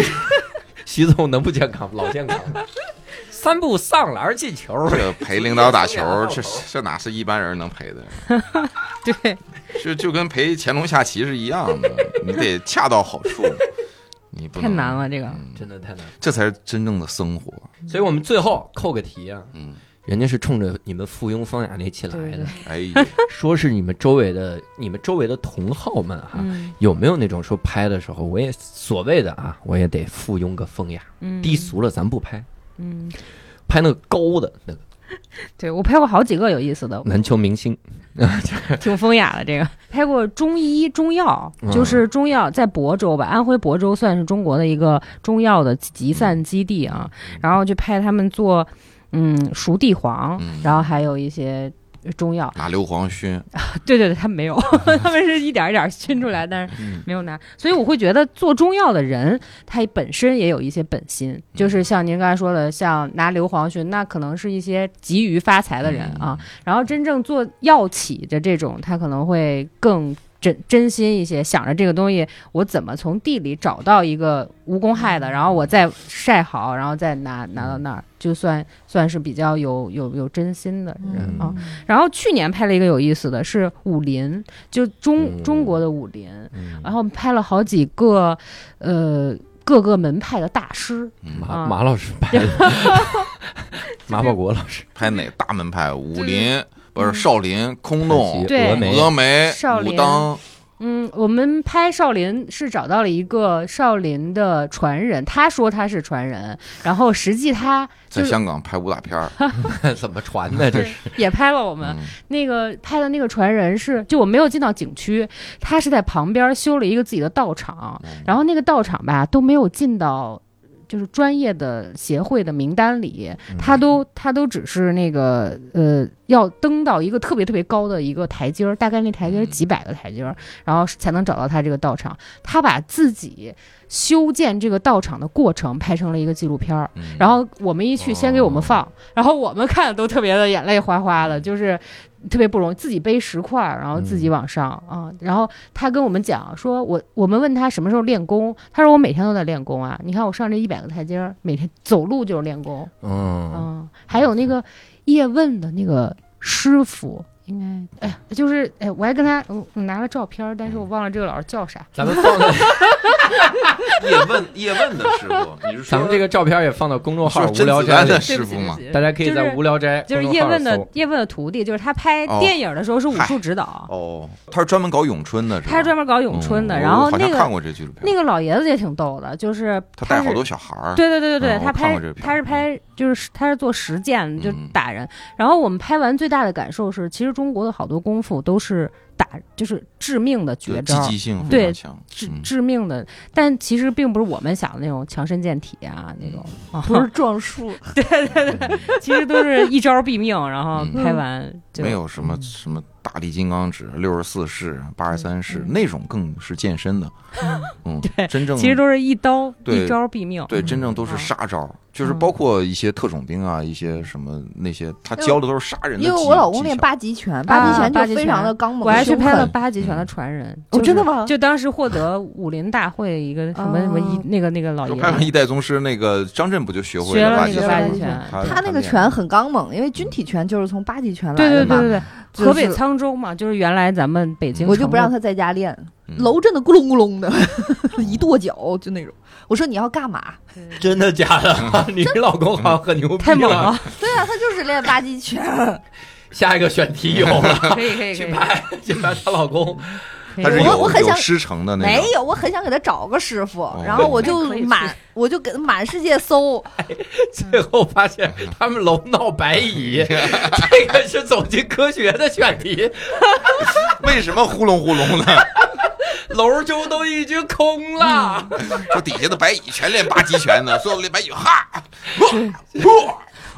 Speaker 1: 徐总能不健康吗？老健康了， <laughs> 三步上篮进球，，
Speaker 6: 这个陪领导打球这这哪是一般人能陪的？
Speaker 7: <laughs> 对，
Speaker 6: 这就跟陪乾隆下棋是一样的，你得恰到好处，你不
Speaker 7: 太
Speaker 6: 能
Speaker 7: 难，了这个。
Speaker 1: 真的太难。了。
Speaker 6: 这才是真正的生活。
Speaker 1: 所以我们最后扣个题啊，
Speaker 6: 嗯，
Speaker 1: 人家是冲着你们附庸风雅那期来
Speaker 7: 对
Speaker 1: 的
Speaker 7: 对，
Speaker 6: 哎呀，
Speaker 1: 说是你们周围的你们周围的同好们哈、
Speaker 7: 嗯
Speaker 1: 有没有那种说拍的时候，我也所谓的啊，我也得附庸个风雅，
Speaker 7: 嗯，
Speaker 1: 低俗了咱不拍，
Speaker 7: 嗯，
Speaker 1: 拍那个高的那个
Speaker 7: 对我拍过好几个有意思的，
Speaker 1: 篮球明星，
Speaker 7: 挺风雅的这个。 <laughs> 拍过中医中药，就是中药在亳州吧，安徽亳州算是中国的一个中药的集散基地啊。然后去拍他们做，嗯，熟地黄，
Speaker 6: 嗯
Speaker 7: 然后还有一些中药。 <laughs>
Speaker 6: 拿硫磺熏，
Speaker 7: 对对对，他们没有， <laughs> 他们是一点儿一点儿熏出来，但是
Speaker 6: 嗯
Speaker 7: 没有拿。所以我会觉得做中药的人，他本身也有一些本心，就是像您刚才说的，像拿硫磺熏，那可能是一些急于发财的人
Speaker 6: 嗯
Speaker 7: 啊。然后真正做药企的这种，他可能会更。真真心一些，想着这个东西，我怎么从地里找到一个无公害的，然后我再晒好，然后再拿拿到那儿，就算算是比较有有有真心的人啊。
Speaker 5: 嗯
Speaker 7: 然后去年拍了一个有意思的是武林，就中
Speaker 1: 嗯
Speaker 7: 中国的武林，
Speaker 1: 嗯
Speaker 7: 然后拍了好几个，呃，各个门派的大师，
Speaker 1: 马
Speaker 7: 啊
Speaker 1: 马老师
Speaker 7: <laughs>
Speaker 1: 拍的，马保国老师
Speaker 6: 拍哪大门派？武
Speaker 7: 是
Speaker 6: 林不是少林、空洞、
Speaker 7: 嗯对
Speaker 1: 峨眉
Speaker 6: 峨眉、
Speaker 7: 少
Speaker 6: 武
Speaker 7: 林
Speaker 6: 当，
Speaker 7: 嗯，我们拍少林是找到了一个少林的传人，他说他是传人，然后实际他
Speaker 6: 在
Speaker 7: 就是
Speaker 6: 香港拍武打片儿。
Speaker 1: <laughs> 怎么传的？这是
Speaker 7: 也拍了我们、
Speaker 6: 嗯
Speaker 7: 那个拍的那个传人是，就我没有进到景区，他是在旁边修了一个自己的道
Speaker 6: 嗯
Speaker 7: 场，然后那个道场吧都没有进到。就是专业的协会的名单里，
Speaker 6: 嗯
Speaker 7: 他都他都只是那个呃，要登到一个特别特别高的一个台阶儿，大概那台阶儿几百个台阶儿，然后才能找到他这个道场。他把自己修建这个道场的过程拍成了一个纪录片儿，
Speaker 6: 嗯
Speaker 7: 然后我们一去，先给我们放，然后我们看的都特别的眼泪哗哗的，就是特别不容易，自己背石块儿，然后自己往上啊、然后他跟我们讲说，我我们问他什么时候练功，他说我每天都在练功啊。你看我上这一百个台阶儿，每天走路就是练功。
Speaker 1: 嗯，
Speaker 7: 嗯，还有那个叶问的那个师傅，应该哎呀，就是哎，我还跟他我我拿了照片儿，但
Speaker 6: 嗯
Speaker 7: 是我忘了这个老师叫啥。
Speaker 1: 咱们放 <laughs> 在
Speaker 6: 叶问叶问的师傅，你是
Speaker 1: 咱们这个照片也放到公众号
Speaker 6: 说
Speaker 1: “无
Speaker 6: 甄
Speaker 1: 聊
Speaker 6: 子
Speaker 1: 斋
Speaker 6: 丹”
Speaker 1: 里
Speaker 6: 的，
Speaker 7: 对
Speaker 6: 师
Speaker 7: 不起
Speaker 6: 傅嘛？
Speaker 7: 对不起
Speaker 1: 大家可以
Speaker 7: 就
Speaker 1: 在“
Speaker 7: 是
Speaker 1: 无聊斋”
Speaker 7: 就是
Speaker 1: 公众
Speaker 7: 叶
Speaker 1: 号
Speaker 7: 问的
Speaker 1: 搜
Speaker 7: 叶问的徒弟，就是他拍
Speaker 6: 哦
Speaker 7: 电影的时候是武
Speaker 6: 嗨
Speaker 7: 术指导，
Speaker 6: 哦，他是专门搞咏春的，是吧
Speaker 7: 他是专门搞咏春的，
Speaker 6: 嗯
Speaker 7: 然后
Speaker 6: 我好
Speaker 7: 那
Speaker 6: 像看
Speaker 7: 个
Speaker 6: 过这纪录片，
Speaker 7: 那个老爷子也挺逗的，就是
Speaker 6: 他
Speaker 7: 是
Speaker 6: 带好多小孩儿，
Speaker 7: 对对对对对，
Speaker 6: 嗯
Speaker 7: 他
Speaker 6: 我看
Speaker 7: 拍
Speaker 6: 过这个片
Speaker 7: 他是拍就是他是做实践的，就
Speaker 6: 嗯
Speaker 7: 打人。然后我们拍完最大的感受是，其实中国的好多功夫都是打，就是致命的
Speaker 6: 就
Speaker 7: 绝
Speaker 6: 积
Speaker 7: 招，
Speaker 6: 极性非
Speaker 7: 对
Speaker 6: 常强，
Speaker 7: 致
Speaker 6: 嗯
Speaker 7: 致命的，但其实并不是我们想的那种强身健体啊那种，啊
Speaker 5: 不是撞树，
Speaker 7: <laughs> 其实都是一招毙命，然后
Speaker 6: 嗯
Speaker 7: 拍完就
Speaker 6: 没有什
Speaker 7: 嗯
Speaker 6: 么什么大力金刚指、六十四式、八十三式那种，更是健身的。嗯，
Speaker 7: 嗯对
Speaker 6: 真正
Speaker 7: 其实都是一刀
Speaker 6: 对
Speaker 7: 一招毙命。嗯
Speaker 6: 对，真正都是杀招儿，就是包括一些特种兵啊，一些什么那些，他教的都是杀人的技。
Speaker 5: 因为我老公
Speaker 6: 技
Speaker 5: 练
Speaker 6: 巧
Speaker 5: 八极拳，八极拳
Speaker 7: 啊八
Speaker 5: 就
Speaker 7: 极
Speaker 5: 非
Speaker 7: 拳
Speaker 5: 常的刚猛，
Speaker 7: 我还去
Speaker 5: 凶
Speaker 7: 拍了
Speaker 5: 狠
Speaker 7: 八极拳的传人，
Speaker 5: 哦
Speaker 7: 就是
Speaker 5: 真的吗
Speaker 7: 就当时获得武林大会一个什么什么一
Speaker 5: 哦
Speaker 7: 那个那个老
Speaker 6: 就
Speaker 7: 爷
Speaker 6: 拍完
Speaker 7: 子
Speaker 6: 一代宗师那个张震不就学会
Speaker 7: 学了
Speaker 6: 八
Speaker 7: 那
Speaker 6: 极
Speaker 7: 个
Speaker 6: 拳
Speaker 5: 八
Speaker 6: 吗
Speaker 5: 极
Speaker 7: 拳
Speaker 5: 他那个
Speaker 6: 练啊
Speaker 5: 拳很刚猛，因为军体拳就是从八极拳来
Speaker 7: 对对
Speaker 5: 的
Speaker 7: 对
Speaker 5: 嘛。
Speaker 7: 对对，
Speaker 5: 就是
Speaker 7: 河北沧州嘛，就是原来咱们北京城的，
Speaker 5: 我就不让他在家练，
Speaker 6: 嗯
Speaker 5: 楼震的咕隆咕隆的， <laughs> 一跺脚就那种。我说你要干嘛？
Speaker 1: 真的假的？你老公好像很牛逼，
Speaker 7: 太猛了。，
Speaker 5: 对啊，他就是练八极拳。
Speaker 1: 下一个选题有了， <laughs>
Speaker 7: 可以可以
Speaker 1: 去拍去拍她老公。
Speaker 7: 可以
Speaker 6: 他是
Speaker 5: 我
Speaker 6: 有
Speaker 5: 哎我很
Speaker 6: 有
Speaker 5: 想
Speaker 6: 师承的那
Speaker 5: 没
Speaker 6: 种。哦
Speaker 5: 有，我很想给他找个师傅，然
Speaker 6: <laughs>
Speaker 5: 后我就
Speaker 7: 哎可以去
Speaker 5: 满我就给满世界搜，
Speaker 1: 最后发现他们楼闹白蚁，这个是走进科学的选题。
Speaker 6: 为什么呼隆呼隆的？
Speaker 1: 楼中都已经空了，
Speaker 6: <laughs> 说底下的白蚁全练八极拳呢，所有的白蚁哈，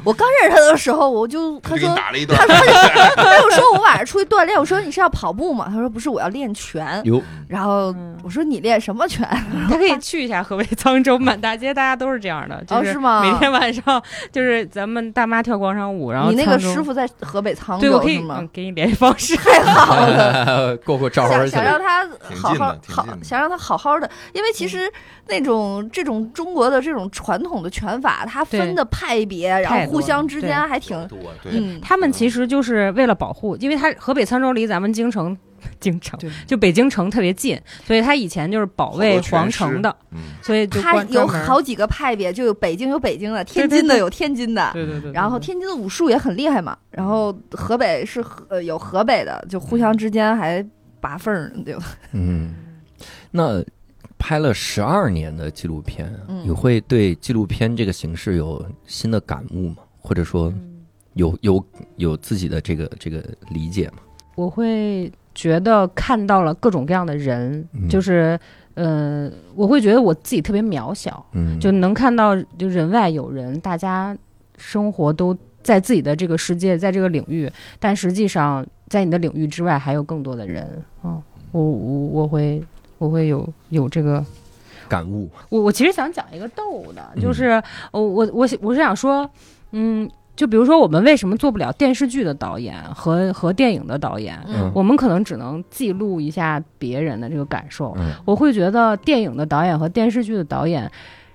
Speaker 5: 我刚认识他的时候，我就
Speaker 6: 就
Speaker 5: 他
Speaker 6: 给
Speaker 5: 说
Speaker 6: 你打了一顿。
Speaker 5: 他有时候我晚上出去锻炼，我说你是要跑步吗？他说不是，我要练拳。
Speaker 1: 哟，
Speaker 5: 然后
Speaker 7: 嗯
Speaker 5: 我说你练什么拳？
Speaker 7: <laughs> 他可以去一下河北沧州，满大街大家都是这样的，就
Speaker 5: 哦是吗
Speaker 7: 每天晚上就是咱们大妈跳广场舞，然后
Speaker 5: 你那个
Speaker 7: 沧州
Speaker 5: 师。傅在河北沧
Speaker 7: 对，我
Speaker 5: 州
Speaker 7: 可以
Speaker 5: 是吗 <laughs>
Speaker 7: 嗯？给你联系 <laughs> 方式。
Speaker 5: 太好了，
Speaker 1: 呃过过招
Speaker 5: 想
Speaker 1: 儿去
Speaker 5: 想让
Speaker 1: 了。
Speaker 5: 他
Speaker 6: 挺
Speaker 5: 好
Speaker 6: 近的
Speaker 5: 好
Speaker 6: 挺
Speaker 5: 好
Speaker 6: 近，的
Speaker 5: 想让他好好的，因为
Speaker 7: 嗯
Speaker 5: 其实那种这种中国的这种传统的拳法，它
Speaker 7: 对
Speaker 5: 分的派别，然
Speaker 7: 太
Speaker 5: 后互
Speaker 7: 多
Speaker 5: 相
Speaker 7: 了
Speaker 5: 之
Speaker 7: 对
Speaker 5: 间还挺
Speaker 1: 啊
Speaker 6: 对，
Speaker 5: 嗯，
Speaker 7: 他们其实就是为了保护，因为他河北沧州离咱们京城、京城就北京城特别近，所以他以前就是保卫
Speaker 6: 好多拳
Speaker 7: 皇城
Speaker 6: 师
Speaker 7: 的，
Speaker 6: 嗯，
Speaker 7: 所以就
Speaker 5: 它
Speaker 7: 关
Speaker 5: 有
Speaker 7: 专门
Speaker 5: 好几个派别，就有北京有北京的，天
Speaker 7: 对
Speaker 5: 津的
Speaker 7: 对
Speaker 5: 有天津的，
Speaker 7: 对对对，
Speaker 5: 然后天津的武术也很厉害嘛，然后河北是河呃有河北的，就互
Speaker 7: 嗯
Speaker 5: 相之间还拔缝儿，对吧？
Speaker 1: 嗯，那拍了十二年的纪录片，
Speaker 5: 嗯
Speaker 1: 你会对纪录片这个形式有新的感悟吗？或者说
Speaker 7: 嗯
Speaker 1: 有有有自己的这个这个理解嘛？
Speaker 7: 我会觉得看到了各种各样的人，
Speaker 1: 嗯
Speaker 7: 就是呃，我会觉得我自己特别渺小，
Speaker 1: 嗯，
Speaker 7: 就能看到就人外有人，大家生活都在自己的这个世界，在这个领域，但实际上在你的领域之外还有更多的人。嗯，我我我会我会有有这个
Speaker 1: 感悟，
Speaker 7: 我我其实想讲一个逗的，就
Speaker 1: 嗯
Speaker 7: 是我我我是我是想说，嗯，就比如说我们为什么做不了电视剧的导演和和电影的导演，
Speaker 1: 嗯
Speaker 7: 我们可能只能记录一下别人的这个感受。
Speaker 1: 嗯
Speaker 7: 我会觉得电影的导演和电视剧的导演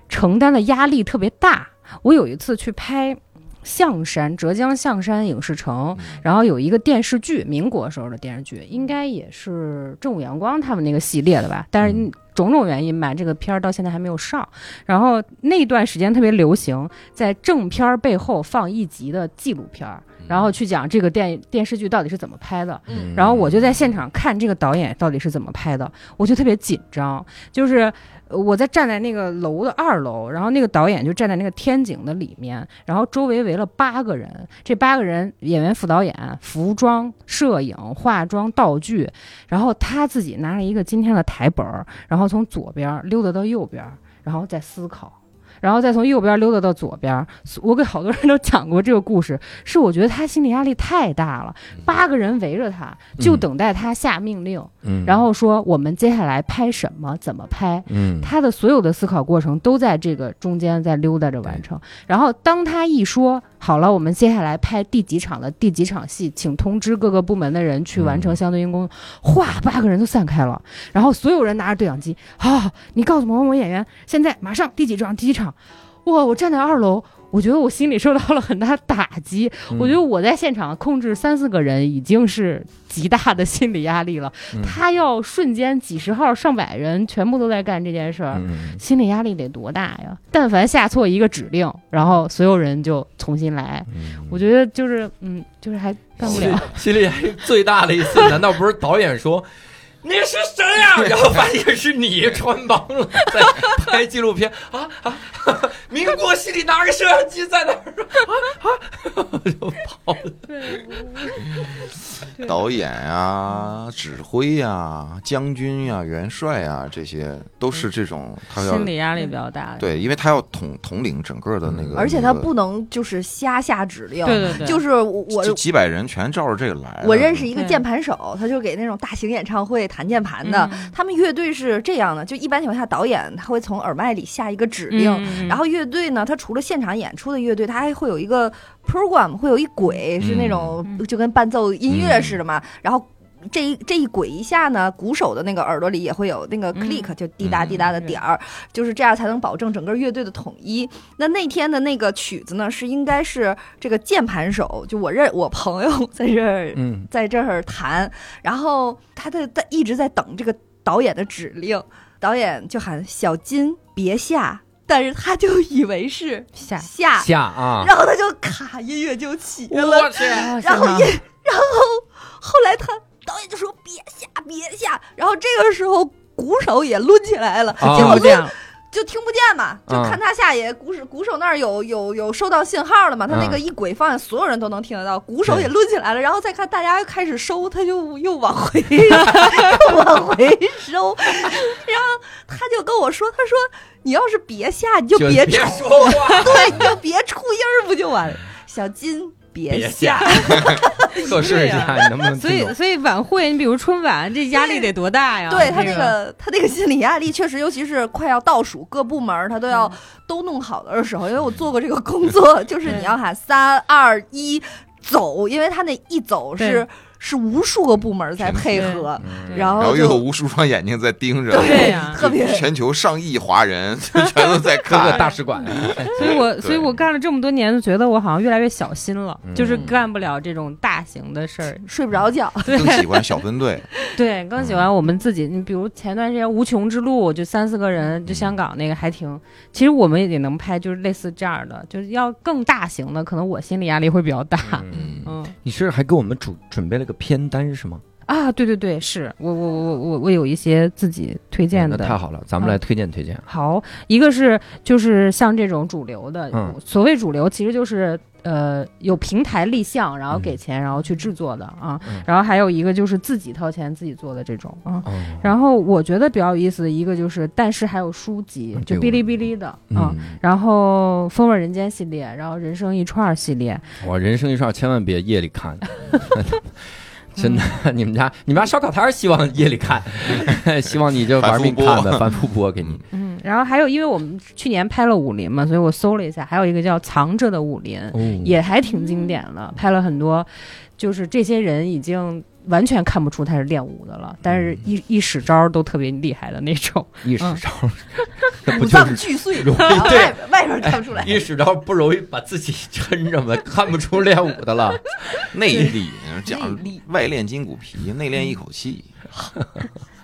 Speaker 7: 承担的压力特别大。我有一次去拍。象山，浙江象山影视城，
Speaker 6: 嗯
Speaker 7: 然后有一个电视剧，民国时候的电视剧，应该也是正午阳光他们那个系列的吧。但是
Speaker 1: 嗯
Speaker 7: 种种原因吧，这个片儿到现在还没有上。然后那段时间特别流行，在正片儿背后放一集的纪录片儿，然后去讲这个电电视剧到底是怎么拍的。
Speaker 5: 嗯
Speaker 7: 然后我就在现场看这个导演到底是怎么拍的，我就特别紧张，就是。呃我在站在那个楼的二楼，然后那个导演就站在那个天井的里面，然后周围围了八个人，这八个人演员、副导演、服装、摄影、化妆、道具，然后他自己拿了一个今天的台本儿，然后从左边儿溜达到右边儿，然后再思考。然后再从右边溜达到左边，我给好多人都讲过这个故事，是我觉得他心理压力太大了，八个人围着他，就等待他下命令，
Speaker 1: 嗯，
Speaker 7: 然后说我们接下来拍什么，怎么拍。
Speaker 1: 嗯，
Speaker 7: 他的所有的思考过程都在这个中间在溜达着完成。然后当他一说好了，我们接下来拍第几场的第几场戏，请通知各个部门的人去完成相对应工作，哗，八个人都散开了。然后所有人拿着对讲机，啊，你告诉某某某演员，现在马上第几场第几场。哇，我站在二楼。我觉得我心里受到了很大打击，我觉得我在现场控制三四个人已经是极大的心理压力了，
Speaker 1: 嗯
Speaker 7: 他要瞬间几十号、上百人全部都在干这件事儿，
Speaker 1: 嗯
Speaker 7: 心理压力得多大呀！但凡下错一个指令，然后所有人就重新来，
Speaker 1: 嗯
Speaker 7: 我觉得就是嗯，就是还干不了。
Speaker 1: 心里还最大的一
Speaker 7: <laughs>
Speaker 1: 次，难道不是导演说你是谁呀、 <laughs> 然后发现是你穿帮了，在拍纪录片啊啊！ <laughs> 民国戏里拿个摄像机在那儿啊啊，就跑了。
Speaker 6: 导演啊、指挥呀、将军呀、元帅呀，这些都
Speaker 5: 嗯
Speaker 6: 是这种他要
Speaker 7: 心理压力比较大，
Speaker 6: 对，因为他要统统领整个的那个，
Speaker 5: 嗯而且
Speaker 6: 那
Speaker 5: 他
Speaker 6: 个
Speaker 5: 不能就是瞎下指令，
Speaker 7: 对对对，
Speaker 5: 就是我我
Speaker 6: 这几百人全照着这个来了。
Speaker 5: 我认识一个
Speaker 7: 对
Speaker 5: 键盘手，他就是给那种大型演唱会弹键盘的。
Speaker 7: 嗯
Speaker 5: 他们乐队是这样的，就一般情况下，导演他会从耳麦里下一个指令，
Speaker 7: 嗯
Speaker 5: 然后乐队呢，它除了现场演出的乐队，它还会有一个 program，会有一轨是那种、
Speaker 7: 嗯
Speaker 5: 就跟伴奏音乐似的嘛。然后这一这一轨一下呢，鼓手的那个耳朵里也会有那个
Speaker 7: 嗯
Speaker 5: click，、就滴答滴答的点儿，就是这样才能保证整个乐队的统一。那那天的那个曲子呢，是应该是这个键盘手，就我认我朋友 <laughs> 在这儿
Speaker 1: 嗯，
Speaker 5: 在这儿弹，然后他的在一直在等这个导演的指令，导演就喊小金别下，但是他就以为是
Speaker 7: 下
Speaker 5: 下，
Speaker 1: 下啊！
Speaker 5: 然后他就咔，音乐就起来了，
Speaker 1: 去，
Speaker 5: 然后也然后后来他导演就说别下别下，然后这个时候。鼓手也抡起来了，
Speaker 1: 啊
Speaker 5: 结果
Speaker 7: 哦就这
Speaker 5: 抡
Speaker 7: 样，
Speaker 5: 就听不见嘛，就
Speaker 1: 啊
Speaker 5: 看他下也鼓手鼓手那儿有有有收到信号了嘛，他那
Speaker 1: 啊
Speaker 5: 个一轨放下，所有人都能听得到，鼓手也抡起来了，然后再看大家开始收，他就又往回 <laughs> 又往回收，然后他就跟我说，他说你要是别下，你就
Speaker 1: 就
Speaker 5: 别
Speaker 1: 别
Speaker 5: 出，
Speaker 1: 说话，
Speaker 5: <laughs> 对，你就别出音儿不就完了？小金别
Speaker 1: 别下，测试一下你能不能
Speaker 7: 所
Speaker 1: 听
Speaker 7: 以
Speaker 1: 懂。
Speaker 7: 所以晚会，你比如春晚，这压力得多大呀？
Speaker 5: 对他
Speaker 7: 这
Speaker 5: 啊那个他那个心理压力确实，尤其是快要倒数，各部门儿他都要
Speaker 7: 嗯
Speaker 5: 都弄好的时候，因为我做过这个工 <laughs> 作，就是你要喊三二一走，因为他那一走是是无数个部门儿在配合，
Speaker 1: 嗯
Speaker 5: 然
Speaker 6: 然后
Speaker 5: 后
Speaker 6: 又有
Speaker 5: 就
Speaker 6: 无数双眼睛在盯着，
Speaker 7: 对呀
Speaker 5: 特别
Speaker 6: 全球上亿华人 <laughs> 全都在
Speaker 1: 各
Speaker 5: <laughs>
Speaker 1: 个
Speaker 6: 看。
Speaker 1: 大使馆，哎
Speaker 7: 所以我，所以
Speaker 6: 对
Speaker 7: 我干了这么多年，就觉得我好像越来越小心了，
Speaker 1: 嗯
Speaker 7: 就是干不了这种大型的事儿。
Speaker 5: 睡不着觉，
Speaker 6: 更喜欢小分队，
Speaker 7: 对，更喜欢我们自己。你比如前段时间《无穷之路》，就三四个人，
Speaker 1: 嗯
Speaker 7: 就香港那个还挺。其实我们也能拍，就是类似这样的，就是要更大型的，可能我心理压力会比较大。
Speaker 1: 嗯
Speaker 7: 嗯，
Speaker 1: 你是还给我们准准备了个片单是吗？
Speaker 7: 啊，对对对，是我我我我我有一些自己推荐
Speaker 1: 嗯那
Speaker 7: 的，
Speaker 1: 太好了，咱们来推荐推荐。
Speaker 7: 好，一个是就是像这种主流的，
Speaker 1: 嗯
Speaker 7: 所谓主流其实就是呃有平台立项，然后
Speaker 1: 嗯
Speaker 7: 给钱，然后去制作的啊，
Speaker 1: 嗯
Speaker 7: 然后还有一个就是自己掏钱自己做的这种啊。
Speaker 1: 哦，
Speaker 7: 然后我觉得比较有意思的一个就是，但是还有书籍
Speaker 1: 嗯，
Speaker 7: 就
Speaker 1: 这
Speaker 7: 哔
Speaker 1: 个
Speaker 7: 哩
Speaker 1: 我
Speaker 7: 哔哩的啊，
Speaker 6: 嗯，
Speaker 7: 然后《风味人间》系列，然后《人生一串儿》系列，
Speaker 1: 我人生一串千万别夜里看， <laughs> 真的，你们家你们家烧烤摊儿希望夜里看，希望你就玩命看的反复播给你。
Speaker 7: 嗯，然后还有，因为我们去年拍了武林嘛，所以我搜了一下，还有一个叫《藏着的武林》，
Speaker 6: 嗯
Speaker 1: 哦，
Speaker 7: 也还挺经典的，拍了很多，就是这些人已经完全看不出他是练武的了，但
Speaker 6: 嗯
Speaker 7: 是一一使招都特别厉害的那种。 <laughs>
Speaker 1: 一时招， <laughs> 那不
Speaker 5: 五
Speaker 1: 就
Speaker 5: 脏
Speaker 1: 是
Speaker 5: 俱碎，
Speaker 1: 容易
Speaker 5: 然后
Speaker 1: 对
Speaker 5: 外外边看
Speaker 1: <laughs>
Speaker 5: 不出来。
Speaker 1: 一时招不容易把自己 <laughs> 撑着吗？看不出练武的了。
Speaker 6: 内力讲
Speaker 5: 内力
Speaker 6: 外练筋骨皮，内练一口气。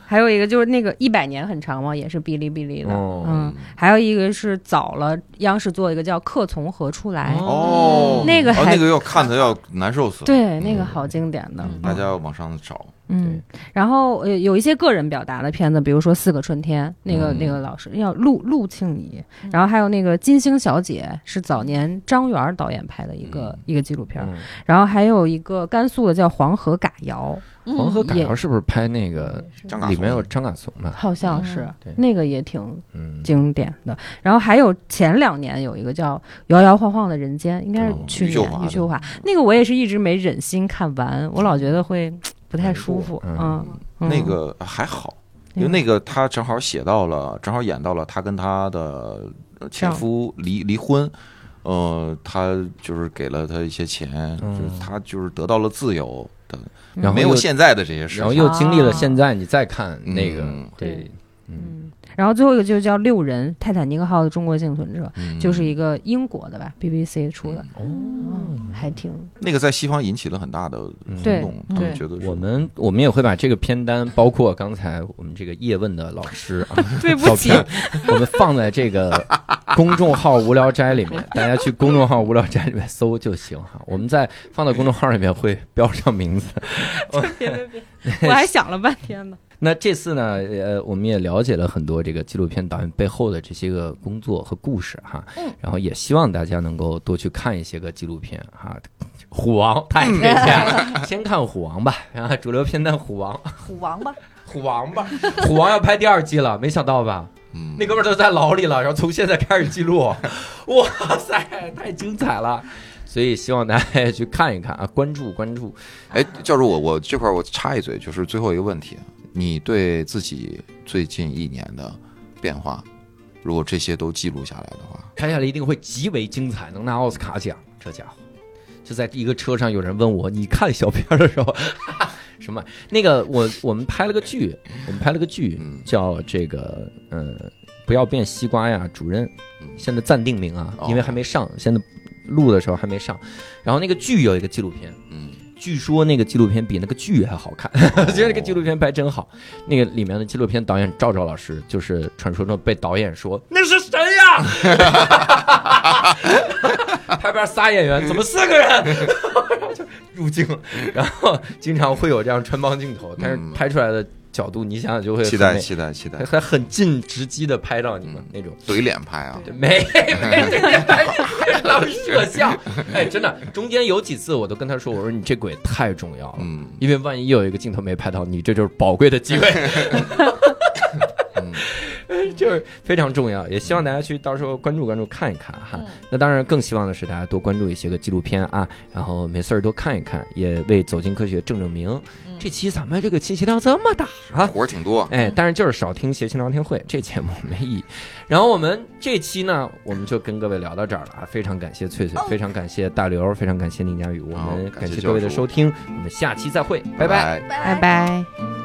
Speaker 7: 还有一个就是那个一百年很长嘛，也是哔哩哔哩的，
Speaker 1: 哦
Speaker 7: 嗯，还有一个是早了央视做一个叫《客从何处来》，
Speaker 6: 哦，
Speaker 7: 嗯那个
Speaker 6: 啊
Speaker 7: 还
Speaker 6: 那个要看的要难受死了。
Speaker 7: 对，
Speaker 6: 嗯
Speaker 7: 那个好经典的，
Speaker 6: 大家要往上找。
Speaker 7: 嗯，然后呃有一些个人表达的片子，比如说《四个春天》，那个、
Speaker 6: 嗯
Speaker 7: 那个老师叫陆陆庆怡，然后还有那个《金星小姐》，是早年张元儿导演拍的一个、
Speaker 6: 嗯
Speaker 7: 一个纪录片儿，
Speaker 1: 嗯
Speaker 7: 然后还有一个甘肃的叫《黄河嘎谣
Speaker 6: 嗯
Speaker 1: 黄河改
Speaker 7: 也
Speaker 1: 谣是不是拍那个
Speaker 6: 张嘎
Speaker 1: 里面有
Speaker 6: 松
Speaker 1: 张嘎怂》，的？
Speaker 7: 好像
Speaker 6: 嗯
Speaker 7: 是、
Speaker 1: 对
Speaker 7: 那个也挺
Speaker 1: 嗯，
Speaker 7: 经典的。然后还有前两年有一个叫《摇摇晃晃的人间》，应该是
Speaker 6: 哦
Speaker 7: 去
Speaker 6: 余秀
Speaker 7: 年
Speaker 6: 华
Speaker 7: 余
Speaker 6: 的
Speaker 7: 秀华那个我也是一直没忍心看完，我老觉得会嘖不太舒服，
Speaker 1: 难过
Speaker 7: 嗯，嗯
Speaker 6: 那个还好，因为那个他正好写到了，正好演到了他跟他的呃前夫离离婚，呃，他就是给了他一些钱，
Speaker 1: 嗯
Speaker 6: 就是他就是得到了自由的，
Speaker 7: 嗯
Speaker 1: 然后
Speaker 6: 没有
Speaker 1: 又
Speaker 6: 现在的这些事
Speaker 1: 然后
Speaker 6: 情。
Speaker 1: 又经历了现在，你再看那个
Speaker 6: 嗯，
Speaker 1: 对，嗯，
Speaker 7: 嗯，然后最后一个就叫六人《泰坦尼克号的中国幸存者》，
Speaker 6: 嗯
Speaker 7: 就是一个英国的吧，BBC 出的，
Speaker 1: 哦，
Speaker 7: 嗯，还
Speaker 1: <laughs>
Speaker 7: 挺
Speaker 6: 那个在西方引起了很大的轰
Speaker 7: 对
Speaker 6: 动，他们
Speaker 7: 对
Speaker 6: 觉得是
Speaker 1: 我们我们也会把这个片单，包括刚才我们这个叶问的老
Speaker 7: <laughs>
Speaker 1: 师啊，
Speaker 7: 对
Speaker 1: 照片，我们放在这个公众号“无聊斋”里面，
Speaker 7: <laughs>
Speaker 1: 大家去公众号“无聊斋”里面搜就行哈。我们在放到公众号里面会标上名字。
Speaker 7: 别别别，我还想了半天呢。
Speaker 1: 那这次呢，呃，我们也了解了很多这个纪录片导演背后的这些个工作和故事哈。
Speaker 5: 嗯。
Speaker 1: 然后也希望大家能够多去看一些个纪录片哈。虎王太推荐了，先看虎王吧。然后主流片单虎王，
Speaker 5: 虎王吧，
Speaker 1: 虎王吧，虎王要拍第二季了，没想到吧？
Speaker 6: 嗯
Speaker 1: 那哥们儿都在牢里了，然后从现在开始记录， <laughs> 哇塞，太精彩了！所以希望大家也去看一看啊，关注关注。
Speaker 6: 哎，教授，我我这块儿我插一嘴，就是最后一个问题，你对自己最近一年的变化，如果这些都记录下来的话，
Speaker 1: 拍下来一定会极为精彩，能拿奥斯卡奖。这家伙就在一个车上，有人问我：“你看小片儿的时候， <laughs> 什么那个我我们拍了个剧，我们拍了个剧
Speaker 6: 嗯
Speaker 1: 叫这个呃，不要变西瓜呀，主任
Speaker 6: 嗯。
Speaker 1: 现在暂定名啊，
Speaker 6: 哦
Speaker 1: 因为还没上，现在录的时候还没上。然后那个剧有一个纪录片，
Speaker 6: 嗯，
Speaker 1: 据说那个纪录片比那个剧还好看， <laughs>
Speaker 6: 哦
Speaker 1: 我觉得那个纪录片拍真好。那个里面的纪录片导演赵照老师，就是传说中被导演说那是谁呀、 <laughs> 拍边仨演员，怎么四个人？然后
Speaker 6: <laughs>
Speaker 1: 就入镜了，然后经常会有这样穿帮镜头，但是
Speaker 6: 嗯
Speaker 1: 拍出来的角度，你想想就会很
Speaker 6: 期待
Speaker 1: 美
Speaker 6: 期待期待，嗯
Speaker 1: 还很近直击的拍到你们那种。
Speaker 6: 怼脸拍啊，
Speaker 1: 没没，这这拍 <laughs> 老摄像，哎，真的，中间有几次我都跟他说，我说你这鬼太重要了，
Speaker 6: 嗯
Speaker 1: 因为万一有一个镜头没拍到你，这就是宝贵的机会， <laughs> 就是非常重要。也希望大家去到时候关注关注看一看哈。那当然，更希望的是大家多关注一些个纪录片啊，然后没事儿多看一看，也为走进科学正正名。这期咱们这个信息量这么大啊，
Speaker 6: 活儿挺多，
Speaker 1: 哎，但是就是少听谐星聊天会，这节目没意义。然后我们这期呢，我们就跟各位聊到这儿了啊！非常感谢翠翠，非常感谢大刘，非常感谢宁佳宇，我
Speaker 6: 哦好
Speaker 1: 们
Speaker 6: 感
Speaker 1: 感
Speaker 6: 谢
Speaker 1: 谢
Speaker 6: 教
Speaker 1: 各位的
Speaker 6: 授
Speaker 1: 收听，我们下期再会，拜拜
Speaker 6: 拜。
Speaker 7: 拜。
Speaker 5: 拜
Speaker 7: 拜。
Speaker 6: 嗯